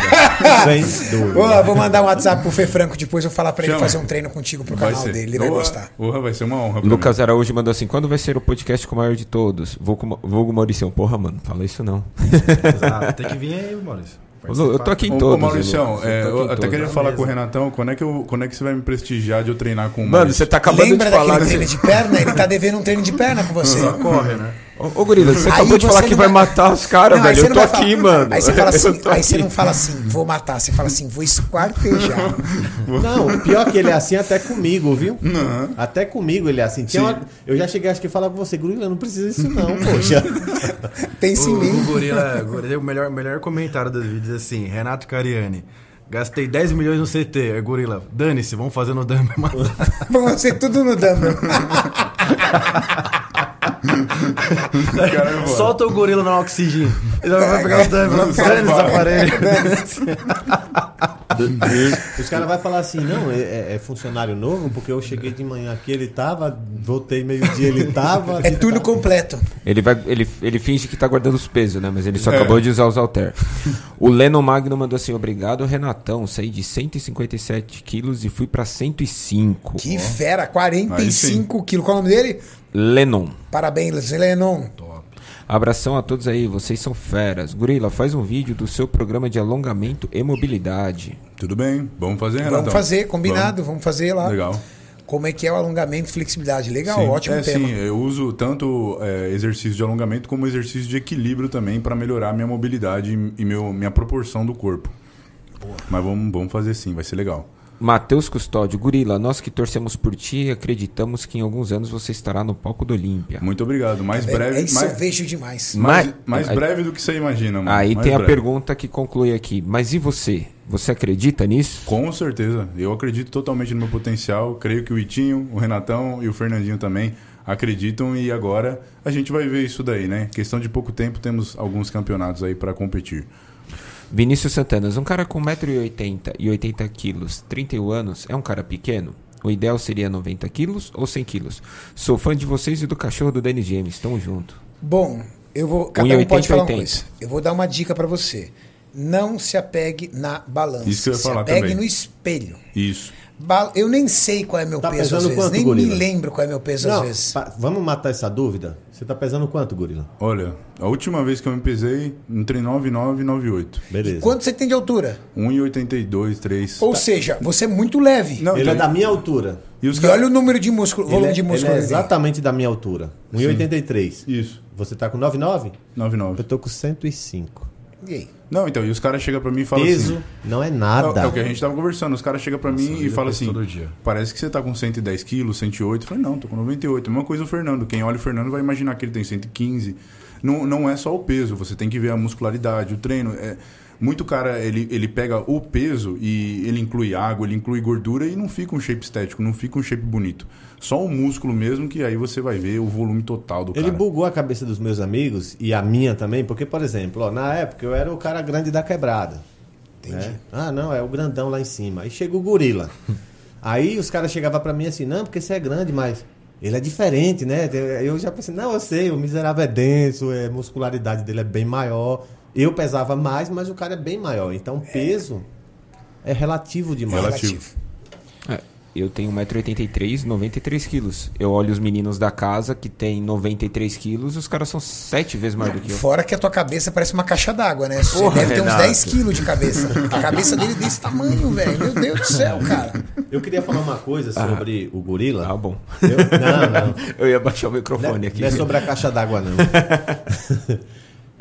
C: Sem dúvida.
A: Ô, vou mandar um WhatsApp pro Fê Franco depois, eu vou falar pra ele
B: Chama.
A: fazer um treino contigo pro
B: Vai
A: canal
B: ser.
A: dele, ele <laughs> vai
B: Porra,
A: gostar.
B: porra, vai ser uma honra. pra
D: Lucas Araújo mandou assim: quando vai ser o podcast com o maior de todos? Vou com Vulgo Mauricião. Porra, mano, fala isso não.
E: Exato. Tem que vir aí, Maurício.
D: Eu tô aqui
B: mim.
D: em
B: Ô,
D: todos.
B: Ô, Mauricião,
D: Lucas,
B: é,
D: tô
B: eu
D: aqui em
B: até
D: todos.
B: queria falar
E: Beleza.
B: com o Renatão, quando é, que eu- quando é que você vai me prestigiar de eu treinar com o
D: Mano,
B: Maurício?
D: você tá acabando
A: Lembra
D: de falar.
A: daquele treino
D: que-
A: de perna? Ele tá devendo um treino de perna com você.
E: Corre, né?
D: Ô, ô, Gorila, você
A: Aí
D: acabou de
A: você
D: falar
A: não
D: que vai
A: vai-
D: matar os caras,
A: Não, aí você
D: velho. Eu
A: não
D: tô
A: vai falar-
D: aqui, mano.
A: Aí você
B: <laughs>
A: fala assim,
D: <laughs> Eu tô
A: aí você
D: aqui.
A: não fala assim, vou matar, você fala assim, vou
B: <laughs>
A: esquartejar.
C: Não, pior que ele é assim até comigo, viu? Até comigo ele é assim. Tinha uma- eu já cheguei, acho que falar com você, Grulha, não precisa disso não, poxa.
A: Pensa em
E: O, o
A: mim.
E: gorila, gorila, o melhor, melhor comentário dos vídeos assim, Renato Cariani. Gastei 10 milhões no CT, é gorila. Dane-se, vamos fazer no dummy. mano."
A: Vamos ser tudo no dumbbell.
B: <laughs>
E: <laughs>
B: Caramba.
E: <laughs> Solta o gorila no oxigênio. Ele vai pegar o dummy, dane-se o aparelho.
C: Os caras vão falar assim, não, é- é, é funcionário novo, porque eu cheguei de manhã aqui, ele tava, voltei meio-dia, ele tava.
A: É turno completo.
D: Ele, vai, ele, ele finge que tá guardando os pesos, né? Mas ele
B: É.
D: só acabou de usar os halter. <laughs> O Leno Magno mandou assim: obrigado, Renatão. Saí de 157 quilos e fui pra 105.
A: Que fera, 45 quilos. Qual é o nome dele?
D: Lennon.
A: Parabéns, Lenon.
D: Abração a todos aí, vocês são feras. Gorila, faz um vídeo do seu programa de alongamento e mobilidade.
B: Tudo bem, vamos fazer, Renatão.
A: Vamos fazer, combinado, vamos fazer lá.
B: Vamos. Legal.
A: Como é que é o alongamento e flexibilidade? Legal,
B: Sim.
A: um ótimo
B: é,
A: tema.
B: Sim, eu uso tanto é, exercício de alongamento como exercício de equilíbrio também para melhorar a minha mobilidade e e meu, minha proporção do corpo. Mas vamos, vamos fazer sim, vai ser legal.
D: Matheus Custódio, Gorila, nós que torcemos por ti e acreditamos que em alguns anos você estará no palco do Olímpia.
B: Muito obrigado. Mais
A: É-
B: breve.
A: é isso, eu
B: mais,
A: vejo demais.
B: mais,
D: Mas-
B: mais
D: aí-
B: breve do que você imagina, mano.
D: Aí
B: Mais
D: tem a
B: breve.
D: pergunta que conclui aqui. Mas e você? Você acredita nisso?
B: Com certeza. Eu acredito totalmente no meu potencial. Creio que o Itinho, o Renatão e o Fernandinho também acreditam e agora a gente vai ver isso daí, né? Questão de pouco tempo, temos alguns campeonatos aí para competir.
D: Vinícius Santanas, um cara com 1,80m e 80kg, 31 anos, é um cara pequeno? O ideal seria 90kg ou 100kg? Sou fã de vocês e do cachorro do Danny James, tamo junto.
A: Bom, eu vou. Cada um
D: 1,80,
A: pode falar uma
D: 80.
A: coisa. Eu vou dar uma dica pra você. Não se apegue na balança.
B: Isso que eu ia
A: se
B: falar
A: apegue
B: também.
A: no espelho.
B: Isso.
A: Ba- Eu nem sei qual é meu
C: Tá
A: peso às
C: pesando
A: vezes.
C: quanto,
A: nem
C: gorila?
A: me lembro qual é meu peso
C: Não, tá
A: às vezes.
C: pa- vamos matar essa dúvida? Você tá pesando quanto, Gorila?
B: Olha, a última vez que eu me pesei, entre 99 e Um 98.
C: Beleza.
A: Quanto você tem de altura?
B: 1,82, 3.
C: Tá.
A: Ou seja, você é muito leve.
B: Não,
C: Ele é da minha altura.
B: E os
A: E
B: caras...
A: olha o número de músculo, volume
C: ele é,
A: de
C: ele
A: músculo.
C: é
A: que ele tem.
C: exatamente da minha altura. 1,83.
B: Isso,
C: Você tá com 9,9? Eu
B: 99.
C: tô com 105.
A: E aí?
B: Não, então, e os caras chegam pra mim e falam
C: Peso
B: assim...
C: não é
B: É o-
C: nada.
B: É o que a gente tava conversando. Os caras chegam pra mim e
E: eu
B: falam
E: peso
B: assim:
E: todo dia.
B: parece que você tá com 110 quilos, 108. Eu falei, não, tô com 98. Mesma coisa o Fernando. Quem olha o Fernando vai imaginar que ele tem 115. Não, não é só o peso, você tem que ver a muscularidade, o treino. É, muito cara, ele, ele pega o peso e ele inclui água, ele inclui gordura e não fica um shape estético, não fica um shape bonito. Só o músculo mesmo, que aí você vai ver o volume total do
C: Ele
B: cara.
C: bugou a cabeça dos meus amigos e a minha também, porque, por exemplo, ó, na época eu era o cara grande da quebrada. né? Ah, não, é o grandão lá em cima. Aí chega o gorila. Aí os caras chegavam pra mim assim, não, porque você é grande, mas ele é diferente, né? Eu já pensei, não, eu sei, o miserável é denso, é, a muscularidade dele é bem maior. Eu pesava mais, mas o cara é bem maior. Então, peso é relativo demais.
B: Relativo.
D: É, eu tenho 1,83m, 93kg. Eu olho os meninos da casa que tem 93kg, os caras são 7 vezes mais do que eu.
A: Fora que a tua cabeça parece uma caixa d'água, né? Você
D: Porra,
A: deve ter uns
D: Renato.
A: 10 quilos de cabeça. A cabeça dele é desse tamanho, velho. Meu Deus do céu, cara.
C: Eu queria falar uma coisa sobre o gorila.
D: Ah, bom. <laughs>
C: Eu- é não, não.
D: Eu ia baixar o
C: Não,
D: microfone
C: é-
D: aqui.
C: não é sobre a caixa d'água, não. <laughs>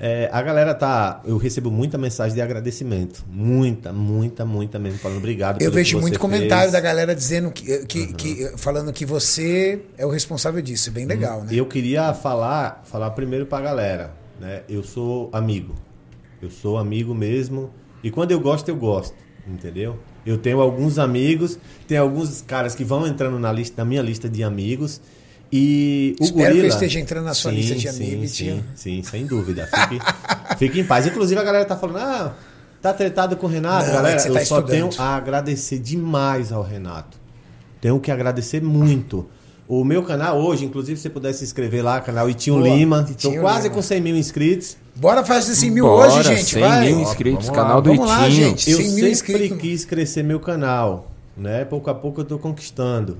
C: É, a galera tá. Eu recebo muita mensagem de agradecimento. Muita, muita, muita mesmo. Falando obrigado.
A: Eu
C: pelo que
A: vejo
C: você
A: muito comentário
C: fez."
A: da
C: Uhum.
A: galera dizendo que, eh, que, que- falando que você é o responsável disso. É bem legal, né?
C: Eu queria falar, falar primeiro pra galera, né? Eu sou amigo. Eu sou amigo mesmo. E quando eu gosto, eu gosto, entendeu? Eu tenho alguns amigos, tem alguns caras que vão entrando na lista, na minha lista de amigos. E o
A: Espero que eu
C: gorila...
A: esteja entrando na sua lista de amigos,
C: Sim,
A: tio.
C: sim, sem dúvida. Fique, fique em paz. Inclusive a galera tá falando, ah, tá tretado com o Renato,
A: Não, é
C: galera.
A: que você
C: eu
A: tá
C: só
A: estudando.
C: tenho a agradecer demais ao Renato. Tenho que agradecer muito. O meu canal hoje, inclusive, se você puder se inscrever lá, canal Itinho
A: Boa,
C: Lima.
A: Itinho
C: Tô quase
A: Lima.
C: com 100 mil inscritos.
A: Bora fazer 100 mil
D: Bora,
A: hoje, gente.
D: 100
A: vai.
D: mil inscritos,
E: Vamos lá,
D: canal do
A: vamos lá,
D: Itinho.
A: gente.
C: Eu
A: 100 mil
C: sempre
A: inscritos.
C: quis crescer meu canal, né? Pouco a pouco eu tô conquistando.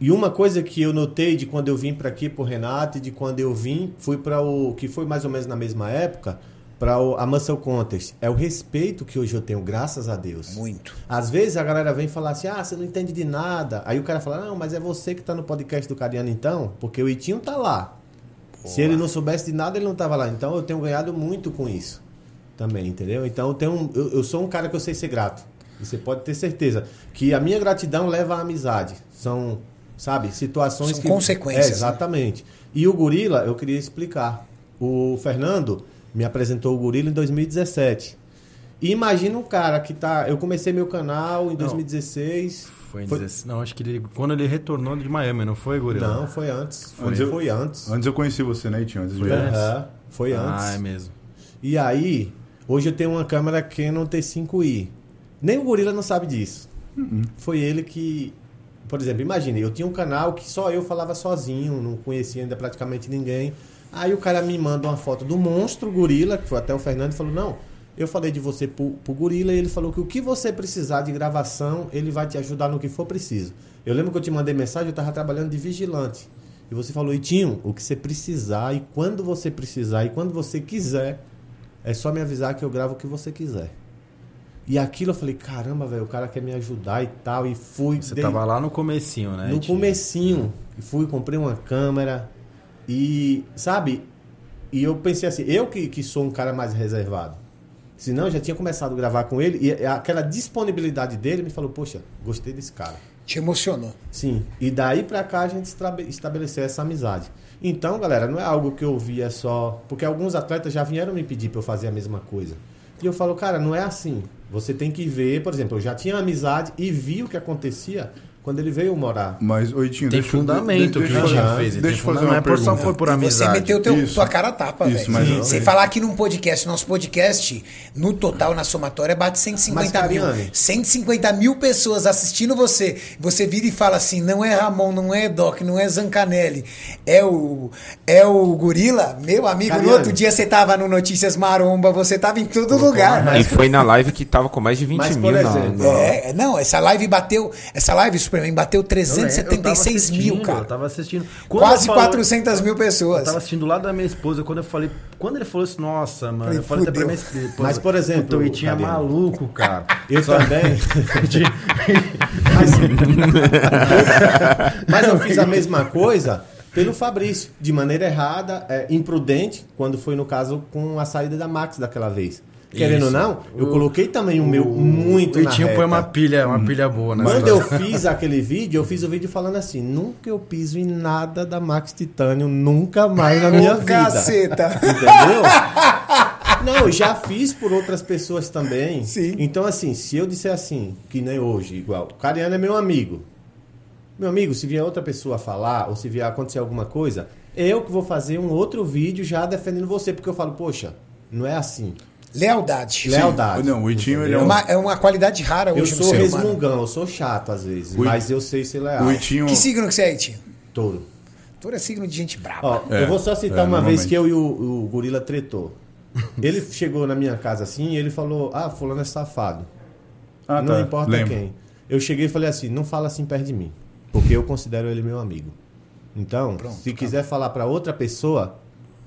C: E uma coisa que eu notei de quando eu vim para aqui pro Renato e de quando eu vim, fui para o que foi mais ou menos na mesma época, para a Muscle Contest, é o respeito que hoje eu tenho, graças a Deus.
A: Muito.
C: Às vezes a galera vem falar assim: "Ah, você não entende de nada". Aí o cara fala: "Não, mas é você que tá no podcast do Cariano então, porque o Itinho tá lá". Se ele não soubesse de nada, ele não tava lá. Então eu tenho ganhado muito com isso também, entendeu? Então eu, tenho, eu, eu sou um cara que eu sei ser grato. E você pode ter certeza que a minha gratidão leva à amizade. São, sabe, situações
A: São
C: que.
A: consequências, né?
C: É, exatamente. E o gorila, eu queria explicar. O Fernando me apresentou o gorila em 2017. E imagina um cara que tá. Eu comecei meu canal em 2016.
E: Foi em 16. Não, acho que ele, quando ele retornou de Miami, não foi, Gorila?
C: Não, foi antes. Foi,
B: Antes eu-
C: foi antes.
B: Antes eu conheci você, né, Itinho? Antes de...
E: Foi.
C: Aham, foi antes.
E: Ah, é mesmo.
C: E aí, hoje eu tenho uma câmera Canon T5i. Nem o gorila não sabe disso. Foi ele que. Por exemplo, imagine, eu tinha um canal que só eu falava sozinho, não conhecia ainda praticamente ninguém. Aí o cara me manda uma foto do monstro gorila, que foi até o Fernando, e falou: Não, eu falei de você pro, pro gorila, e ele falou que o que você precisar de gravação, ele vai te ajudar no que for preciso. Eu lembro que eu te mandei mensagem, eu tava trabalhando de vigilante. E você falou: Itinho, o que você precisar, e quando você precisar, e quando você quiser, é só me avisar que eu gravo o que você quiser. E aquilo eu falei, caramba, velho, o cara quer me ajudar e tal. E fui.
E: Você
C: dei-
E: tava lá no comecinho, né?
C: no
E: Tinha-
C: comecinho. E fui, comprei uma câmera. E, sabe? E eu pensei assim, eu que, que sou um cara mais reservado. Senão eu já tinha começado a gravar com ele. E aquela disponibilidade dele me falou, poxa, gostei desse cara.
A: Te emocionou.
C: Sim. E daí pra cá a gente estra- estabeleceu essa amizade. Então, galera, não é algo que eu vi, é só. Porque alguns atletas já vieram me pedir pra eu fazer a mesma coisa. E eu falo, cara, não é assim. Você tem que ver, por exemplo, eu já tinha amizade e vi o que acontecia quando ele veio morar.
B: Mas, ô, Itinho,
E: Tem
B: deixa eu-
E: fundamento o que
B: deixa
E: o
B: eu fazer-
E: Itinho fez.
B: Deixa
E: ele tem
B: eu fazer
E: fundamento,
B: uma
E: mas
B: pergunta.
E: Só foi por
A: E Você
E: amizade.
A: meteu teu,
B: Isso.
A: tua cara a tapa,
B: Isso,
A: velho.
B: mas eu-
E: é.
A: Sem falar que num podcast, nosso podcast, no total, na somatória, bate 150
C: Mas,
A: mil.
C: Cariani-
A: 150 mil pessoas assistindo você. Você vira e fala assim: não é Ramon, não é Doc, não é Zancanelli, é o, é o Gorila. Meu amigo, no
C: Cariani-
A: outro dia você tava no Notícias Maromba, você tava em todo lugar.
D: E foi na live que tava com mais de 20
C: Mas, por
D: mil. na-
C: exemplo,
D: na-
A: É, não, essa live bateu. Essa live, Superman, bateu
E: É, Eu lembro, eu tava
A: 376 mil,
E: assistindo,
A: cara.
E: Eu tava assistindo. Quando
A: Quase
E: eu falei-
A: 400 mil
E: Eu tava
A: pessoas.
E: assistindo lá da minha esposa, quando eu falei. Quando ele falou isso, nossa, mano, eu falei até pra
A: Fudeu.
E: minha esposa.
C: Mas, por exemplo,
E: puta, o Itinho é
C: Mariano.
E: maluco, cara.
C: Eu também. <laughs> mas, mas eu fiz a mesma coisa pelo Fabrício, de maneira errada, é, imprudente, quando foi no caso com a saída da Max daquela vez. Querendo ou não, eu coloquei também o um meu muito
E: O
C: na
E: Itinho
C: reta.
E: põe uma pilha, uma pilha boa, né?
C: Quando eu fiz aquele vídeo, eu fiz o vídeo falando assim: nunca eu piso em nada da Max Titânio, nunca mais na minha
A: Ô,
C: vida.
E: <laughs>
A: Caceta.
B: <laughs>
C: Entendeu? Não, eu já fiz por outras pessoas também.
A: Sim.
C: Então, assim, se eu disser assim, que nem hoje, igual, o Cariano é meu amigo. Meu amigo, se vier outra pessoa falar, ou se vier acontecer alguma coisa, eu que vou fazer um outro vídeo já defendendo você, porque eu falo, poxa, não é assim.
A: Lealdade.
C: Lealdade.
B: Não, o Itinho, ele é
A: É
B: um...
A: uma, é uma qualidade rara
C: Eu
A: hoje no
C: sou
A: ser humano.
C: resmungão, eu sou chato às vezes,
B: O It-
C: mas eu sei ser leal.
B: O Itinho...
A: Que signo que você é, Itinho?
C: Touro.
A: Touro é signo de gente brava.
C: Ó,
B: É,
C: eu vou só citar
B: é,
C: uma vez
B: normalmente.
C: que eu e o, o gorila tretou. Ele chegou na minha casa assim e ele falou: Ah, fulano é safado.
B: Ah,
C: não
B: tá,
C: importa
B: lembro.
C: quem. Eu cheguei e falei assim: Não fala assim perto de mim, porque eu considero ele meu amigo. Então, se quiser falar pra outra pessoa,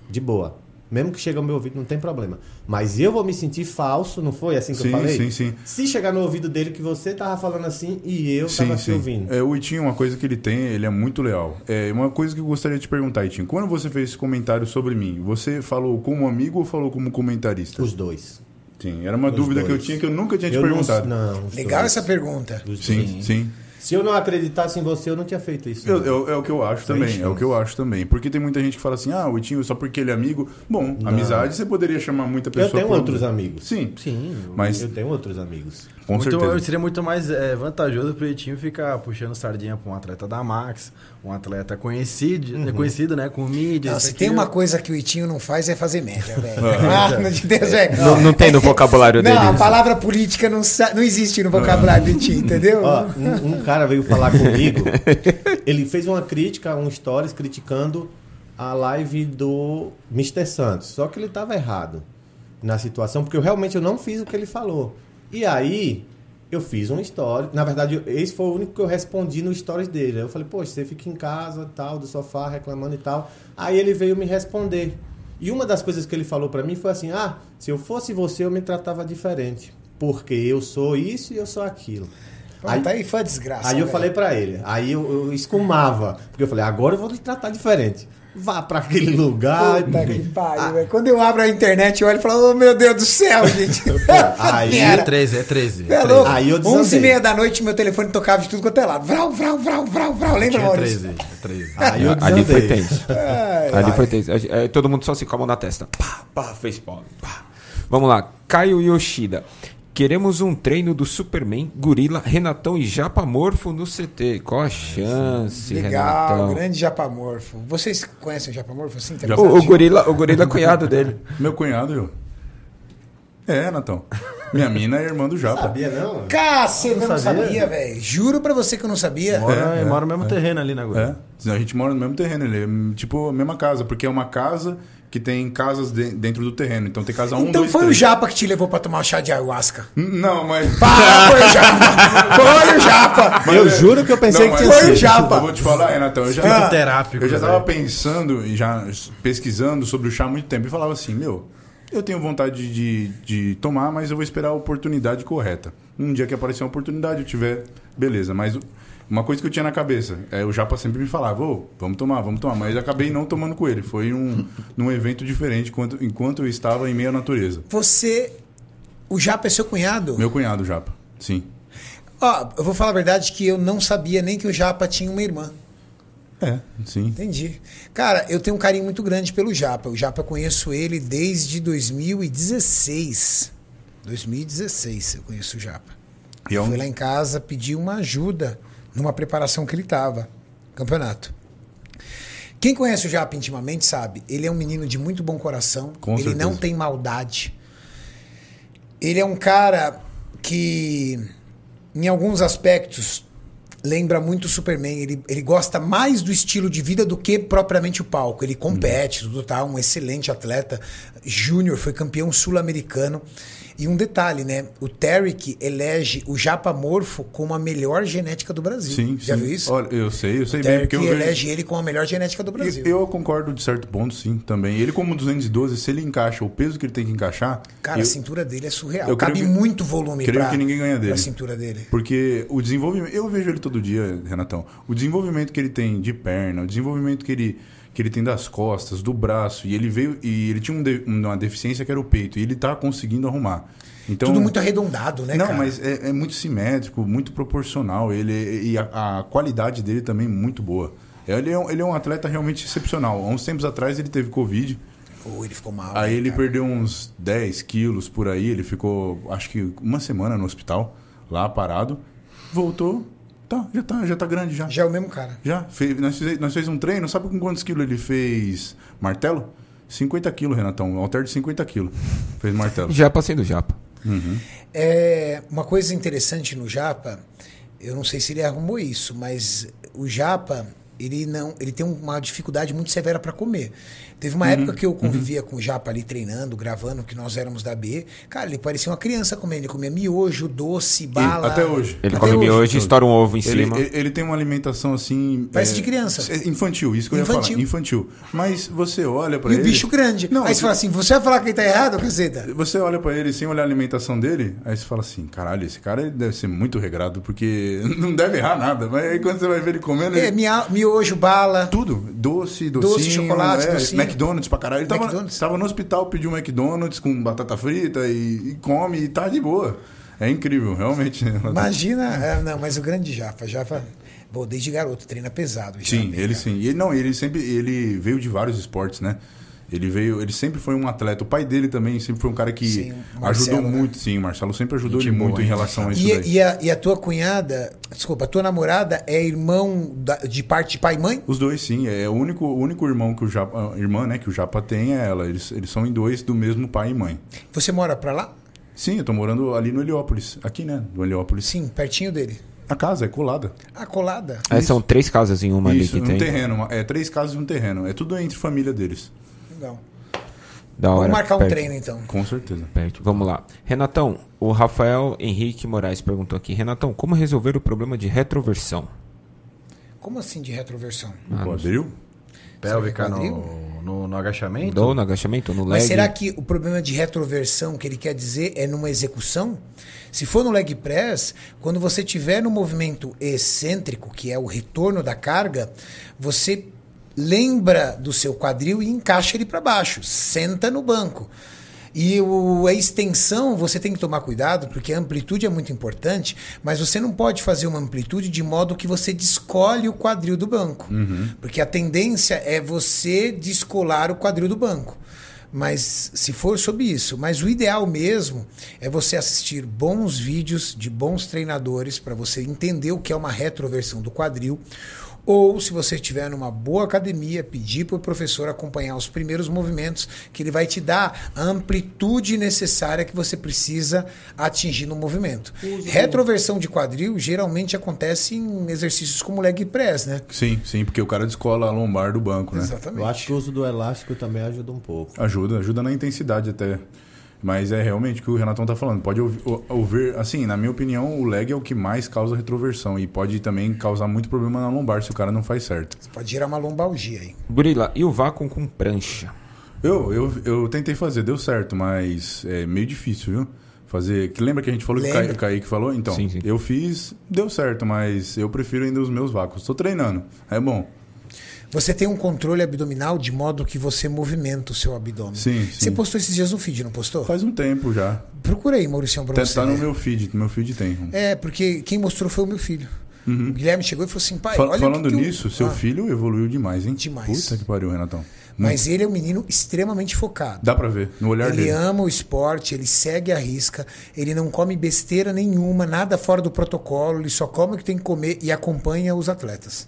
C: de boa. Mesmo que chegue ao meu ouvido, não tem problema. Mas eu vou me sentir falso, não foi assim que
B: Sim,
C: eu falei?
B: sim, sim.
C: Se chegar no ouvido dele que você tava falando assim e eu tava te ouvindo.
B: É, o Itinho, uma coisa que ele tem, ele é muito leal. É uma coisa que eu gostaria de te perguntar, Itinho. Quando você fez esse comentário sobre mim, você falou como amigo ou falou como comentarista?
C: Os dois.
B: Sim, era uma dúvida
C: dois.
B: que eu tinha que eu nunca tinha te
C: Eu não-
B: perguntado.
C: Não, os
A: Legal
C: dois.
A: essa pergunta.
C: Os
B: Sim, sim.
C: Se eu não acreditasse em você, eu não tinha feito isso. né?
B: Eu-
C: não.
B: eu- é o que eu acho também, é o que eu acho também. Porque tem muita gente que fala assim, ah, o Itinho só porque ele é amigo. Bom, amizade você poderia chamar muita pessoa.
C: tenho
B: por- um-
C: outros amigos.
B: Sim,
E: Sim.
B: mas
C: Eu tenho outros amigos.
B: com
E: muito,
B: certeza.
E: Seria muito mais é, vantajoso pro Itinho ficar puxando sardinha pra um atleta da Max, um atleta conhecido, conhecido né? Com mídia.
A: Não,
E: isso
A: se
E: aqui,
A: tem uma
E: ó.
A: coisa que o Itinho não faz é fazer
C: <laughs>
A: média, velho.
C: É.
A: Ah, não de Deus, velho.
D: Não, não tem no vocabulário dele.
A: Não, a
D: isso.
A: palavra política não, sa- não existe no vocabulário do Itinho, entendeu?
C: Ó, um, um cara veio falar comigo ele fez uma crítica, um stories criticando a live do Mr. Santos. Só que ele estava errado na situação, porque eu realmente eu não fiz o que ele falou. E aí, eu fiz um story. Na verdade, esse foi o único que eu respondi no stories dele. Aí Eu falei, poxa, você fica em casa, tal, do sofá, reclamando e tal. Aí ele veio me responder. E uma das coisas que ele falou pra mim foi assim: ah, se eu fosse você, eu me tratava diferente. Porque eu sou isso e eu sou aquilo.
A: Aí, tá aí foi a desgraça.
C: Aí eu
A: velho.
C: falei pra ele, aí eu, eu escumava, porque eu falei, agora eu vou lhe tratar diferente. Vá pra aquele lugar.
A: Puta
C: <laughs>
A: que pariu,
C: Ah.
A: velho. Quando eu abro a internet, eu olho e falo, oh, meu Deus do céu, gente.
C: <laughs> Aí-
A: Era.
E: É 13, é 13.
A: É
E: 13.
A: louco.
C: Aí eu
A: 11
C: desandei.
A: e meia da noite, meu telefone tocava de tudo quanto é lado. Vral, vral, vral, vral, vral. Lembra,
E: Tinha
A: Maurício?
E: 13, é 13.
D: <laughs>
C: aí eu
D: Ali foi
C: desandei.
D: tenso. Ali foi tenso. É, Todo mundo só se calmou na testa. Pá, pá, fez pau. Pá. Vamos lá. Caio Yoshida. Queremos um treino do Superman, Gorila, Renatão e Japa Morfo no CT. Qual a chance,
A: Legal,
D: Renatão?
A: grande Japamorfo. Vocês conhecem o Japamorfo? assim, Sim, tem
D: O, o gorila, o gorila é cunhado dele.
B: Meu cunhado, eu. É, Natão. Minha mina é irmã do Japa.
C: Sabia não?
A: Cacete, eu não
E: sabia?
A: sabia, velho. Juro pra você que eu não sabia.
E: Mora,
B: É, é,
E: mora no mesmo terreno ali, né, agora?
B: É. A gente mora no mesmo terreno, ele é hum, tipo a mesma casa, porque é uma casa que tem casas de- dentro do terreno. Então tem casa 1,
A: então
B: 2,
A: foi o
B: 3.
A: Japa que te levou pra tomar o chá de ayahuasca.
B: Não, mas.
A: Ah, foi o Japa. Foi o Japa.
C: Eu juro que eu pensei
B: Não,
C: que
B: mas
C: tinha
A: foi o
C: sido.
A: Japa.
B: Eu vou te falar, Renatão. Eu já,
E: Fitoterápico,
B: eu já tava
E: velho.
B: pensando e já pesquisando sobre o chá há muito tempo e falava assim: meu, eu tenho vontade de, de tomar, mas eu vou esperar a oportunidade correta. Um dia que aparecer uma oportunidade, eu tiver, beleza. Mas o- uma coisa que eu tinha na cabeça, é, o Japa sempre me falava: ô, vamos tomar, vamos tomar. Mas eu acabei não tomando com ele. Foi um, num evento diferente enquanto, enquanto eu estava em meio à natureza.
A: Você. O Japa é seu cunhado?
B: Meu cunhado, Japa. Sim.
A: Ó, eu vou falar a verdade que eu não sabia nem que o Japa tinha uma irmã.
B: É, sim.
A: Entendi. Cara, eu tenho um carinho muito grande pelo Japa. O Japa eu conheço ele desde 2016. 2016 eu conheço o Japa.
B: E é um-
A: Fui lá em casa pedir uma ajuda numa preparação que ele tava. Campeonato. Quem conhece o Japa intimamente sabe, ele é um menino de muito bom coração.
B: Com
A: ele
B: certeza.
A: não tem maldade. Ele é um cara que, em alguns aspectos, lembra muito o Superman. Ele, ele gosta mais do estilo de vida do que propriamente o palco. Ele compete, tudo tá, um excelente atleta. Júnior foi campeão sul-americano. E um detalhe, né? O Tarek elege o Japa Morfo como a melhor genética do Brasil.
B: Sim,
A: Já
B: sim.
A: viu isso?
B: Olha, eu sei, eu sei bem.
A: Tarek
B: Porque eu vejo-
A: elege ele é como a melhor genética do Brasil.
B: E Eu concordo de certo ponto, sim, também. Ele, como 212, se ele encaixa o peso que ele tem que encaixar.
A: Cara,
B: eu-
A: a cintura dele é surreal.
B: eu
A: Cabe
B: creio que-
A: muito volume
B: creio
A: pra,
B: que ninguém ganha dele.
A: pra cintura dele.
B: Porque o desenvolvimento. Eu vejo ele todo dia, Renatão. O desenvolvimento que ele tem de perna, o desenvolvimento que ele, que ele tem das costas, do braço. E ele veio. E ele tinha um de- uma deficiência que era o peito. E ele tá conseguindo arrumar. Então,
A: Tudo muito arredondado, né,
B: não,
A: cara?
B: mas é, é muito simétrico, muito proporcional. Ele e a, a qualidade dele também muito boa. Ele é, um, ele é um atleta realmente excepcional. Há uns tempos atrás ele teve Covid.
A: Ou ele ficou mal.
B: Aí
A: né,
B: ele
A: cara?
B: perdeu uns 10 quilos por aí, ele ficou acho que uma semana no hospital, lá parado. Voltou, tá, já tá, já tá grande já.
A: Já é o mesmo cara.
B: Já, fez, nós, fizemos, nós fez um treino, sabe com quantos quilos ele fez martelo? 50 quilos, Renatão, um alter de 50 quilos. Fez martelo.
D: Japa sendo japa.
A: É, uma coisa interessante no Japa, eu não sei se ele arrumou isso, mas o Japa, ele não, ele tem uma dificuldade muito severa para comer. Teve
B: Uhum.
A: uma época que eu convivia com o Japa ali treinando, gravando, que nós éramos da B. Cara, ele parecia uma criança comendo, ele comia miojo, doce, bala.
B: até hoje.
D: Ele
A: Até
D: come
A: hoje.
D: miojo e estoura um ovo em
B: Ele,
D: cima.
B: ele- ele tem uma alimentação assim.
A: Parece de criança.
B: é Infantil, isso que eu ia
A: Infantil.
B: falar. Infantil. Mas você olha pra
A: E
B: ele.
A: o bicho grande.
B: É Não,
A: Aí você fala assim, você vai falar que ele tá errado, Caceta?
B: Você olha pra ele sem olhar a alimentação dele, aí você fala assim: caralho, esse cara ele deve ser muito regrado, porque <laughs> não deve errar nada. Mas aí quando você vai ver ele comendo.
A: É,
B: ele-
A: mia- miojo, bala.
B: Tudo. Doce, docinho.
A: chocolate,
B: é,
A: docinho.
B: McDonald's pra caralho. Ele tava,
A: McDonald's.
B: tava no hospital, pediu um McDonald's com batata frita e, e come e tá de boa. É incrível, realmente. né?
A: Imagina, é, não, mas o grande Japa, Japa, bom, desde garoto, treina pesado. né? o
B: Sim,
A: Japa,
B: ele
A: cara.
B: sim. E ele- não, ele sempre ele veio de vários esportes, né? Ele veio, ele sempre foi um atleta. O pai dele também sempre foi um cara que
A: Sim, o Marcelo,
B: ajudou
A: né?
B: muito, sim. O Marcelo sempre ajudou ele
D: boa,
B: muito em
D: hein?
B: relação a isso
A: E, é,
B: daí.
A: e a, e a tua cunhada, desculpa, a tua namorada é irmão da- de parte de pai e mãe?
B: Os dois, sim. É o único, o único irmão que o Japa, irmã, né, que o Japa tem é ela. Eles, eles são em dois do mesmo pai e mãe.
A: Você mora pra lá?
B: Sim, eu tô morando ali no Heliópolis. Aqui, né? No Heliópolis.
A: Sim, pertinho dele.
B: A casa é colada.
A: A colada.
D: Aí É, são três casas em uma
B: Isso,
D: ali
B: um
D: que tem.
B: terreno. uma- É três casas e um terreno. É tudo entre família deles.
A: Legal.
D: Da hora.
A: Vamos marcar um
D: perto,
A: treino então.
B: Com certeza.
D: perto. Vamos lá. Renatão, o Rafael Henrique Moraes perguntou aqui. Renatão, como resolver o problema de retroversão?
A: Como assim de retroversão?
B: No quadril?
E: Pélvica no,
A: quadril?
E: no, no agachamento.
D: Dou no agachamento, no Um leg?
A: Mas será que o problema de retroversão que ele quer dizer é numa execução? Se for no leg press, quando você tiver no movimento excêntrico, que é o retorno da carga, você lembra do seu quadril e encaixa ele para baixo, senta no banco. E o, a extensão você tem que tomar cuidado, porque a amplitude é muito importante, mas você não pode fazer uma amplitude de modo que você descolhe o quadril do banco. Porque a tendência é você descolar o quadril do banco. Mas se for sobre isso, mas o ideal mesmo é você assistir bons vídeos de bons treinadores para você entender o que é uma retroversão do quadril. Ou, se você estiver numa boa academia, pedir para o professor acompanhar os primeiros movimentos, que ele vai te dar a amplitude necessária que você precisa atingir no movimento. Retroversão de quadril geralmente acontece em exercícios como leg press, né?
B: Sim, sim, porque o cara descola a lombar do banco, né?
A: Exatamente.
C: Eu acho que o uso do elástico também ajuda um pouco.
B: Ajuda, ajuda na intensidade até. Mas é realmente o que o Renatão tá falando. Pode ouvir, ou- ouvir- assim, na minha opinião, o lag é o que mais causa retroversão e pode também causar muito problema na lombar se o cara não faz certo.
A: Pode gerar uma lombalgia aí.
D: Burila, e o vácuo com prancha?
B: Eu, eu, eu tentei fazer, deu certo, mas é meio difícil, viu? Fazer. Que lembra que a gente falou que
A: Lembro.
B: o Ca- Kaique falou? Então,
D: Sim, sim.
B: eu fiz, deu certo, mas eu prefiro ainda os meus vácuos. Tô treinando, é bom.
A: Você tem um controle abdominal de modo que você movimenta o seu abdômen.
B: Sim,
A: Você
B: sim.
A: postou esses dias no feed, não postou?
B: Faz um tempo já.
A: Procura aí, Mauricião, pra
B: Tá,
A: você.
B: tá no
A: ver.
B: meu feed, no meu feed tem. um.
A: É, porque quem mostrou foi o meu filho. O Guilherme chegou e falou assim, pai,
B: Uhum. Fal-
A: olha o
B: falando
A: que que eu-
B: nisso, seu
A: Ah,
B: filho né?" evoluiu demais, hein?
A: Demais.
B: Puta que pariu, Renatão.
A: Mas ele é um menino extremamente focado.
B: Dá pra ver no olhar
A: Ele
B: dele.
A: ama o esporte, ele segue a risca, ele não come besteira nenhuma, nada fora do protocolo, ele só come o que tem que comer e acompanha os atletas.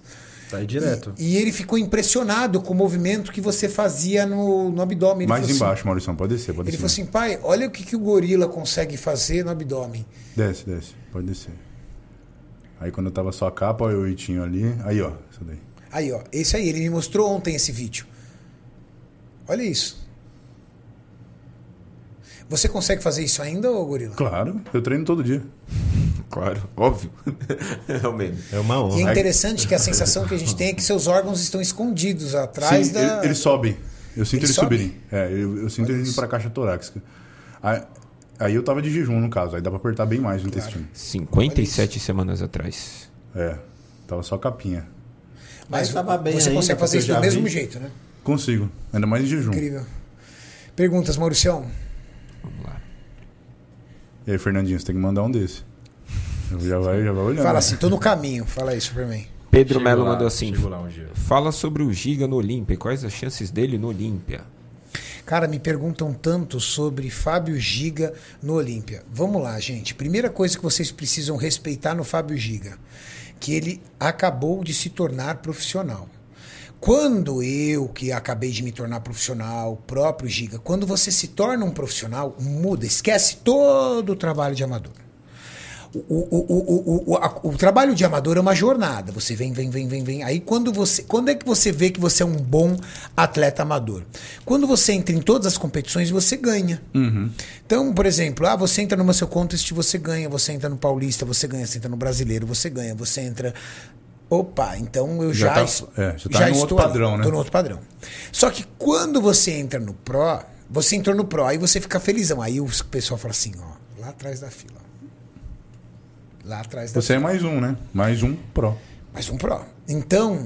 E: Tá aí direto.
A: E ele ficou impressionado com o movimento que você fazia no, no abdômen. Ele
B: Mais
A: falou assim,
B: embaixo, né? Maurício, pode descer, pode
A: Ele falou
B: descer.
A: assim, pai, olha o que, que o gorila consegue fazer no abdômen.
B: Desce, desce, pode descer. Aí quando eu tava só a capa, olha o itinho ali. Aí, ó, isso daí.
A: Aí, ó, esse aí, ele me mostrou ontem esse vídeo. Olha isso. Você consegue fazer isso ainda, ô gorila? é
B: Claro, eu treino todo dia.
D: Claro, óbvio. é o mesmo.
C: É uma
A: E é
C: honra.
A: interessante que a sensação que a gente tem é que seus órgãos estão escondidos atrás
B: Sim,
A: da.
B: ele- eles sobem. Eu sinto
A: Eles
B: eles,
A: sobem?
B: subirem. É, eu, eu sinto
A: Olha
B: eles indo
A: isso.
B: pra caixa torácica. Aí, aí eu tava de jejum, no caso. Aí dá pra apertar bem mais o intestino.
D: 57 semanas atrás.
B: É, tava só capinha.
A: Mas
C: Mas tava bem
A: você
C: ainda,
A: consegue fazer
C: porque
A: isso
C: eu
A: do
C: já
A: mesmo
C: vi.
A: jeito, né?
B: Consigo, ainda mais em jejum.
A: Incrível. Perguntas, Mauricião.
D: Vamos lá.
B: E aí, Fernandinho, você tem que mandar um desse. Eu Já vai, já vai olhando. né?
A: Fala assim, tô no caminho. Fala isso pra mim.
D: Pedro
E: Chego
D: Melo
E: lá,
D: mandou assim:
E: chego lá um dia.
D: Fala sobre o Giga no Olímpia e quais as chances dele no Olímpia.
A: Cara, me perguntam tanto sobre Fábio Giga no Olímpia. Vamos lá, gente. Primeira coisa que vocês precisam respeitar no Fábio Giga, que ele acabou de se tornar profissional. Quando eu, que acabei de me tornar profissional, o próprio Giga, quando você se torna um profissional, muda, esquece todo o trabalho de amador. O, o, o, o, o, a- o trabalho de amador é uma jornada. Você vem, vem, vem, vem, vem. Aí quando você. Quando é que você vê que você é um bom atleta amador? Quando você entra em todas as competições, você ganha.
B: Uhum.
A: Então, por exemplo, ah, você entra numa seu contest, você ganha, você entra no paulista, você ganha, você entra no brasileiro, você ganha, você entra. Opa, então eu
B: Já
A: já,
B: tá-
A: es-
B: é, já tá num outro
A: estou ali,
B: padrão, né?
A: tô num outro padrão. Só que quando você entra no Pro, você entrou no Pro, aí você fica felizão. Aí o pessoal fala assim, ó, lá atrás da fila. Lá atrás da
B: Você é mais um, né? Mais um pró.
A: mais um Pro. Então,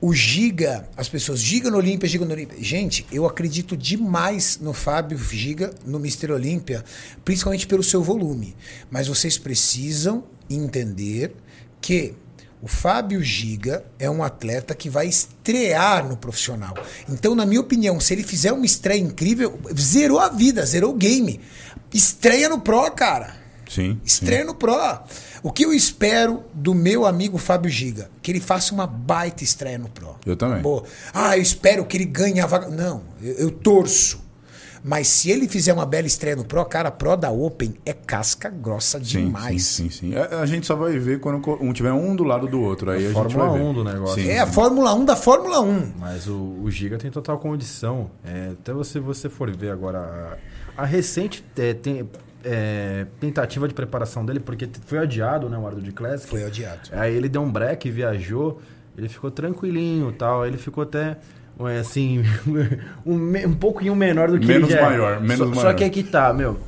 A: o Giga, as pessoas, Giga no Olímpia, Giga no Olímpia. Gente, eu acredito demais no Fábio Giga, no Mister Olímpia, principalmente pelo seu volume. Mas vocês precisam entender que o Fábio Giga é um atleta que vai estrear no profissional. Então, na minha opinião, se ele fizer uma estreia incrível, zerou a vida, zerou o game. Estreia no Pro, cara.
B: Sim. sim.
A: Estreia no Pro. O que eu espero do meu amigo Fábio Giga? Que ele faça uma baita estreia no Pro.
B: Eu também.
A: Boa. Ah, eu espero que ele ganhe a vaga. Não, eu, eu torço. Mas se ele fizer uma bela estreia no Pro, cara, Pro da Open é casca grossa
B: Sim,
A: demais.
B: Sim, sim, sim. A, a gente só vai ver quando co- um tiver um do lado do outro. Aí a, gente
E: Fórmula
B: vai ver.
E: 1 do negócio.
B: Sim,
A: É a Fórmula 1 da Fórmula 1.
E: Mas o, o Giga tem total condição. É, até você, você for ver agora a, a recente é, tem- é, tentativa de preparação dele, porque t- foi adiado, né? O Ardo de Classic.
A: Foi odiado.
E: Aí ele deu um break, viajou, ele ficou tranquilinho e tal. aí Ele ficou até, é, assim, <laughs> um, me- um pouquinho menor do que
B: Menos
E: ele já é.
B: maior, menos
E: só, Só
B: maior.
E: que aqui tá, meu.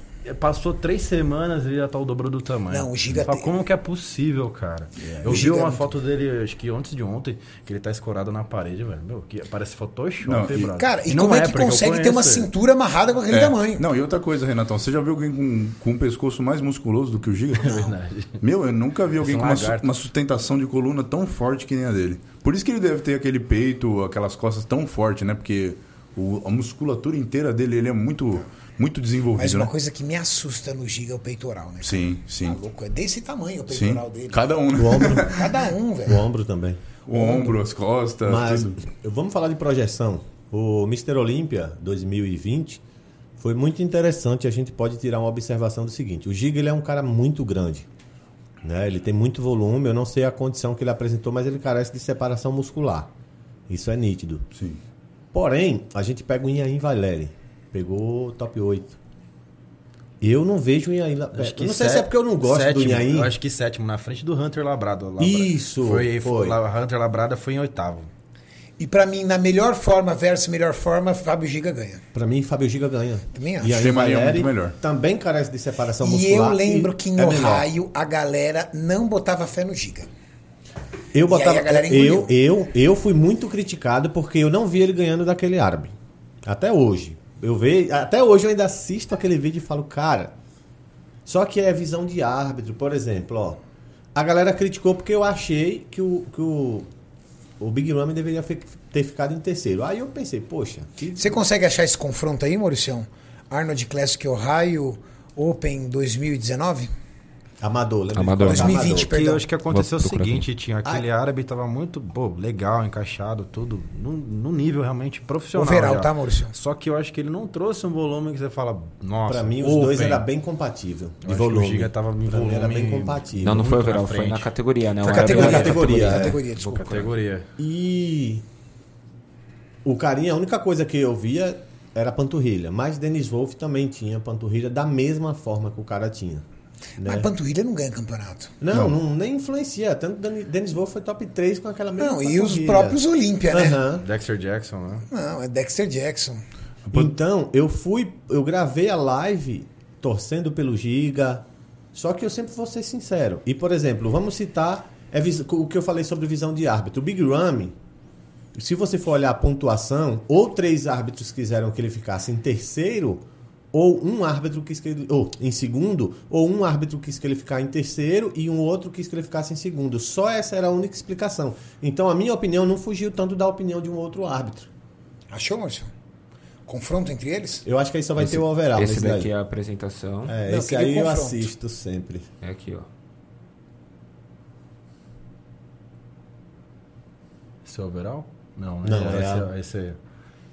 E: Passou três semanas e ele já tá o dobro do tamanho.
A: Não, o Giga
E: Fala,
A: tem-
E: Como que é possível, cara? Eu
A: O
E: vi
A: Giga é
E: uma
A: muito
E: foto dele, acho que antes de ontem, que ele tá escorado na parede, velho. Meu, que parece Photoshop,
B: Não,
E: hein,
B: e-
E: brother?
A: Cara, e
E: não
A: como é que
E: porque eu
A: consegue ter uma
E: conheço ele.
A: cintura amarrada com aquele
B: É.
A: tamanho?
B: Não, e outra coisa, Renatão, você já viu alguém com, com um pescoço mais musculoso do que o Giga? É verdade. Meu, eu nunca vi alguém
E: um
B: com uma, su-
E: lagarto.
B: uma sustentação de coluna tão forte que nem a dele. Por isso que ele deve ter aquele peito, aquelas costas tão forte, né? Porque o- a musculatura inteira dele, ele é muito, muito desenvolvido,
A: Mas uma
B: né?
A: coisa que me assusta no Giga é o peitoral, né?
B: Sim, sim.
A: Maluco, é desse tamanho o
B: Sim.
A: peitoral dele.
B: Cada um, né?
C: O ombro,
A: Cada um,
C: o
A: velho.
C: ombro também.
B: <laughs> O ombro, as costas,
C: Mas
B: tudo.
C: vamos falar de projeção. O Mr. Olímpia 2020 foi muito interessante. A gente pode tirar uma observação do seguinte: o Giga ele é um cara muito grande. Né? Ele tem muito volume. Eu não sei a condição que ele apresentou, mas ele carece de separação muscular. Isso é nítido.
B: Sim.
C: Porém, a gente pega o Inhaim Valeri. Pegou o top 8. Eu não vejo o Inhaim lá perto. Eu não sei se é porque eu não gosto do
E: sétimo,
C: Inhaim.
E: Eu acho que sétimo, na frente do Hunter Labrado. Labra-
C: Isso,
E: Foi,
C: foi.
E: foi. La- Hunter Labrada foi em oitavo.
A: E pra mim, na melhor forma versus melhor forma, Fábio Giga ganha.
C: Pra mim, Fábio Giga ganha.
A: Também acho.
C: E aí,
B: Tem Maria
C: Valeri
B: muito melhor.
C: também carece de separação
A: Então, E
C: muscular.
A: eu lembro que em
C: é menor.
A: Ohio a galera não botava fé no Giga.
C: eu
A: E aí a
C: botava,
A: galera engoliu.
C: eu, eu, eu fui muito criticado porque eu não vi ele ganhando daquele árabe. Até hoje. Eu vejo, até hoje eu ainda assisto aquele vídeo e falo, cara. Só que é visão de árbitro, por exemplo, ó. A galera criticou porque eu achei que o, que o, o Big Ramy deveria fi- ter ficado em terceiro. Aí eu pensei, poxa, que
A: Você consegue achar esse confronto aí, Mauricião? Arnold Classic Ohio Open 2019?
C: amador, lembra?
D: Amador.
A: 2020,
E: Que
A: perdão.
E: eu acho que aconteceu o
D: Vou procurar
E: seguinte, tinha aquele árabe tava muito pô, legal, encaixado, tudo, num, num nível realmente profissional.
A: Overall,
E: já.
A: tá, Maurício?
E: Só que eu acho que ele não trouxe um volume que você fala, nossa.
C: Pra mim, os
E: open.
C: dois era bem compatível.
E: Eu acho que o Giga tava em
C: Pra mim, era
E: volume-
C: bem compatível.
D: Não, não foi
E: Muito
D: overall,
E: na
D: foi na
E: frente.
D: categoria, né?
A: Foi
D: O árabe
A: categoria,
D: era-
A: categoria,
C: categoria, é.
A: categoria, desculpa.
E: Categoria.
C: E o carinha, a única coisa que eu via era a panturrilha. Mas Denis Wolff também tinha panturrilha da mesma forma que o cara tinha. né?
A: Mas Panturrilha não ganha campeonato.
C: Não, não, nem influencia. Tanto Dani- Denis Wolff foi top 3 com aquela mesma
A: Não, e os
C: panturrilha.
A: próprios Olímpia, né?
C: Aham.
E: Dexter Jackson, né?
A: Não, é Dexter Jackson.
C: Então, eu fui, eu gravei a live torcendo pelo Giga. Só que eu sempre vou ser sincero. E, por exemplo, vamos citar é vis- o que eu falei sobre visão de árbitro. O Big Ramy, se você for olhar a pontuação, ou três árbitros quiseram que ele ficasse em terceiro, ou um árbitro quis que ele. Ou em segundo, ou um árbitro quis que ele ficasse em terceiro e um outro quis que ele ficasse em segundo. Só essa era a única explicação. Então, a minha opinião não fugiu tanto da opinião de um outro árbitro.
A: Achou, Maurício? Confronto entre eles?
C: Eu acho que aí só vai ter o overall.
D: Esse
C: nesse
D: daqui é a apresentação.
C: É,
D: É,
A: Não, eu
C: esse
A: queria o
C: aí eu
A: confronto.
C: assisto sempre.
D: aqui, ó.
E: Esse é overall? Não,
C: Não,
E: né?
C: é
E: esse,
C: a-
E: é, esse, é-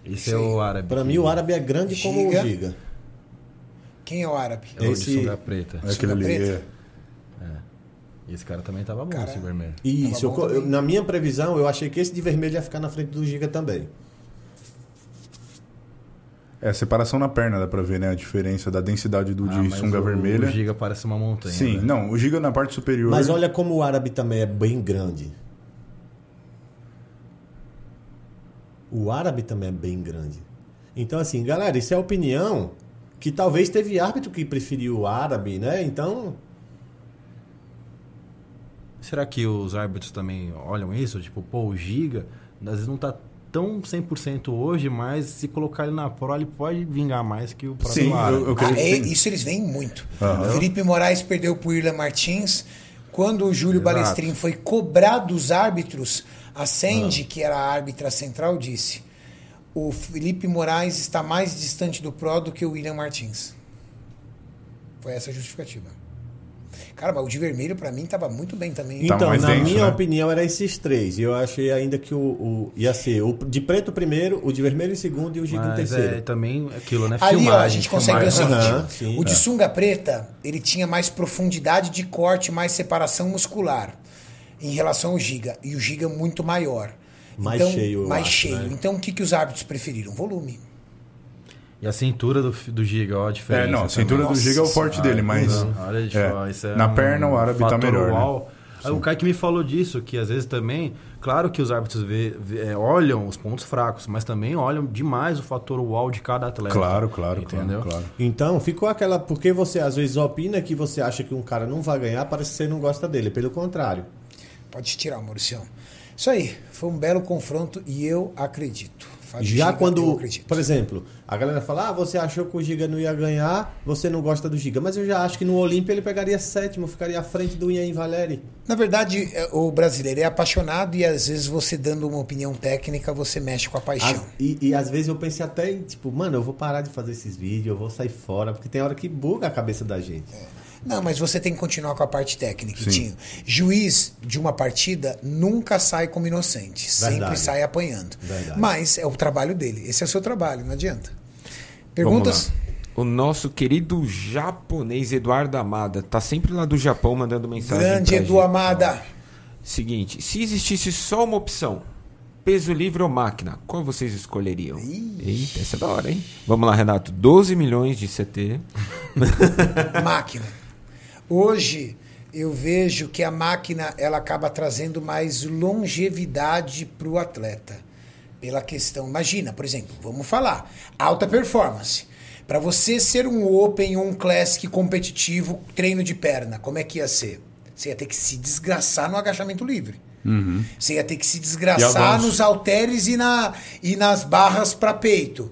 E: esse
A: Sim.
E: é o árabe.
C: Pra mim, o árabe é grande como o
A: Giga.
C: Giga.
A: Quem é o árabe?
E: É o
C: esse-
E: de sunga preta.
B: É aquele ali.
A: preta.
B: é.
C: é-
E: E esse cara também tava bom,
A: Cara,
E: esse vermelho.
C: Isso,
A: Tava
C: eu
A: bom
C: co- eu-
A: também.
C: na minha previsão, eu achei que esse de vermelho ia ficar na frente do Giga também.
B: É, separação na perna, dá pra ver, né? A diferença da densidade do de
E: Ah, mas
B: sunga
E: o-
B: vermelha.
E: O Giga parece uma montanha.
B: Sim,
E: né?
B: não, o Giga na parte superior.
C: Mas olha como o árabe também é bem grande. O árabe também é bem grande. Então, assim, galera, isso é a opinião que talvez teve árbitro que preferiu o árabe, né? Então,
E: Será que os árbitros também olham isso? Tipo, pô, o Giga, às vezes não tá tão 100% hoje, mas se colocar ele na pro, ele pode vingar mais que o próprio
B: Sim,
E: árabe.
B: eu, eu
A: Ah,
B: creio que
A: é,
B: sim.
A: isso eles veem muito.
B: Aham.
A: Felipe Moraes perdeu pro Irlan Martins. Quando o Júlio
E: Exato.
A: Balestrin foi cobrar dos árbitros, a
B: Ah.
A: Sandy, que era a árbitra central, disse: O Felipe Moraes está mais distante do pró do que o William Martins. Foi essa a justificativa. Cara, mas o de vermelho pra mim tava muito bem também.
B: Tá
C: Então,
B: mais
C: na
B: denso,
C: minha
B: né?
C: opinião, era esses três. Eu achei ainda que o, o- ia ser o de preto primeiro, o de vermelho em segundo e o giga em
E: Mas é
C: terceiro.
E: tambiro. também aquilo, né?
A: Ali, ó,
E: Filmagem,
A: a gente consegue ver o
E: filmagem.
A: seguinte:
C: É Aham, sim. é.
A: o de sunga preta, ele tinha mais profundidade de corte, mais separação muscular em relação ao giga. E o giga muito maior.
C: Mais cheio, eu
A: Mais
C: acho,
A: cheio.
C: né?
A: Então, o que, que os árbitros preferiram? Volume.
E: E a cintura do, do Giga, ó, a diferença.
B: É, não, a cintura
E: também.
B: do Giga é o forte dele, mas.
E: Não, olha, deixa eu falar, isso é
B: na
E: um
B: perna o árabe tá
E: fator
B: melhor. Né?
E: uau. Aí o Kaique me falou disso, que às vezes também, claro que os árbitros vê- vê- é, olham os pontos fracos, mas também olham demais o fator UOL de cada atleta.
B: Claro, claro,
E: Entendeu?
B: claro.
C: Então, ficou aquela. Porque você às vezes opina que você acha que um cara não vai ganhar, parece que você não gosta dele. Pelo contrário.
A: Pode tirar, Mauricião. Isso aí. Foi um belo confronto e eu acredito. Fábio
C: Já
A: Giga, Eu
C: quando,
A: acredito.
C: por exemplo, a galera fala: ah, você achou que o Giga não ia ganhar, você não gosta do Giga. Mas eu já acho que no Olímpia ele pegaria sétimo, ficaria à frente do Ian Valeri.
A: Na verdade, é, o brasileiro é apaixonado e às vezes você dando uma opinião técnica, você mexe com a paixão.
C: As- e, e às vezes eu pensei até em, tipo, mano, eu vou parar de fazer esses vídeos, eu vou sair fora, porque tem hora que buga a cabeça da gente.
A: Não, mas você tem que continuar com a parte técnica,
B: Sim.
A: Tinho. Juiz de uma partida nunca sai como inocente, sempre
C: Verdade.
A: sai apanhando.
C: Verdade.
A: Mas é o trabalho dele, esse é o seu trabalho, não adianta. Perguntas?
D: O nosso querido japonês Eduardo Amada tá sempre lá do Japão mandando mensagem.
A: Grande
D: pra
A: Edu
D: Então gente.
A: Amada.
D: Seguinte, se existisse só uma opção, peso livre ou máquina, qual vocês escolheriam? Eita, essa é da hora, hein? Vamos lá, Renato. 12 milhões de CT.
A: máquina. Hoje eu vejo que a máquina ela acaba trazendo mais longevidade para o atleta. Pela questão, imagina, por exemplo, vamos falar, alta performance. Para você ser um Open ou um Classic competitivo, treino de perna, como é que ia ser? Você ia ter que se desgraçar no agachamento livre. Você ia ter que se
B: E
A: desgraçar
B: avanço.
A: nos halteres e, na, e nas barras para peito.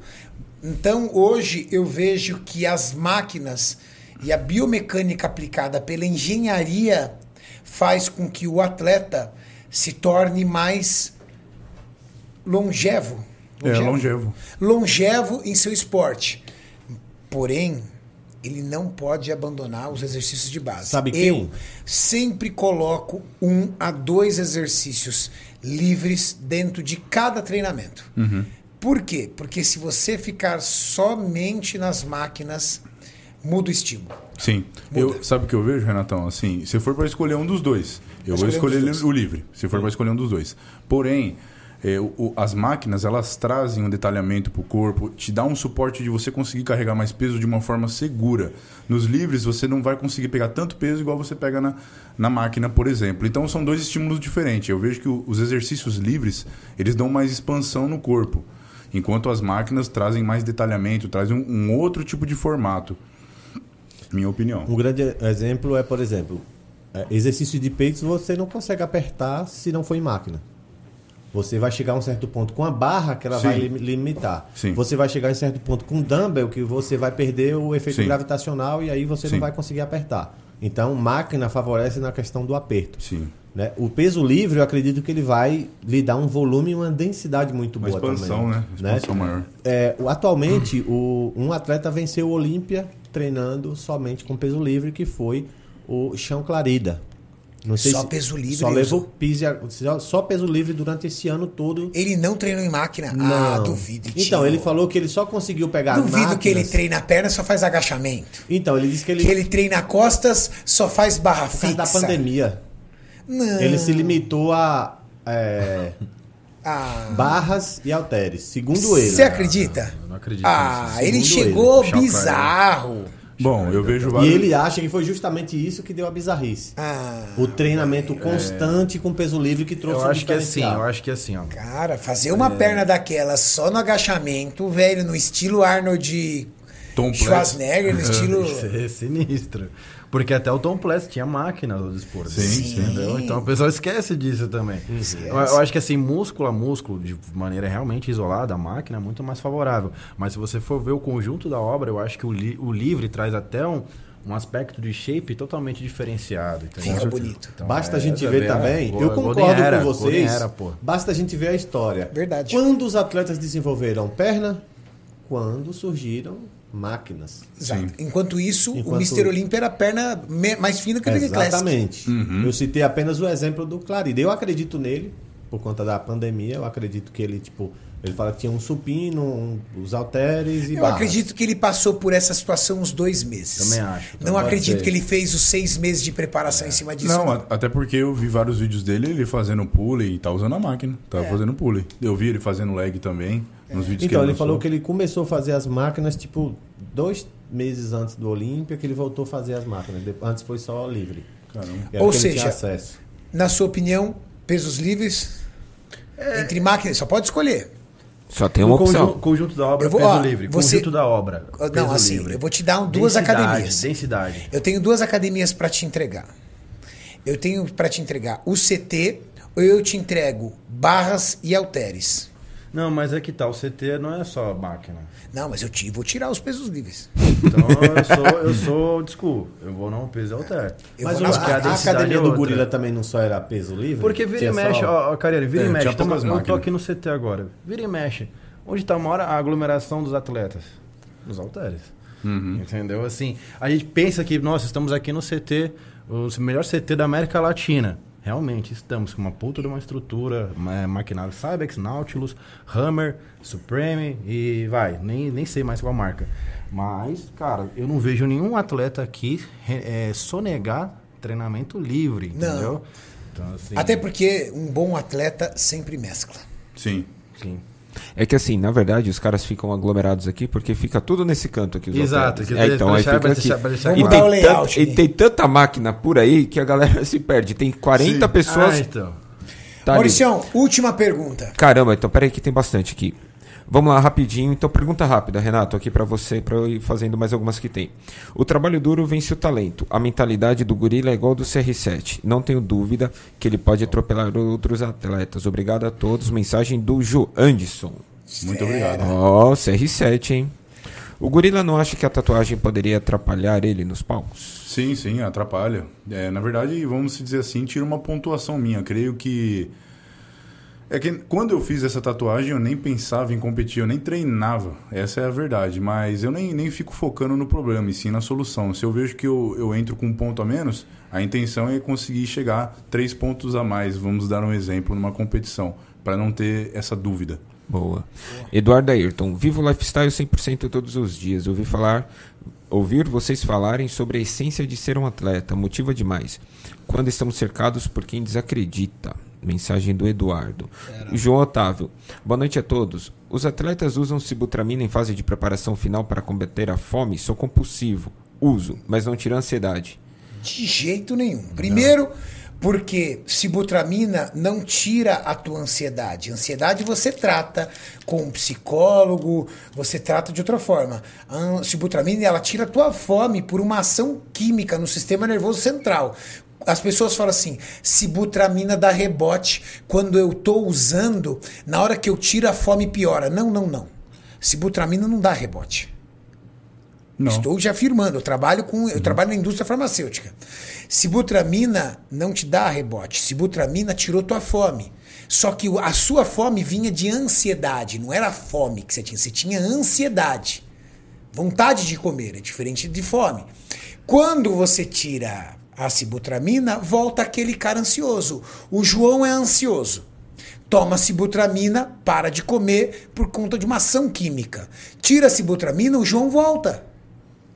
A: Então, hoje, eu vejo que as máquinas e a biomecânica aplicada pela engenharia faz com que o atleta se torne mais longevo.
B: É, longevo.
A: Longevo em seu esporte. Porém, ele não pode abandonar os exercícios de base.
C: Sabe quem?
A: Eu sempre coloco um a dois exercícios livres dentro de cada treinamento.
C: Uhum.
A: Por quê? Porque se você ficar somente nas máquinas, muda o estímulo.
B: Sim. Eu, sabe o que eu vejo, Renatão? Assim, se for para escolher um dos dois, eu vou
A: escolher um
B: escolher
A: dos dois.
B: o livre, se for para escolher um dos dois. Porém, é, o- o- as máquinas, elas trazem um detalhamento pro corpo, te dá um suporte de você conseguir carregar mais peso de uma forma segura. Nos livres, você não vai conseguir pegar tanto peso igual você pega na, na máquina, por exemplo. Então, são dois estímulos diferentes. Eu vejo que o- os exercícios livres, eles dão mais expansão no corpo. Enquanto as máquinas trazem mais detalhamento, trazem um- um outro tipo de formato. Minha opinião.
C: Um grande exemplo é, por exemplo, é, exercício de peitos você não consegue apertar se não for em máquina. Você vai chegar a um certo ponto com a barra que ela
B: Sim.
C: vai lim- limitar.
B: Sim.
C: Você vai chegar em certo ponto com dumbbell que você vai perder o efeito
B: Sim.
C: gravitacional e aí você
B: Sim.
C: não vai conseguir apertar. Então, máquina favorece na questão do aperto.
B: Sim.
C: né? O peso livre, eu acredito que ele vai lhe dar um volume e uma densidade muito
B: Uma
C: boa
B: expansão,
C: também.
B: né? Expansão maior.
C: É, o- atualmente, o, um atleta venceu o Olímpia treinando somente com peso livre, que foi o Chão Clarida. Não
A: Só peso livre,
C: Só,
A: ele
C: levou
A: usou?
C: pise- só- só peso livre durante esse ano todo.
A: Ele não treinou em máquina? Ah,
C: Não.
A: duvido.
C: Então,
A: tio.
C: ele falou que ele só conseguiu pegar
A: Duvido que ele
C: máquinas.
A: treina a perna, só faz agachamento.
C: Então, ele disse que ele... tá
A: Que ele treina costas, só faz barra
C: por
A: fixa.
C: causa da pandemia.
A: Não.
C: Ele se limitou a... é,
A: <laughs> Ah.
C: barras e halteres, segundo ele.
A: Você acredita?
E: Eu não acredito
A: Ah,
E: nisso.
A: ele
C: Segundo
A: chegou
B: ele.
A: bizarro.
B: Bom, eu vejo
C: E
B: vários.
C: ele acha que foi justamente isso que deu a bizarrice.
A: Ah,
C: O treinamento constante com peso livre que trouxe
E: Eu
C: o
E: acho que é assim,
C: diferencial.
E: eu acho que é assim, ó.
A: cara, fazer
E: É.
A: uma perna daquela só no agachamento, velho, no estilo Arnold
B: Tom Platz.
A: Schwarzenegger,
E: <laughs>
A: no estilo.
E: Isso é sinistro. Porque até o Tom Pless tinha máquina do desporto.
B: Sim, sim.
E: Entendeu? Então o pessoal esquece disso também. Eu, eu acho que assim, músculo a músculo, de maneira realmente isolada, a máquina é muito mais favorável. Mas se você for ver o conjunto da obra, eu acho que o, li- o livre traz até um, um aspecto de shape totalmente diferenciado. entendeu?
A: Fica bonito.
E: Então,
C: Basta
E: é,
C: a gente
E: é,
C: ver
E: é,
C: também,
E: go-
C: eu
E: golden
C: concordo
E: era,
C: com
E: golden
C: vocês,
E: Era, pô.
C: basta a gente ver a história.
A: Verdade.
C: Quando os atletas desenvolveram perna? Quando surgiram máquinas.
A: Exato. Enquanto isso, o
C: Enquanto-
A: Mr. Olímpia era a perna me- mais fina que o Big Classic.
C: Exatamente. Eu citei apenas o exemplo do Clarida. Eu acredito nele, por conta da pandemia, eu acredito que ele, tipo, ele fala que tinha um supino, um- os halteres e
A: Eu
C: barras.
A: acredito que ele passou por essa situação uns dois meses.
E: Também É. acho.
A: Não
C: Pode
A: acredito
C: ser.
A: que ele fez os seis meses de preparação em cima disso.
B: Não, a- até porque eu vi vários vídeos dele, ele fazendo pulley e tá usando a máquina. Tá fazendo pulley. Eu vi ele fazendo leg também, nos vídeos que
C: Então, ele
B: lançou.
C: falou que ele começou a fazer as máquinas, tipo, dois meses antes do Olímpia, que ele voltou a fazer as máquinas. De- Antes foi só livre.
B: Caramba.
C: Era
A: Ou
C: que ele
A: seja,
C: tinha acesso.
A: Na sua opinião, pesos livres?
B: É.
A: Entre máquinas, só pode escolher.
D: Só tem uma
E: o conju-
D: opção.
E: conjunto da obra,
A: Eu vou-
E: peso
A: ó,
E: livre.
A: você-
E: Conjunto da obra,
A: Não,
E: peso
A: assim,
E: livre.
A: eu vou te dar um- duas
E: Densidade,
A: academias.
E: Densidade.
A: Eu tenho duas academias para te entregar. Eu tenho para te entregar o CT ou eu te entrego barras e halteres.
E: Não, mas é que tá, o CT não é só máquina.
A: Não, mas eu te, vou tirar os pesos livres.
E: Então eu sou, eu sou old school. Eu vou não peso alter.
A: Eu
C: Mas
A: vou
C: o-
A: nas-
C: a,
E: porque a
C: a
E: densidade
C: academia
E: é
C: do
E: outra.
C: gorila também não só era peso livre?
E: Porque vira
C: Tinha
E: e mexe,
C: só-
E: ó, ó Carelli, vira
B: É,
E: e
B: tinha
E: mexe. Tá-
B: poucas
E: eu tô
B: máquinas.
E: aqui no CT agora. Vira e mexe. Onde tá mora a aglomeração dos atletas? Nos halteres.
B: Uhum.
E: Entendeu? Assim, a gente pensa que, nossa, estamos aqui no CT, o melhor CT da América Latina. Realmente, estamos com uma puta de uma estrutura, ma- maquinado Cybex, Nautilus, Hammer, Supreme e vai, nem, nem sei mais qual marca. Mas, cara, eu não vejo nenhum atleta aqui eh, eh, sonegar treinamento livre,
A: Não.
E: entendeu? Então, assim,
A: Até porque um bom atleta sempre mescla.
B: Sim.
E: Sim.
D: É que assim, na verdade, os caras ficam aglomerados aqui porque fica tudo nesse canto aqui. Os
E: Exato,
D: halteres.
E: que
D: É,
E: pra
D: então aí
E: deixar-
D: fica
E: pra
D: aqui.
E: deixar- pra deixar
D: E
A: claro.
D: tem,
A: Mudar o layout,
D: tanta, e
A: né?
D: tem tanta máquina por aí que a galera <laughs> se perde. Tem 40
B: Sim.
D: pessoas.
E: Ah, então.
D: tá ali.
A: Mauricião, última pergunta.
D: Caramba, então peraí que tem bastante aqui. Vamos lá, rapidinho. Então, pergunta rápida, Renato, aqui pra você, pra eu ir fazendo mais algumas que tem. O trabalho duro vence o talento. A mentalidade do gorila é igual do CR7. Não tenho dúvida que ele pode atropelar outros atletas. Obrigado a todos. Mensagem do Jo Anderson.
B: Muito obrigado.
D: Ó, CR7, hein? O gorila não acha que a tatuagem poderia atrapalhar ele nos palcos?
B: Sim, sim, atrapalha. É, na verdade, vamos dizer assim, tira uma pontuação minha. Creio que. É que quando eu fiz essa tatuagem, eu nem pensava em competir, eu nem treinava. Essa é a verdade. Mas eu nem, nem fico focando no problema, e sim na solução. Se eu vejo que eu, eu entro com um ponto a menos, a intenção é conseguir chegar três pontos a mais. Vamos dar um exemplo numa competição, para não ter essa dúvida.
D: Boa. Eduardo Ayrton, vivo o lifestyle 100% todos os dias. Ouvi falar, ouvir vocês falarem sobre a essência de ser um atleta motiva demais. Quando estamos cercados por quem desacredita. Mensagem do Eduardo. João Otávio, boa noite a todos. Os atletas usam sibutramina em fase de preparação final para combater a fome? Sou compulsivo. Uso, mas não tira a ansiedade.
A: De jeito nenhum. Primeiro, porque sibutramina não tira a tua ansiedade. Ansiedade você trata com um psicólogo, você trata de outra forma. A an- sibutramina ela tira a tua fome por uma ação química no sistema nervoso central. As pessoas falam assim, sibutramina dá rebote quando eu tô usando, na hora que eu tiro a fome piora. Não, não, não. Sibutramina não dá rebote.
B: Não.
A: Estou já afirmando, eu trabalho com, eu trabalho na indústria farmacêutica. Sibutramina não te dá rebote. Sibutramina tirou tua fome. Só que o- a sua fome vinha de ansiedade, não era fome que você tinha, você tinha ansiedade. Vontade de comer, é diferente de fome. Quando você tira a sibutramina, volta aquele cara ansioso. O João é ansioso. Toma sibutramina, para de comer por conta de uma ação química. Tira a sibutramina, o João volta.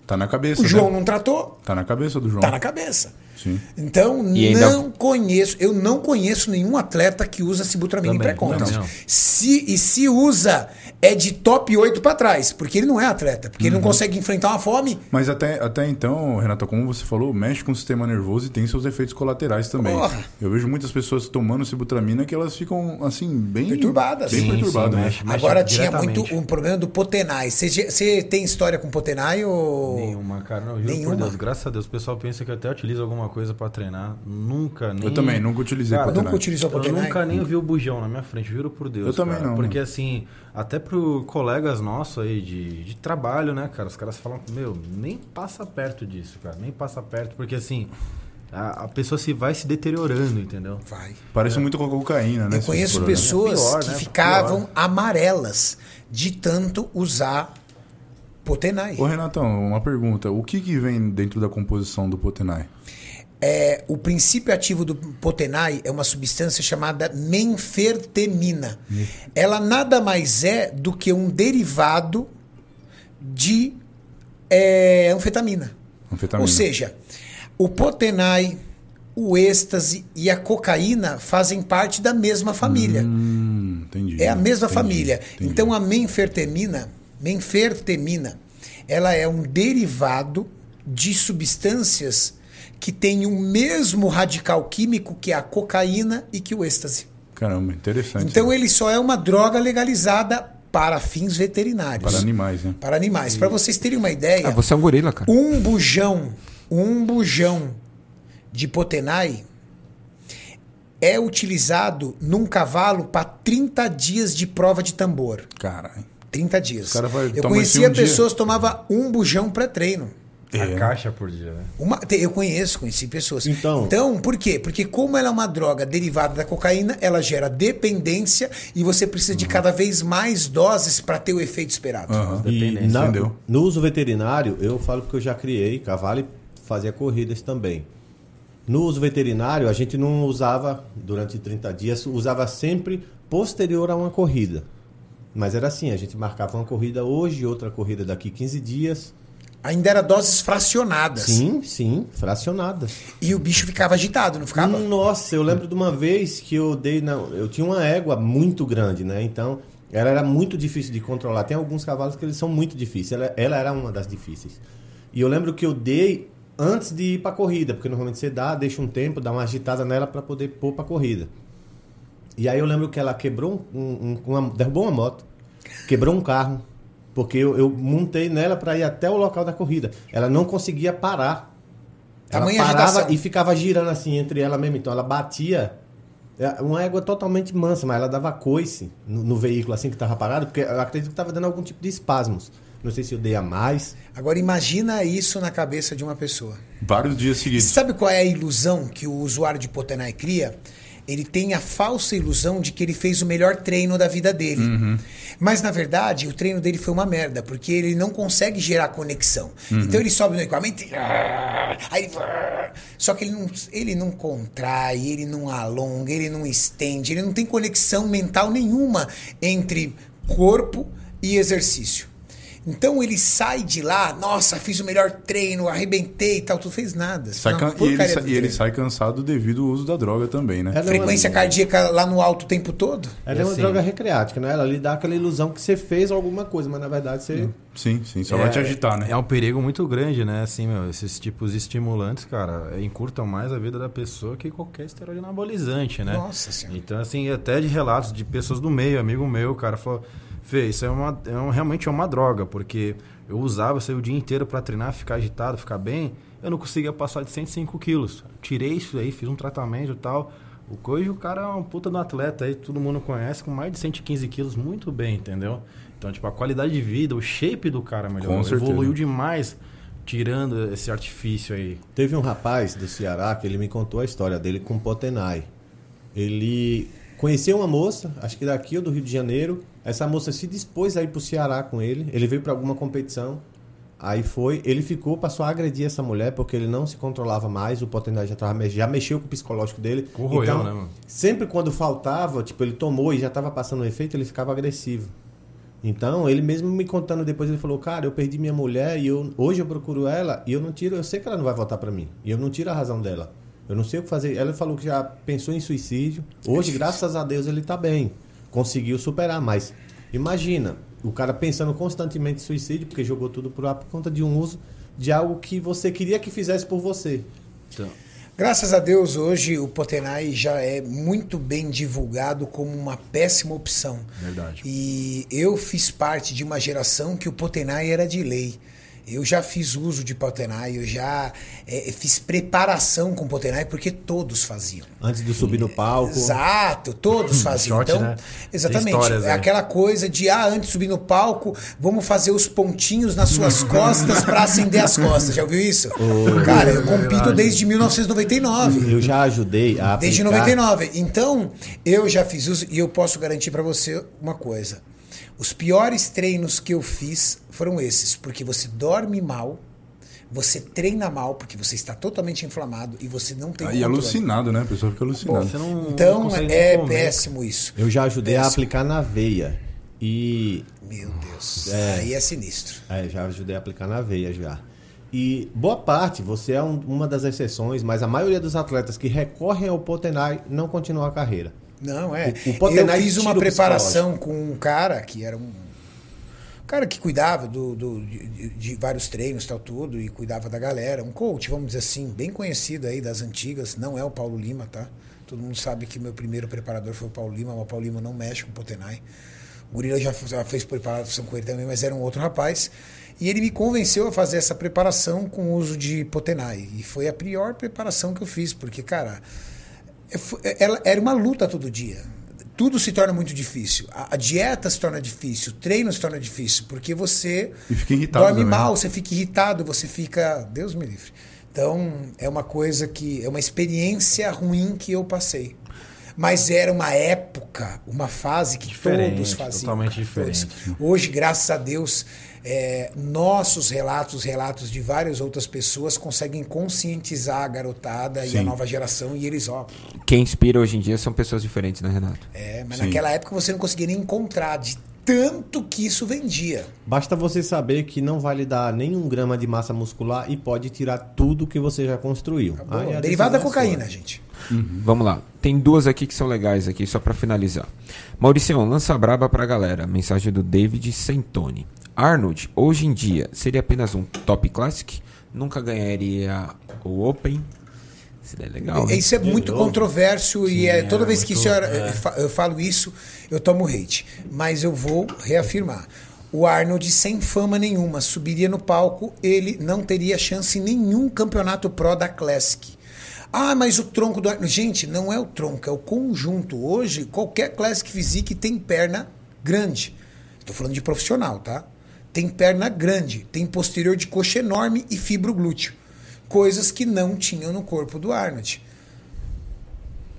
B: Tá na cabeça.
A: O
B: né?
A: João não tratou,
B: Tá na cabeça do João.
A: tá na cabeça.
B: Sim.
A: Então,
D: E ainda- é
A: não conheço, eu não conheço nenhum atleta que usa sibutramina em
E: Também,
A: pré-contas.
E: também não.
A: Se, e se usa, é de top 8 para trás, porque ele não é atleta, porque
E: Uhum.
A: ele não consegue enfrentar uma fome.
B: Mas até, até então, Renata, como você falou, mexe com o sistema nervoso e tem seus efeitos colaterais também.
A: Porra!
B: Eu vejo muitas pessoas tomando sibutramina que elas ficam, assim, bem...
A: Perturbadas.
B: Bem
A: Sim,
B: perturbadas. né?
E: mexe, mexe
A: Agora tinha
E: é diretamente.
A: muito um problema do Potenai. Você já- Você tem história com Potenai ou.
E: Nenhuma, cara. Não, eu juro
A: Nenhuma.
E: por Deus. Graças a Deus. O pessoal pensa que eu até utilizo alguma coisa pra treinar. Nunca, nem...
B: Eu também, nunca utilizei
E: Cara,
A: Eu nunca
B: Potenai.
A: utilizou
E: Eu
A: Potenai.
E: nunca nem vi o bujão na minha frente, juro por Deus.
B: Eu também
E: cara.
B: não,
E: Porque
B: mano.
E: assim, até pro colegas nossos aí de, de trabalho, né, cara? Os caras falam, meu, nem passa perto disso, cara. Nem passa perto, porque assim, a, a pessoa se vai se deteriorando, entendeu?
A: Vai.
B: Parece muito com a cocaína, né?
A: Eu
B: se
A: conheço
B: for olhar.
A: pessoas
E: é Pior,
A: que
E: né?
A: ficavam amarelas de tanto usar Potenai.
B: Ô, Renatão, uma pergunta. O que, que vem dentro da composição do Potenai?
A: É, o princípio ativo do Potenai é uma substância chamada menfertemina. Ela nada mais é do que um derivado de é, anfetamina.
B: Anfetamina.
A: Ou seja, o Potenai, o êxtase e a cocaína fazem parte da mesma família.
B: Hum, entendi.
A: É a mesma
B: Entendi,
A: família.
B: entendi.
A: Então a menfertemina, menfertemina, ela é um derivado de substâncias que têm o mesmo radical químico que a cocaína e que o êxtase.
B: Caramba, interessante.
A: Então
B: né?
A: ele só é uma droga legalizada para fins veterinários.
B: Para animais, né?
A: Para animais. Para vocês terem uma ideia,
D: Ah, você é um gorila, cara.
A: um bujão, um bujão de potenai é utilizado num cavalo para 30 dias de prova de tambor.
B: Caralho.
A: 30 dias.
B: O cara vai
A: eu
B: tomar
A: conhecia
B: isso em um dia.
A: pessoas que tomava um bujão pré-treino.
B: É.
E: A caixa por dia, né?
A: Uma- te- eu conheço, conheci pessoas.
C: Então-
A: por quê? Porque como ela é uma droga derivada da cocaína, ela gera dependência e você precisa de cada vez mais doses para ter o efeito esperado.
B: Uhum. Aham.
C: E
E: Dependência,
C: na-
B: entendeu?
C: no uso veterinário, eu falo porque eu já criei cavalo e fazia corridas também. No uso veterinário, a gente não usava durante 30 dias, usava sempre posterior a uma corrida. Mas era assim, a gente marcava uma corrida hoje, outra corrida daqui 15 dias.
A: Ainda era doses fracionadas.
C: Sim, sim, fracionadas.
A: E o bicho ficava agitado, não ficava?
B: Hum.
C: Nossa, eu lembro de uma vez que eu dei na, eu tinha uma égua muito grande, né? Então, ela era muito difícil de controlar. Tem alguns cavalos que eles são muito difíceis. Ela, ela era uma das difíceis. E eu lembro que eu dei antes de ir para corrida, porque normalmente você dá, deixa um tempo, dá uma agitada nela para poder pôr para corrida. E aí eu lembro que ela quebrou um, um- um- uma, derrubou uma moto, quebrou um carro, porque eu, eu montei nela para ir até o local da corrida. Ela não conseguia parar. Ela
A: Tamanha
C: parava
A: agitação.
C: e ficava girando assim entre ela mesma. Então ela batia. é, Uma égua totalmente mansa, mas ela dava coice no, no veículo assim que tava parado, porque eu acredito que tava dando algum tipo de espasmos. Não sei se eu dei a mais.
A: Agora imagina isso na cabeça de uma pessoa.
B: Vários dias
A: E
B: seguidos.
A: sabe qual é a ilusão que o usuário de Potenai cria? Ele tem a falsa ilusão de que ele fez o melhor treino da vida dele. Mas, na verdade, o treino dele foi uma merda, porque ele não consegue gerar conexão. Então ele sobe no equipamento e. Aí, só que ele não, ele não contrai, ele não alonga, ele não estende, ele não tem conexão mental nenhuma entre corpo e exercício. Então ele sai de lá, nossa, fiz o melhor treino, arrebentei e tal, tu fez nada.
B: Sai
A: Não,
B: can- e,
A: porcaria
B: ele, sa-
A: do
B: e ele
A: treino.
B: sai cansado devido ao uso da droga também, né?
C: Ela é uma-
A: Frequência cardíaca lá no alto o tempo todo?
C: Ela é uma
E: Assim.
C: droga recreática, né? Ela lhe dá aquela ilusão que você fez alguma coisa, mas na verdade você.
B: Tipo, Sim, sim. Só vai te agitar, né?
E: É um perigo muito grande, né? Assim, meu, esses tipos de estimulantes, cara, encurtam mais a vida da pessoa que qualquer esteroide anabolizante, né?
A: Nossa senhora.
E: Então, assim, até de relatos de pessoas do meio, amigo meu, o cara falou, Fê, isso é uma, é um- realmente é uma droga, porque eu usava, eu saía o dia inteiro pra treinar, ficar agitado, ficar bem, eu não conseguia passar de 105 quilos. Tirei isso aí, fiz um tratamento e tal. O co- Hoje o cara é um puta do atleta aí, todo mundo conhece, com mais de 115 quilos, muito bem, entendeu? Então, tipo, a qualidade de vida, o shape do cara melhorou,
B: Com certeza.
E: Então, evoluiu demais tirando esse artifício aí.
C: Teve um rapaz do Ceará que ele me contou a história dele com Potenai. Ele conheceu uma moça, acho que daqui ou do Rio de Janeiro. Essa moça se dispôs a ir pro Ceará com ele. Ele veio para alguma competição. Aí foi, ele ficou, passou a agredir essa mulher porque ele não se controlava mais. O Potenai já, tava, me- já mexeu com o psicológico dele. Então,
E: Corroeu, né, mano?
C: Sempre quando faltava, tipo, ele tomou e já tava passando o efeito, ele ficava agressivo. Então, ele mesmo me contando depois, ele falou: "Cara, eu perdi minha mulher e eu- hoje eu procuro ela e eu não tiro, eu sei que ela não vai voltar pra mim. E eu não tiro a razão dela. Eu não sei o que fazer". Ela falou que já pensou em suicídio. Hoje, graças a Deus, ele tá bem. Conseguiu superar, mas imagina, o cara pensando constantemente em suicídio porque jogou tudo pro ar por conta de um uso de algo que você queria que fizesse por você.
A: Graças a Deus, hoje o Potenai já é muito bem divulgado como uma péssima opção.
E: Verdade.
A: E eu fiz parte de uma geração que o Potenai era de lei. Eu já fiz uso de Potenai, eu já eh, fiz preparação com Potenai, porque todos faziam.
C: Antes de subir no palco.
A: Exato, todos faziam.
E: Short,
A: então,
E: né? Tem
A: exatamente.
E: histórias né?
A: É
E: aí.
A: aquela coisa de ah, antes de subir no palco, vamos fazer os pontinhos nas
E: <laughs>
A: suas costas pra acender as costas. Já ouviu isso? Cara, eu compito desde
E: Hum,
A: 1999.
C: Eu já ajudei a
A: Desde
C: aplicar-
A: 99. Então, eu já fiz uso e eu posso garantir pra você uma coisa. Os piores treinos que eu fiz foram esses, porque você dorme mal, você treina mal, porque você está totalmente inflamado e você não tem
B: Aí
A: controle.
B: é alucinado, né? A pessoa fica alucinada.
E: Você não não
A: Então
E: consegue nem
A: é
E: comer.
A: péssimo isso.
C: Eu já ajudei a
A: Péssimo.
C: aplicar na veia. E
A: Meu Deus. Aí é sinistro.
C: É, já ajudei a aplicar na veia já. E boa parte, você é um- uma das exceções, mas a maioria dos atletas que recorrem ao Potenai não continua a carreira.
A: Não, é.
C: O- o Potenai
A: eu fiz
C: tira
A: uma
C: o
A: preparação com um cara que era um. um cara que cuidava do, do- de, de vários treinos, tal, tudo, e cuidava da galera. Um coach, vamos dizer assim, bem conhecido aí das antigas. Não é o Paulo Lima, tá? Todo mundo sabe que meu primeiro preparador foi o Paulo Lima, mas o Paulo Lima não mexe com o Potenai. O Gorila já, f- já fez preparação com ele também, mas era um outro rapaz. E ele me convenceu a fazer essa preparação com o uso de Potenai. E foi a pior preparação que eu fiz, porque, cara, é, fo- é- ela era uma luta todo dia. Tudo se torna muito difícil. A, a dieta se torna difícil, o treino se torna difícil, porque você
B: E fica irritado
A: dorme
B: também. né?
A: mal, você fica irritado, você fica. Deus me livre. Então, é uma coisa que. É uma experiência ruim que eu passei. Mas era uma época, uma fase que
E: Diferente,
A: todos faziam.
E: totalmente
A: cara, todos.
E: diferente.
A: Hoje, graças a Deus, é, nossos relatos, relatos de várias outras pessoas, conseguem conscientizar a garotada e a
B: Sim.
A: nova geração, e eles, ó,
D: Quem inspira hoje em dia são pessoas diferentes, né, Renato?
A: é, mas
B: Sim.
A: naquela época você não conseguia nem encontrar de tanto que isso vendia.
C: Basta você saber que não vai lhe dar nenhum grama de massa muscular e pode tirar tudo que você já construiu.
A: Acabou.
C: Aí a
A: Derivado Tá da
C: decisão é
A: cocaína,
C: sua.
A: gente.
D: Vamos lá. Tem duas aqui que são legais aqui, só pra finalizar. Mauricião, lança a braba pra galera. Mensagem do David Sentoni. Arnold, hoje em dia, seria apenas um top classic? Nunca ganharia o Open? Seria legal, né?
A: Isso é muito controverso e é, toda vez que
E: muito,
A: isso era- eu fa- eu falo isso, eu tomo hate. Mas eu vou reafirmar. O Arnold, sem fama nenhuma, subiria no palco, ele não teria chance em nenhum campeonato pro da Classic. Ah, mas o tronco do Arnold. Gente, não é o tronco, é o conjunto. Hoje, qualquer Classic Physique tem perna grande. Estou falando de profissional, tá? Tem perna grande, tem posterior de coxa enorme e fibro glúteo. Coisas que não tinham no corpo do Arnold.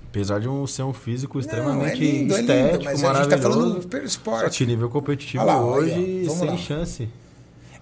E: Apesar de um, ser um físico extremamente
A: é lindo, é lindo,
E: estético,
A: mas a gente tá
E: maravilhoso.
A: falando pelo esporte.
E: Só que nível competitivo
A: Olha lá, olha aí,
E: hoje,
A: ó. Vamos
E: sem
A: lá.
E: chance.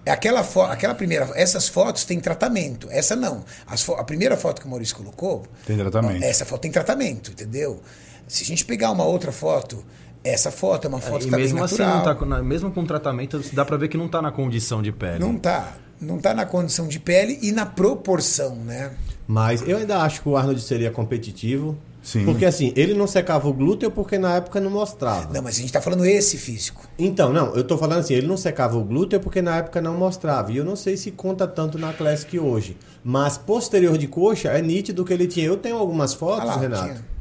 A: É Aquela, fo- aquela primeira, essas fotos têm tratamento, essa não. As fo- a primeira foto que o Maurício colocou,
B: Tem tratamento.
A: essa foto tem tratamento, entendeu? Se a gente pegar uma outra foto, essa foto é uma foto
E: E
A: que tá bem
E: mesmo assim,
A: natural.
E: não tá, com- na- mesmo com tratamento, dá pra ver que não tá na condição de pele.
A: Não tá, não tá na condição de pele e na proporção, né?
C: Mas eu ainda acho que o Arnold seria competitivo.
B: Sim.
C: Porque assim, ele não secava o glúteo porque na época não mostrava.
A: Não, mas a gente tá falando esse físico.
C: Então, não, eu tô falando assim, ele não secava o glúteo é porque na época não mostrava. E eu não sei se conta tanto na Classic hoje. Mas posterior de coxa é nítido que ele tinha. Eu tenho algumas
A: Olha
C: fotos,
A: lá,
C: Renato.
A: tinha.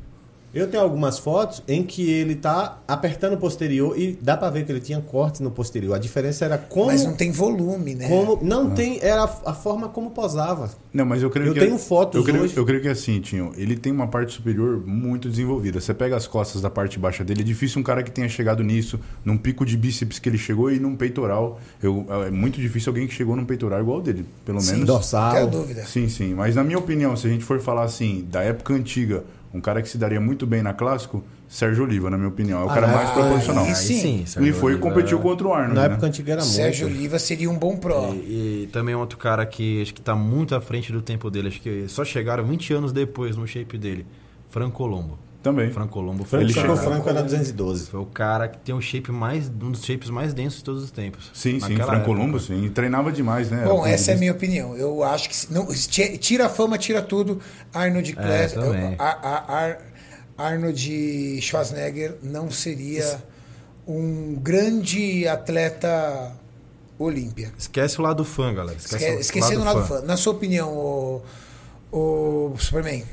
C: Eu tenho algumas fotos em que ele tá apertando o posterior e dá pra ver que ele tinha cortes no posterior. A diferença era como.
A: Mas não tem volume, né?
C: como não tem. Era a forma como posava.
B: Não, mas eu creio
C: Eu
B: que.
C: tenho fotos
B: eu creio,
C: hoje.
B: Eu creio que é assim, Tinho. Ele tem uma parte superior muito desenvolvida. Você pega as costas da parte baixa dele, é difícil um cara que tenha chegado nisso, num pico de bíceps que ele chegou e num peitoral. Eu- é muito difícil alguém que chegou num peitoral igual ao dele, pelo menos.
A: Não tenho
C: Dorsal.
A: dúvida.
B: Sim, sim. Mas na minha opinião, se a gente for falar assim, da época antiga, um cara que se daria muito bem na clássico, Sérgio Oliva, na minha opinião. É o cara
C: Ah,
B: mais proporcional.
A: aí sim.
B: E
E: Sérgio
B: foi e
E: Oliva.
B: competiu contra o Arnold.
C: Na
B: né?
C: época antiga era muito.
A: Sérgio Oliva seria um bom pró.
E: E, e também um outro cara que acho que tá muito à frente do tempo dele. Acho que só chegaram 20 anos depois no shape dele. Franco Colombo.
B: Também.
E: Franco Colombo foi
C: Franco,
E: o cara-
C: Franco, Franco era 212.
E: Foi o cara que tem um shape mais. um dos shapes mais densos de todos os tempos.
B: Sim, sim.
E: Naquela
B: Franco
E: época.
B: Lombo, sim. E treinava demais, né? Era
A: Bom, essa é a
B: um-
A: minha opinião. Eu acho que se- não, se ti- tira a fama, tira tudo. Arnold Class,
E: também.
A: eu- a- a- Ar- Arnold Schwarzenegger não seria um grande atleta Olímpia.
E: Esquece o lado fã, galera. Esquece
A: Esque,
E: o
A: esquecendo o lado fã. Na sua opinião, o, o Superman,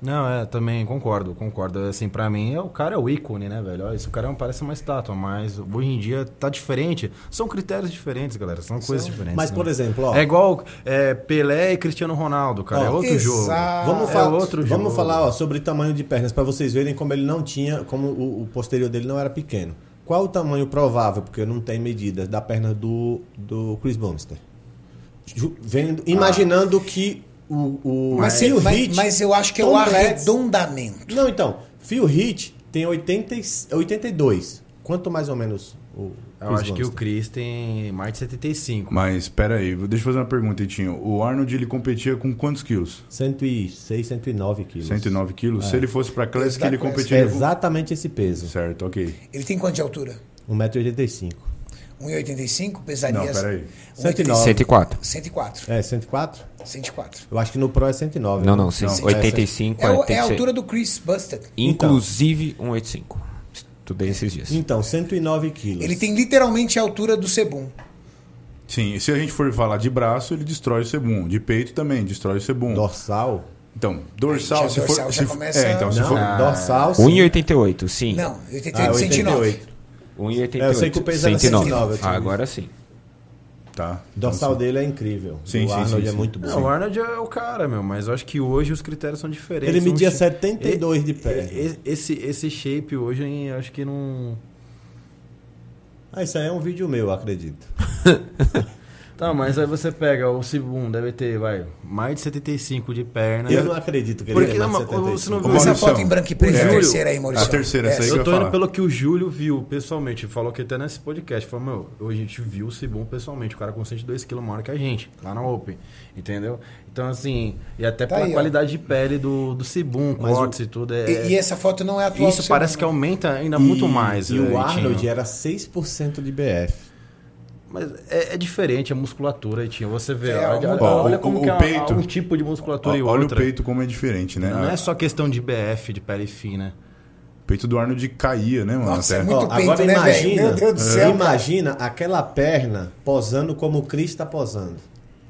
E: Não, é, também concordo, concordo. Assim, pra mim, é, o cara é o ícone, né, velho? Olha, Esse cara não parece uma estátua, mas hoje em dia tá diferente. São critérios diferentes, galera. São coisas diferentes.
C: Mas,
E: né?
C: por exemplo, ó.
E: É igual é, Pelé e Cristiano Ronaldo, cara.
C: Ó,
E: é outro jogo.
A: exato.
C: Vamos
E: É
C: falar,
E: outro
C: vamos
E: jogo.
C: falar ó, sobre tamanho de pernas, para vocês verem como ele não tinha, como o, o posterior dele não era pequeno. Qual o tamanho provável, porque não tem medida, da perna do, do Chris Bumster? Ju- Vendo, imaginando que o, o
A: Ah. mas, se-
C: Phil
A: mas,
C: Heath-
A: mas eu acho que é o
C: Tom Clancy-
A: arredondamento.
C: Não, então, Phil Hit tem 80, e- 82. Quanto mais ou menos o
E: Eu
C: Chris
E: acho que o
C: Bumstead?
E: Chris tem mais de 75.
B: Mas pera aí, deixa eu fazer uma pergunta, Itinho. O Arnold ele competia com quantos quilos?
C: 106, 109 quilos.
B: 109 quilos? Se ele fosse pra Classic,
A: Exato,
B: ele
A: Classic.
C: É
B: competiria. com-
C: exatamente esse peso.
B: Certo, ok.
A: Ele tem quanto de altura?
C: 1,85m.
A: 1,85? Pesaria.
B: Não, peraí.
A: 109.
D: 104.
A: 104.
C: É, 104?
A: 104.
C: Eu acho que no Pro é 109.
D: Não,
C: né?
D: não, sim.
C: é
D: 85
A: É,
D: é,
A: o-
D: tem
A: é a
D: que ser-
A: altura do Chris Busted.
D: Inclusive 185. Estudei esses dias.
C: Então, 109 quilos.
A: Ele tem literalmente a altura do Sebum.
B: Sim, e se a gente for falar de braço, ele destrói o sebum. De peito também, destrói o sebum.
C: Dorsal?
B: Então, dorsal,
A: Já
B: se
A: dorsal já
B: for. se, for-
A: começa-
B: É, então, se
C: Não,
B: for.
C: dorsal sim.
D: 1,88, sim.
A: Não, 88,
C: Ah,
A: 109.
C: 88.
D: 1,88.
C: É, eu sei que o peso era 109, eu tinha
D: Agora sim.
B: Tá.
C: Dorsal dele é incrível.
B: Sim,
C: o
B: sim,
C: Arnold
B: sim,
C: é
B: sim.
C: muito bom.
E: Não, o Arnold é o cara, meu, mas eu acho que hoje os critérios são diferentes.
C: Ele media
E: São chi-
C: 72 de pé.
E: E- Esse, esse shape hoje, hein, acho que não.
C: Ah, isso aí é um vídeo meu, eu acredito.
E: Tá, mas aí você pega o Cibum, deve ter, vai, mais de 75 de perna.
C: Eu não acredito que ele
E: É. Porque
C: tenha mais
E: não,
C: de
E: mas você não
C: 75.
E: viu
B: Ô,
A: Essa
B: Maurício,
A: foto em branco e preto é a
E: Júlio,
A: terceira aí, Maurício.
B: a terceira, essa aí
A: Essa.
B: que
E: Eu tô indo
B: falar.
E: pelo É que o Júlio viu pessoalmente. Falou que até nesse podcast. Falou, meu, a gente viu o Cibum pessoalmente. O cara com 102kg maior que a gente, lá na Open. Entendeu? Então, assim, e até
A: Tá
E: pela
A: aí, ó.
E: qualidade de pele do, do Cibum,
C: Mas o-
E: cortes e tudo.
A: E,
E: É,
A: e essa foto não é atual.
E: isso parece que aumenta ainda muito
C: E-
E: mais.
C: E
E: eh,
C: o
E: Itinho.
C: Arnold era 6% de BF.
E: Mas é, é diferente a musculatura, Itinho. Você vê,
A: É,
E: olha,
A: o-
E: olha- olha
B: o-
E: como
B: o
E: que é
B: peito.
E: um tipo de musculatura e
B: Ó, Olha o
E: outra.
B: peito como é diferente, né?
E: Não é só questão de BF, de pele fina.
B: O peito do Arnold caía, né, mano?
A: Nossa, é
B: Até-
A: muito
C: Ó,
A: peito,
C: agora
A: né,
C: imagina, é.
A: velho? Meu Deus do céu.
C: imagina aquela perna posando como o Chris está posando.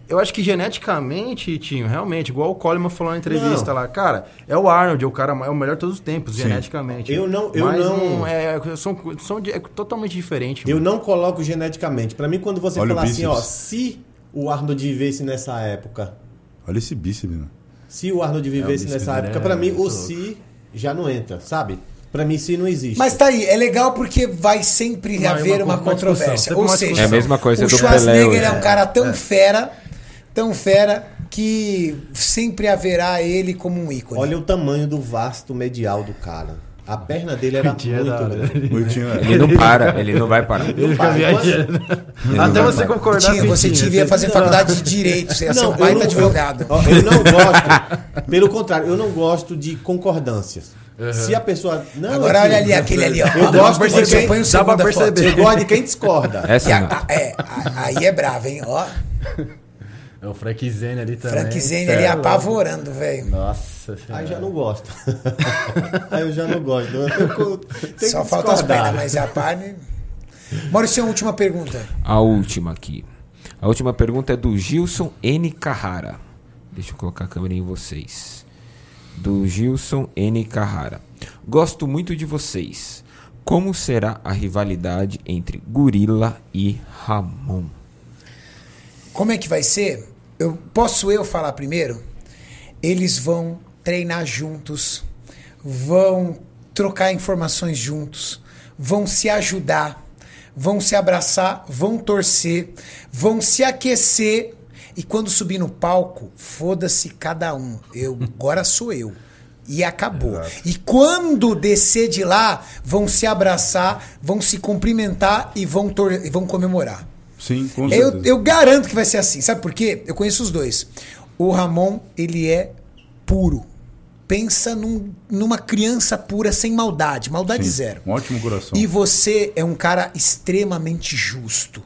E: Eu acho que geneticamente, Tinho, realmente, igual o Coleman falou na entrevista
C: Não.
E: lá, cara, é o Arnold, é o cara é o melhor de todos os tempos, geneticamente.
C: Eu não- eu
E: Mas
C: não-
E: é, são, são de- é totalmente diferente.
C: Eu
E: mano.
C: não coloco geneticamente. Pra mim, quando você
B: Olha o
C: fala assim, ó,
B: bíceps.
C: se o Arnold vivesse nessa época,
B: Olha esse bíceps,
E: <laughs>
B: mano.
C: se o Arnold vivesse
E: bíceps
C: nessa
E: dele
C: época,
E: é
C: pra mim,
E: muito
C: o
E: louco.
C: se já não entra, sabe? Pra mim, se não existe.
A: Mas tá aí, é legal porque vai sempre
E: Vai é uma
A: haver
E: co-
A: uma,
E: uma
A: controvérsia.
E: discussão,
A: Ou
E: sempre uma
A: seja,
E: discussão. É a
D: mesma coisa
A: o
D: do
A: Schwarzenegger
D: Pelé hoje,
A: é um
D: né?
A: cara tão fera, tão fera, que sempre haverá ele como um ícone.
C: Olha o tamanho do vasto medial do cara. A perna dele era muito
E: Coitinha da-
C: grande.
B: O Itinho é-
D: Ele não para, ele não vai parar.
E: Ele fica
C: Pai,
E: viajando. Até
D: vai
E: você
D: parar.
E: concordar
A: Tinha,
E: com o
A: você
E: Tinho,
A: devia
E: você-
A: fazer faculdade de direito, você ia ser um
C: eu
A: baita
C: não-
A: advogado.
C: Eu, eu não gosto. Pelo contrário, eu não gosto de concordâncias. Se a pessoa. Não,
A: Agora
C: aqui,
A: olha ali aquele ali, ó.
C: Eu gosto
A: Dá pra
C: porque-
A: perceber, põe o
E: dá pra
A: segundo da
E: perceber.
A: foto.
C: Eu gosto de quem discorda.
A: E
D: Essa
A: a-
D: não.
A: a- é, a- aí é bravo, hein? Ó,
E: É o Frank Zane ali também.
A: Frank Zane ali
E: Cê é
A: apavorando, velho.
E: louco. Nossa
C: Aí
E: senhora.
C: já não gosto. <laughs> Aí eu já não gosto. Eu tenho, que- tenho
A: Só
C: que
A: falta as
C: discordar.
A: pernas, mas é a parte. Maurício, última pergunta.
D: A última aqui. A última pergunta é do Gilson N. Carrara. Deixa eu colocar a câmera em vocês. Do Gilson N. Carrara. Gosto muito de vocês. Como será a rivalidade entre Gorila e Ramon?
A: Como é que vai ser? Eu posso eu falar primeiro? Eles vão treinar juntos, vão trocar informações juntos, vão se ajudar, vão se abraçar, vão torcer, vão se aquecer e quando subir no palco, foda-se cada um. Eu agora sou eu. E acabou. E quando descer de lá, vão se abraçar, vão se cumprimentar e vão, tor- e vão comemorar.
B: Sim, com
A: Eu,
B: certeza.
A: eu garanto que vai ser assim. Sabe por quê? Eu conheço os dois. O Ramon, ele é puro. Pensa num- numa criança pura, sem maldade. Maldade
B: Sim.
A: zero.
B: Um ótimo coração.
A: E você é um cara extremamente justo.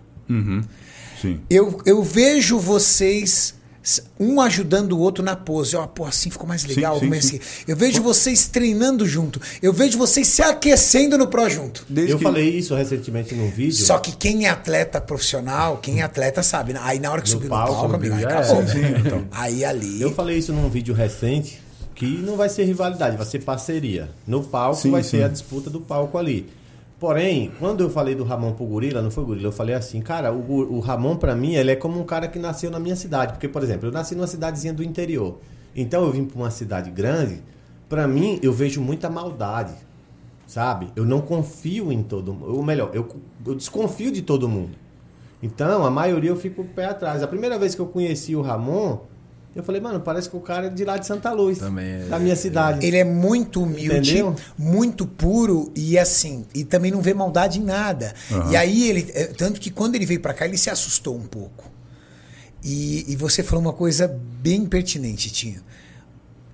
B: Sim.
A: Eu, eu vejo vocês s- um ajudando o outro na pose. Ó, pô, assim ficou mais legal.
B: sim,
A: como é
B: sim.
A: assim? Eu vejo vocês treinando junto. Eu vejo vocês se aquecendo no pró junto.
B: Desde
C: Eu
B: que-
C: falei isso recentemente num vídeo.
A: Só que quem é atleta profissional, quem é atleta sabe. né? Aí na hora que
C: No
A: subiu no
C: palco,
A: palco, amigo, aí
E: já
A: acabou. né?
E: era.
B: Sim, então.
A: Aí ali.
C: Eu falei isso num vídeo recente que não vai ser rivalidade, vai ser parceria. No palco
B: Sim,
C: vai
B: sim.
C: ser a disputa do palco ali. Porém, quando eu falei do Ramon pro Gorila, não foi Gorila, eu falei assim, cara, o, Gu- o Ramon pra mim, ele é como um cara que nasceu na minha cidade. Porque, por exemplo, eu nasci numa cidadezinha do interior. Então eu vim pra uma cidade grande, pra mim, eu vejo muita maldade, sabe? Eu não confio em todo mundo. Ou melhor, eu, eu desconfio de todo mundo. Então, a maioria eu fico pé atrás. A primeira vez que eu conheci o Ramon, Eu falei, mano, parece que o cara é de lá de Santa Luz.
E: Também é-
C: Da minha cidade.
A: Ele é muito humilde,
C: Entendeu?
A: muito puro e assim, e também não vê maldade em nada. E aí ele, é, tanto que quando ele veio pra cá, ele se assustou um pouco. E, e você falou uma coisa bem pertinente, Tinho.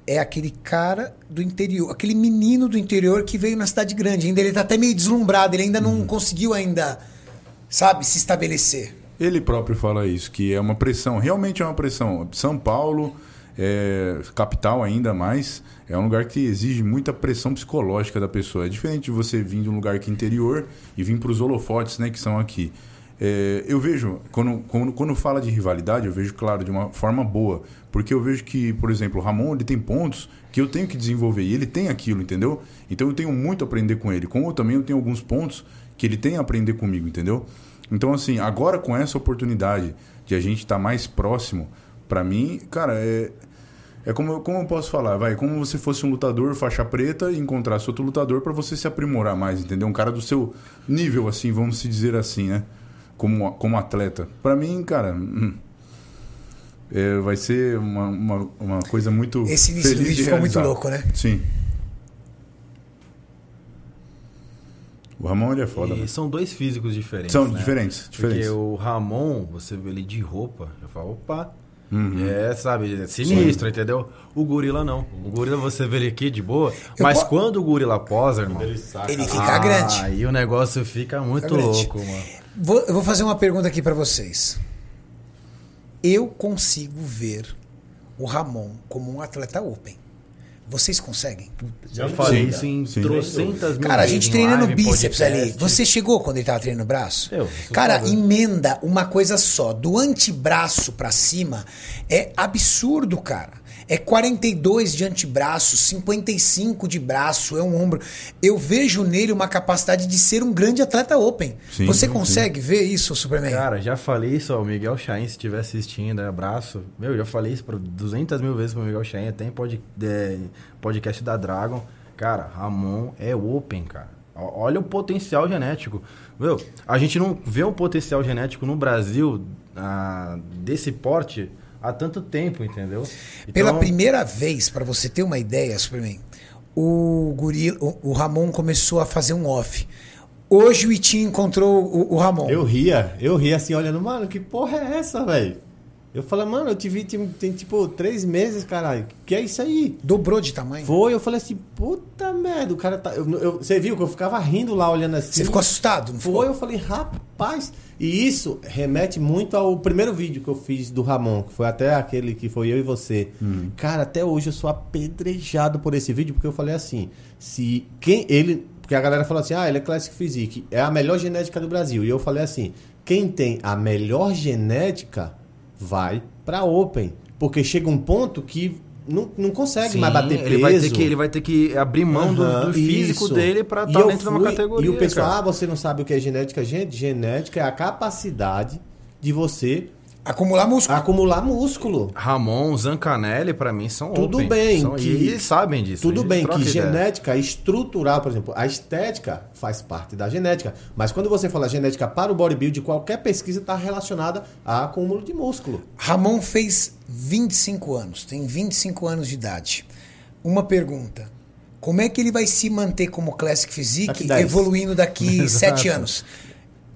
A: É aquele cara do interior, aquele menino do interior que veio na cidade grande. Ainda ele tá até meio deslumbrado, ele ainda não conseguiu ainda, sabe, se estabelecer.
B: Ele próprio fala isso, que é uma pressão, realmente é uma pressão. São Paulo, é, capital ainda mais, é um lugar que exige muita pressão psicológica da pessoa. É diferente de você vir de um lugar que é interior e vir para os holofotes né, que são aqui. É, eu vejo, quando, quando, quando fala de rivalidade, eu vejo, claro, de uma forma boa. Porque eu vejo que, por exemplo, o Ramon ele tem pontos que eu tenho que desenvolver e ele tem aquilo, entendeu? Então eu tenho muito a aprender com ele. Como eu também eu tenho alguns pontos que ele tem a aprender comigo, entendeu? Então, assim, agora com essa oportunidade de a gente estar mais próximo, pra mim, cara, é. É como, eu- como eu posso falar, vai, como você fosse um lutador faixa preta e encontrasse outro lutador pra você se aprimorar mais, entendeu? Um cara do seu nível, assim, vamos se dizer assim, né? Como, como atleta. Pra mim, cara, hum, é, vai ser uma, uma, uma coisa muito.
A: Esse início do
B: feliz
A: vídeo
B: de
A: ficou muito
B: realizar.
A: louco, né?
B: Sim. O Ramon, ele é foda,
E: E
B: mano.
E: são dois físicos diferentes.
B: São
E: né?
B: diferentes, diferentes.
E: Porque o Ramon, você vê ele de roupa, já fala, opa.
A: Uhum.
E: É, sabe, é sinistro, entendeu? O gorila não. O gorila você vê ele aqui de boa,
A: Eu
E: mas
A: po-
E: quando o gorila posa, irmão. Ah.
A: Ele fica grande.
E: Aí o negócio fica muito
A: Fica grande.
E: louco, mano.
A: Vou, eu vou fazer uma pergunta aqui pra vocês. Eu consigo ver o Ramon como um atleta open. Vocês conseguem?
E: Já falei
B: Sim,
E: isso em
B: sim.
E: trocentas mil
A: Cara, a
E: vezes
A: gente
E: em
A: treinando
E: live,
A: bíceps ali.
E: podcast.
A: Você chegou quando ele tava treinando o braço?
E: Eu, sou
A: Cara,
E: jogador.
A: emenda uma coisa só. Do antebraço pra cima é absurdo, cara. É 42 de antebraço, 55 de braço, é um ombro. Eu vejo nele uma capacidade de ser um grande atleta open.
B: Sim,
A: Você
B: sim.
A: consegue ver isso,
C: É.
A: Superman?
E: Cara, já falei isso ao Miguel Chain, se estiver assistindo, é abraço. Meu, já falei isso pra 200 mil vezes pro Miguel Chain, até em pod- é, podcast da Dragon. Cara, Ramon é open, cara. O- Olha o potencial genético. Meu, a gente não vê um potencial genético no Brasil ah, desse porte há tanto tempo, entendeu?
A: Pela
E: Então,
A: primeira vez, pra você ter uma ideia, Superman, o, gorila, o, o Ramon começou a fazer um off. Hoje o Itinho encontrou o, o Ramon.
C: Eu ria, eu ria assim, olhando, mano, que porra é essa, velho? Eu falei, mano, eu te vi tem, tem, tipo três meses, caralho. Que é isso aí?
A: Dobrou de tamanho.
C: Foi, eu falei assim, puta merda, o cara tá. eu- eu- você viu que eu ficava rindo lá olhando assim.
A: Você ficou assustado, não ficou?
C: Foi, eu falei, rapaz. E isso remete muito ao primeiro vídeo que eu fiz do Ramon, que foi até aquele que foi eu e você.
E: Hum.
C: Cara, até hoje eu sou apedrejado por esse vídeo, porque eu falei assim: se quem ele. Porque a galera fala assim: ah, ele é Classic Physique, é a melhor genética do Brasil. E eu falei assim: quem tem a melhor genética vai pra Open. Porque chega um ponto que não, não consegue
E: sim,
C: mais bater peso.
E: ele vai ter que Ele vai ter que abrir mão do-
C: Aham,
E: do, físico
C: isso.
E: dele pra
C: E
E: estar
C: eu
E: dentro de uma
C: fui-
E: categoria.
C: E o pessoal,
E: cara.
C: ah, você não sabe o que é genética. Gente, genética é a capacidade de você
A: Acumular músculo.
C: acumular músculo.
E: Ramon, Zancanelli, pra mim, são
C: Tudo
E: open.
C: bem
E: São-
C: que-
E: e eles sabem disso.
C: Tudo
E: eles
C: bem
E: trocam
C: que
E: ideia.
C: genética estrutural, por exemplo, a estética faz parte da genética. Mas quando você fala genética para o bodybuilding, qualquer pesquisa está relacionada a acúmulo de músculo.
A: Ramon fez 25 anos, tem 25 anos de idade. Uma pergunta. Como é que ele vai se manter como Classic
C: Daqui
A: Physique
C: dez.
A: evoluindo daqui 7 anos?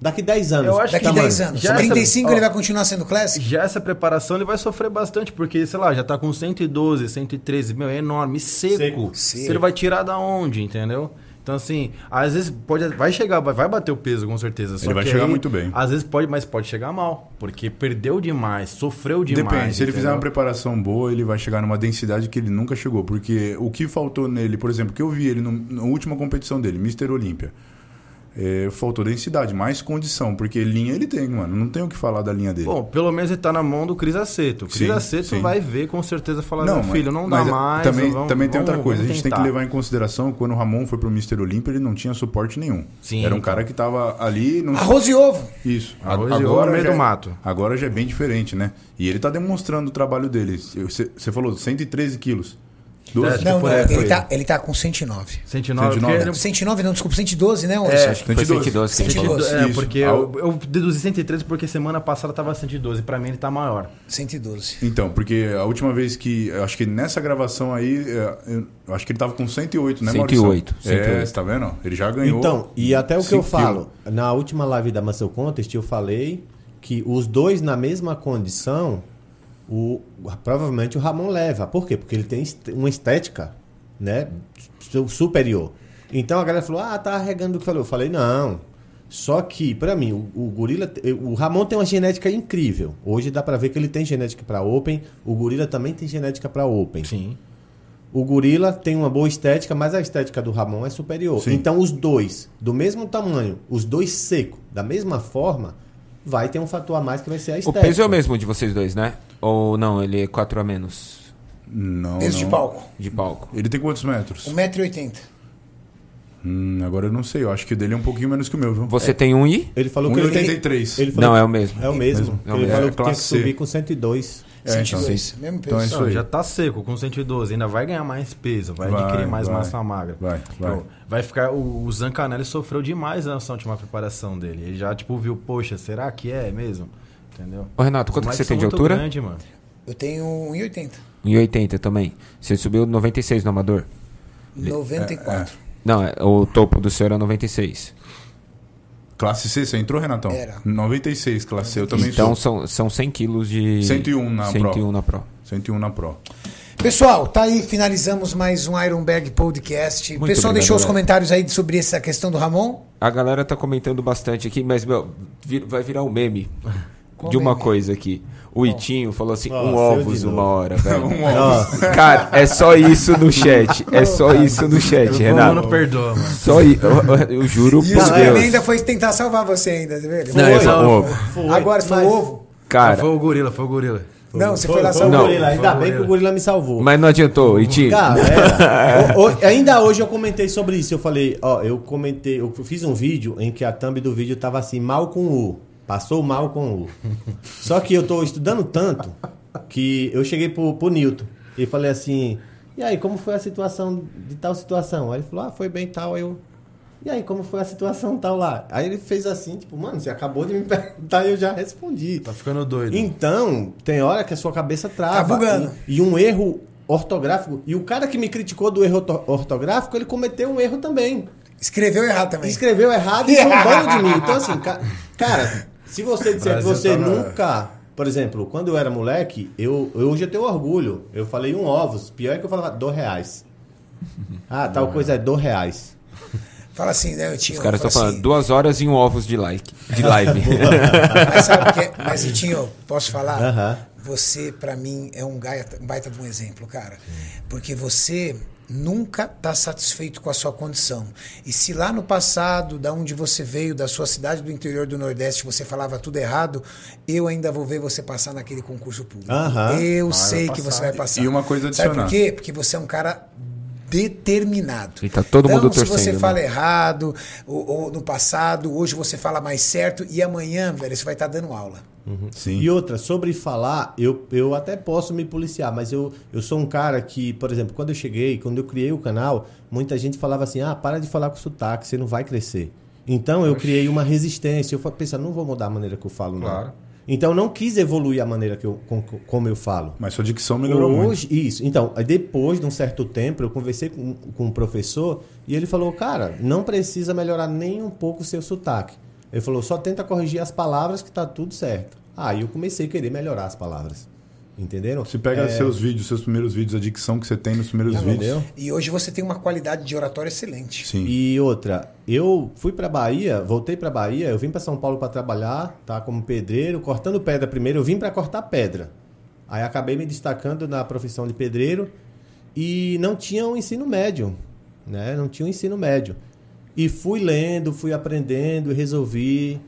C: Daqui 10 anos.
E: Eu acho
A: Daqui
E: que-
A: 10 anos?
E: Já essa-
A: 35 ele
E: ó.
A: vai continuar sendo Classic?
E: Já essa preparação ele vai sofrer bastante, porque, sei lá, já tá com 112, 113, meu, é enorme, seco.
C: Seco.
A: Seco.
E: Ele vai tirar da onde, entendeu? Então, assim, às vezes pode. Vai chegar, vai, vai bater o peso, com certeza. só
B: Ele vai
E: que
B: chegar
E: aí,
B: muito bem.
E: Às vezes pode, mas pode chegar mal. Porque perdeu demais, sofreu demais.
B: Depende, se ele fizer uma
E: entendeu?
B: preparação boa, ele vai chegar numa densidade que ele nunca chegou. Porque o que faltou nele, por exemplo, que eu vi ele no- na última competição dele, Mr. Olímpia, é, faltou densidade, mais condição. Porque linha ele tem, mano. Não tem o que falar da linha dele.
E: Bom, pelo menos ele tá na mão do Cris Aceto. O Cris
B: Sim,
E: Aceto
B: sim.
E: vai ver com certeza falar, não,
B: mas-
E: filho, não dá
B: mas é,
E: mais.
B: Também,
E: vamos-
B: também tem
E: vamos-
B: outra coisa. A
E: vamos
B: gente tem
E: tentar."
B: que levar em consideração quando o Ramon foi pro Mr. Olímpia, ele não tinha suporte nenhum.
E: Sim. então.
B: Era um cara que tava ali. Não...
A: Arroz e ovo.
B: Isso. A-
E: Arroz e ouro no meio
B: já-
E: do mato.
B: Agora já é bem diferente, né? E ele tá demonstrando o trabalho dele. Eu- Você você falou 113 quilos. 12?
A: Não, não,
E: é,
A: ele,
E: foi.
A: tá, ele tá com 109.
E: 109,
B: 109.
E: porque-
A: 109 não, desculpa, 112, né, Anderson?
E: É,
D: Acho que foi 112 que a gente falou.
A: 112.
E: É,
B: Isso.
E: porque eu, eu deduzi 113 porque semana passada tava 112. Pra mim ele tá maior.
A: 112.
B: Então, porque a última vez que. eu Acho que nessa gravação aí. é, Eu eu acho que ele tava com 108, né,
D: 108,
B: Maurício? É,
D: 108.
B: você tá vendo? Ele já ganhou.
C: Então, e até o que eu
B: cinco
C: falo, na última live da Muscle Contest, eu falei que os dois na mesma condição, o, provavelmente o Ramon leva. Por quê? Porque ele tem est- uma estética né, su- superior. Então a galera falou, ah, tá arregando o que falou. Eu falei, não. Só que, pra mim, o, o gorila. te- O Ramon tem uma genética incrível. Hoje dá pra ver que ele tem genética pra Open. O gorila também tem genética pra Open.
E: Sim.
C: O gorila tem uma boa estética, mas a estética do Ramon é superior.
B: Sim.
C: Então os dois, do mesmo tamanho, os dois seco, da mesma forma, vai ter um fator a mais que vai ser a
D: O
C: estética.
D: peso é o mesmo de vocês dois, né? Ou não, ele é 4 a menos
B: Não.
A: Peso
B: não.
A: de palco,
D: de palco.
B: Ele tem quantos metros?
A: 1,80m.
B: Hum, agora eu não sei. Eu acho que o dele é um pouquinho menos que o meu, viu?
E: É.
D: Você tem um I?
C: Ele falou que ele tem...
B: 1,83.
C: Ele falou
D: Não, é o
C: que-
D: mesmo.
C: É o mesmo.
D: É o
C: ele
B: É
C: falou
D: mesmo.
C: que tinha que
B: classe C.
C: subir com 102.
B: É, então,
A: 102, mesmo peso.
B: então é isso
E: Não,
B: aí.
E: já tá seco com 112, ainda vai ganhar mais peso, vai,
B: Vai,
E: adquirir mais
B: vai.
E: massa magra.
B: Vai, vai.
E: Então, vai ficar. O, o Zancanelli sofreu demais nessa última preparação dele. Ele já, tipo, viu, poxa, será que é mesmo? Entendeu?
D: Ô, Renato, quanto
E: Os
D: que você
E: moleques
D: tem de
E: são muito
D: altura?
E: Grande, mano.
A: Eu tenho 1,80.
D: 1,80 também. Você subiu 96 no amador?
A: 94.
D: Não, é- o topo do senhor é 96.
B: É, Classe C, você entrou, Renatão?
A: Era.
B: 96, classe C. Eu também
D: então
B: sou.
D: são, são 100 quilos de...
B: 101 na
D: 101
B: Pro.
D: na Pro.
B: 101 na Pro.
A: Pessoal, tá aí, finalizamos mais um Ironberg Podcast. O
D: Muito
A: pessoal
D: obrigado,
A: deixou os
D: galera.
A: comentários aí sobre essa questão do Ramon.
D: A galera tá comentando bastante aqui, mas, meu, vir- vai virar um meme
A: <laughs> Qual
D: de uma
A: meme?
D: coisa aqui. O Itinho falou assim,
C: Nossa,
D: um
C: eu
D: ovos
C: de
D: uma
B: <laughs>
C: novo.
D: hora, velho.
B: Um óculos.
D: Cara, é só isso no chat. É
A: <laughs>
D: só isso no chat,
E: Eu não
D: Renato.
E: perdoa, mano.
D: Só isso. Eu, eu- eu juro
A: E
D: por
B: é
A: o Guilherme
D: Deus.
A: ainda foi tentar salvar você ainda, tá vendo?
D: Não,
A: Foi.
D: é só um ovo.
C: Foi,
A: Agora você foi
C: mas-
A: o ovo?
E: Ah,
D: Cara,
E: foi o gorila, foi o gorila.
A: Não, você foi lá
C: o
A: salvar.
D: Não.
C: gorila. Ainda
E: Foi o
C: bem que o
E: gorila.
C: gorila me salvou.
D: mas não adiantou, Itinho.
C: Galera, é. o- o- ainda hoje eu comentei sobre isso. Eu falei, ó, eu comentei, eu fiz um vídeo em que a thumb do vídeo tava assim, mal com o. Passou mal com o. Só que eu tô estudando tanto que eu cheguei pro, pro Newton e falei assim: e aí, como foi a situação de tal situação? Aí ele falou: ah, foi bem tal. Aí eu. E aí, como foi a situação tal lá? Aí ele fez assim, tipo, mano, você acabou de me perguntar e eu já respondi.
E: Tá ficando doido.
C: Então, tem hora que a sua cabeça trava.
A: Tá bugando.
C: E, e um erro ortográfico. E o cara que me criticou do erro orto- ortográfico, ele cometeu um erro também.
A: Escreveu errado também. <laughs>
C: Escreveu errado e zombando de mim. Então, assim, ca- cara, se você disser que
E: Brasil
C: você
E: tá na-
C: nunca. Por exemplo, quando eu era moleque, eu, eu hoje eu tenho orgulho. Eu falei um ovos. Pior é que eu falava dois reais. Ah, tal coisa é dois reais.
A: Fala assim, né, eu tinha.
D: Os caras
A: fala
D: estão falando
A: assim,
D: duas horas e um ovos de like. De live.
A: <laughs> Mas sabe o
C: <laughs>
A: que é? Mas, Vitinho, posso falar?
C: Aham.
A: Você, pra mim, é um gaita- um baita de um exemplo, cara. Porque você nunca tá satisfeito com a sua condição. E se lá no passado, da onde você veio, da sua cidade do interior do Nordeste, você falava tudo errado, eu ainda vou ver você passar naquele concurso público.
C: Aham.
A: Eu
E: Vai,
A: sei
E: vai
A: que
E: passar.
A: você vai passar.
B: E uma coisa
A: Sabe por
B: adicionar.
A: quê? Porque você é um cara determinado.
D: E tá todo mundo
A: então, se você
D: torcendo, né?
A: fala errado, ou, ou no passado, hoje você fala mais certo, e amanhã, velho, você vai estar dando aula.
B: Sim.
C: E outra, sobre falar, eu, eu até posso me policiar, mas eu, eu sou um cara que, por exemplo, quando eu cheguei, quando eu criei o canal, muita gente falava assim: ah, para de falar com sotaque, você não vai crescer. Então eu criei uma resistência. Eu fa- pensava, não vou mudar a maneira que eu falo, não.
E: Claro.
C: Então eu não quis evoluir a maneira que eu, com- com- como eu falo.
B: Mas sua dicção melhorou muito.
C: Hoje, isso. Então, aí depois de um certo tempo, eu conversei com, com um professor e ele falou, cara, não precisa melhorar nem um pouco o seu sotaque. Ele falou, só tenta corrigir as palavras que tá tudo certo. Aí eu comecei a querer melhorar as palavras. Entenderam?
B: Se pega
C: É,
B: seus vídeos, seus primeiros vídeos, a dicção que você tem nos primeiros
C: Não,
B: vídeos.
C: entendeu?
A: E hoje você tem uma qualidade de oratório excelente.
B: Sim.
C: E outra, eu fui pra Bahia, voltei pra Bahia, eu vim pra São Paulo pra trabalhar, tá? Como pedreiro, cortando pedra primeiro, eu vim pra cortar pedra. Aí acabei me destacando na profissão de pedreiro e não tinha um ensino médio, né? Não tinha um ensino médio. E fui lendo, fui aprendendo, resolvi.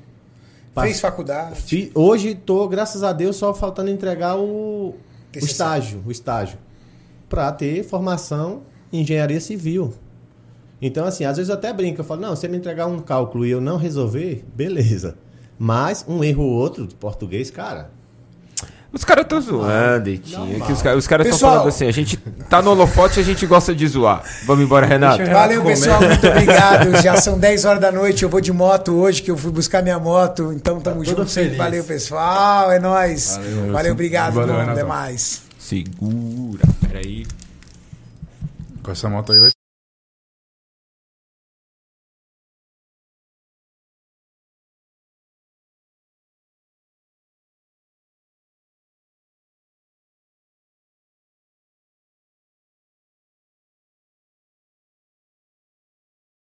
A: Fez faculdade.
C: Fi- Hoje tô, graças a Deus, só faltando entregar o, o
A: TCC.
C: estágio, o estágio, para ter formação em engenharia civil. Então, assim, às vezes eu até brinco, eu falo, não, se você me entregar um cálculo e eu não resolver, beleza. Mas um erro ou outro de português, cara,
D: Os caras tão zoando, Etinho. Ah, é que os caras os caras tão
A: Pessoal-
D: falando assim, a gente tá no holofote e a gente gosta de zoar. Vamos embora, Renato.
A: Valeu, pessoal. Muito obrigado. Já são 10 horas da noite. Eu vou de moto hoje, que eu fui buscar minha moto. Então, tamo junto. sempre. Valeu, pessoal. É nóis. Valeu, obrigado.
B: Valeu,
A: mano. Até
B: Renatão.
A: mais.
D: Segura, peraí.
B: Com essa moto aí vai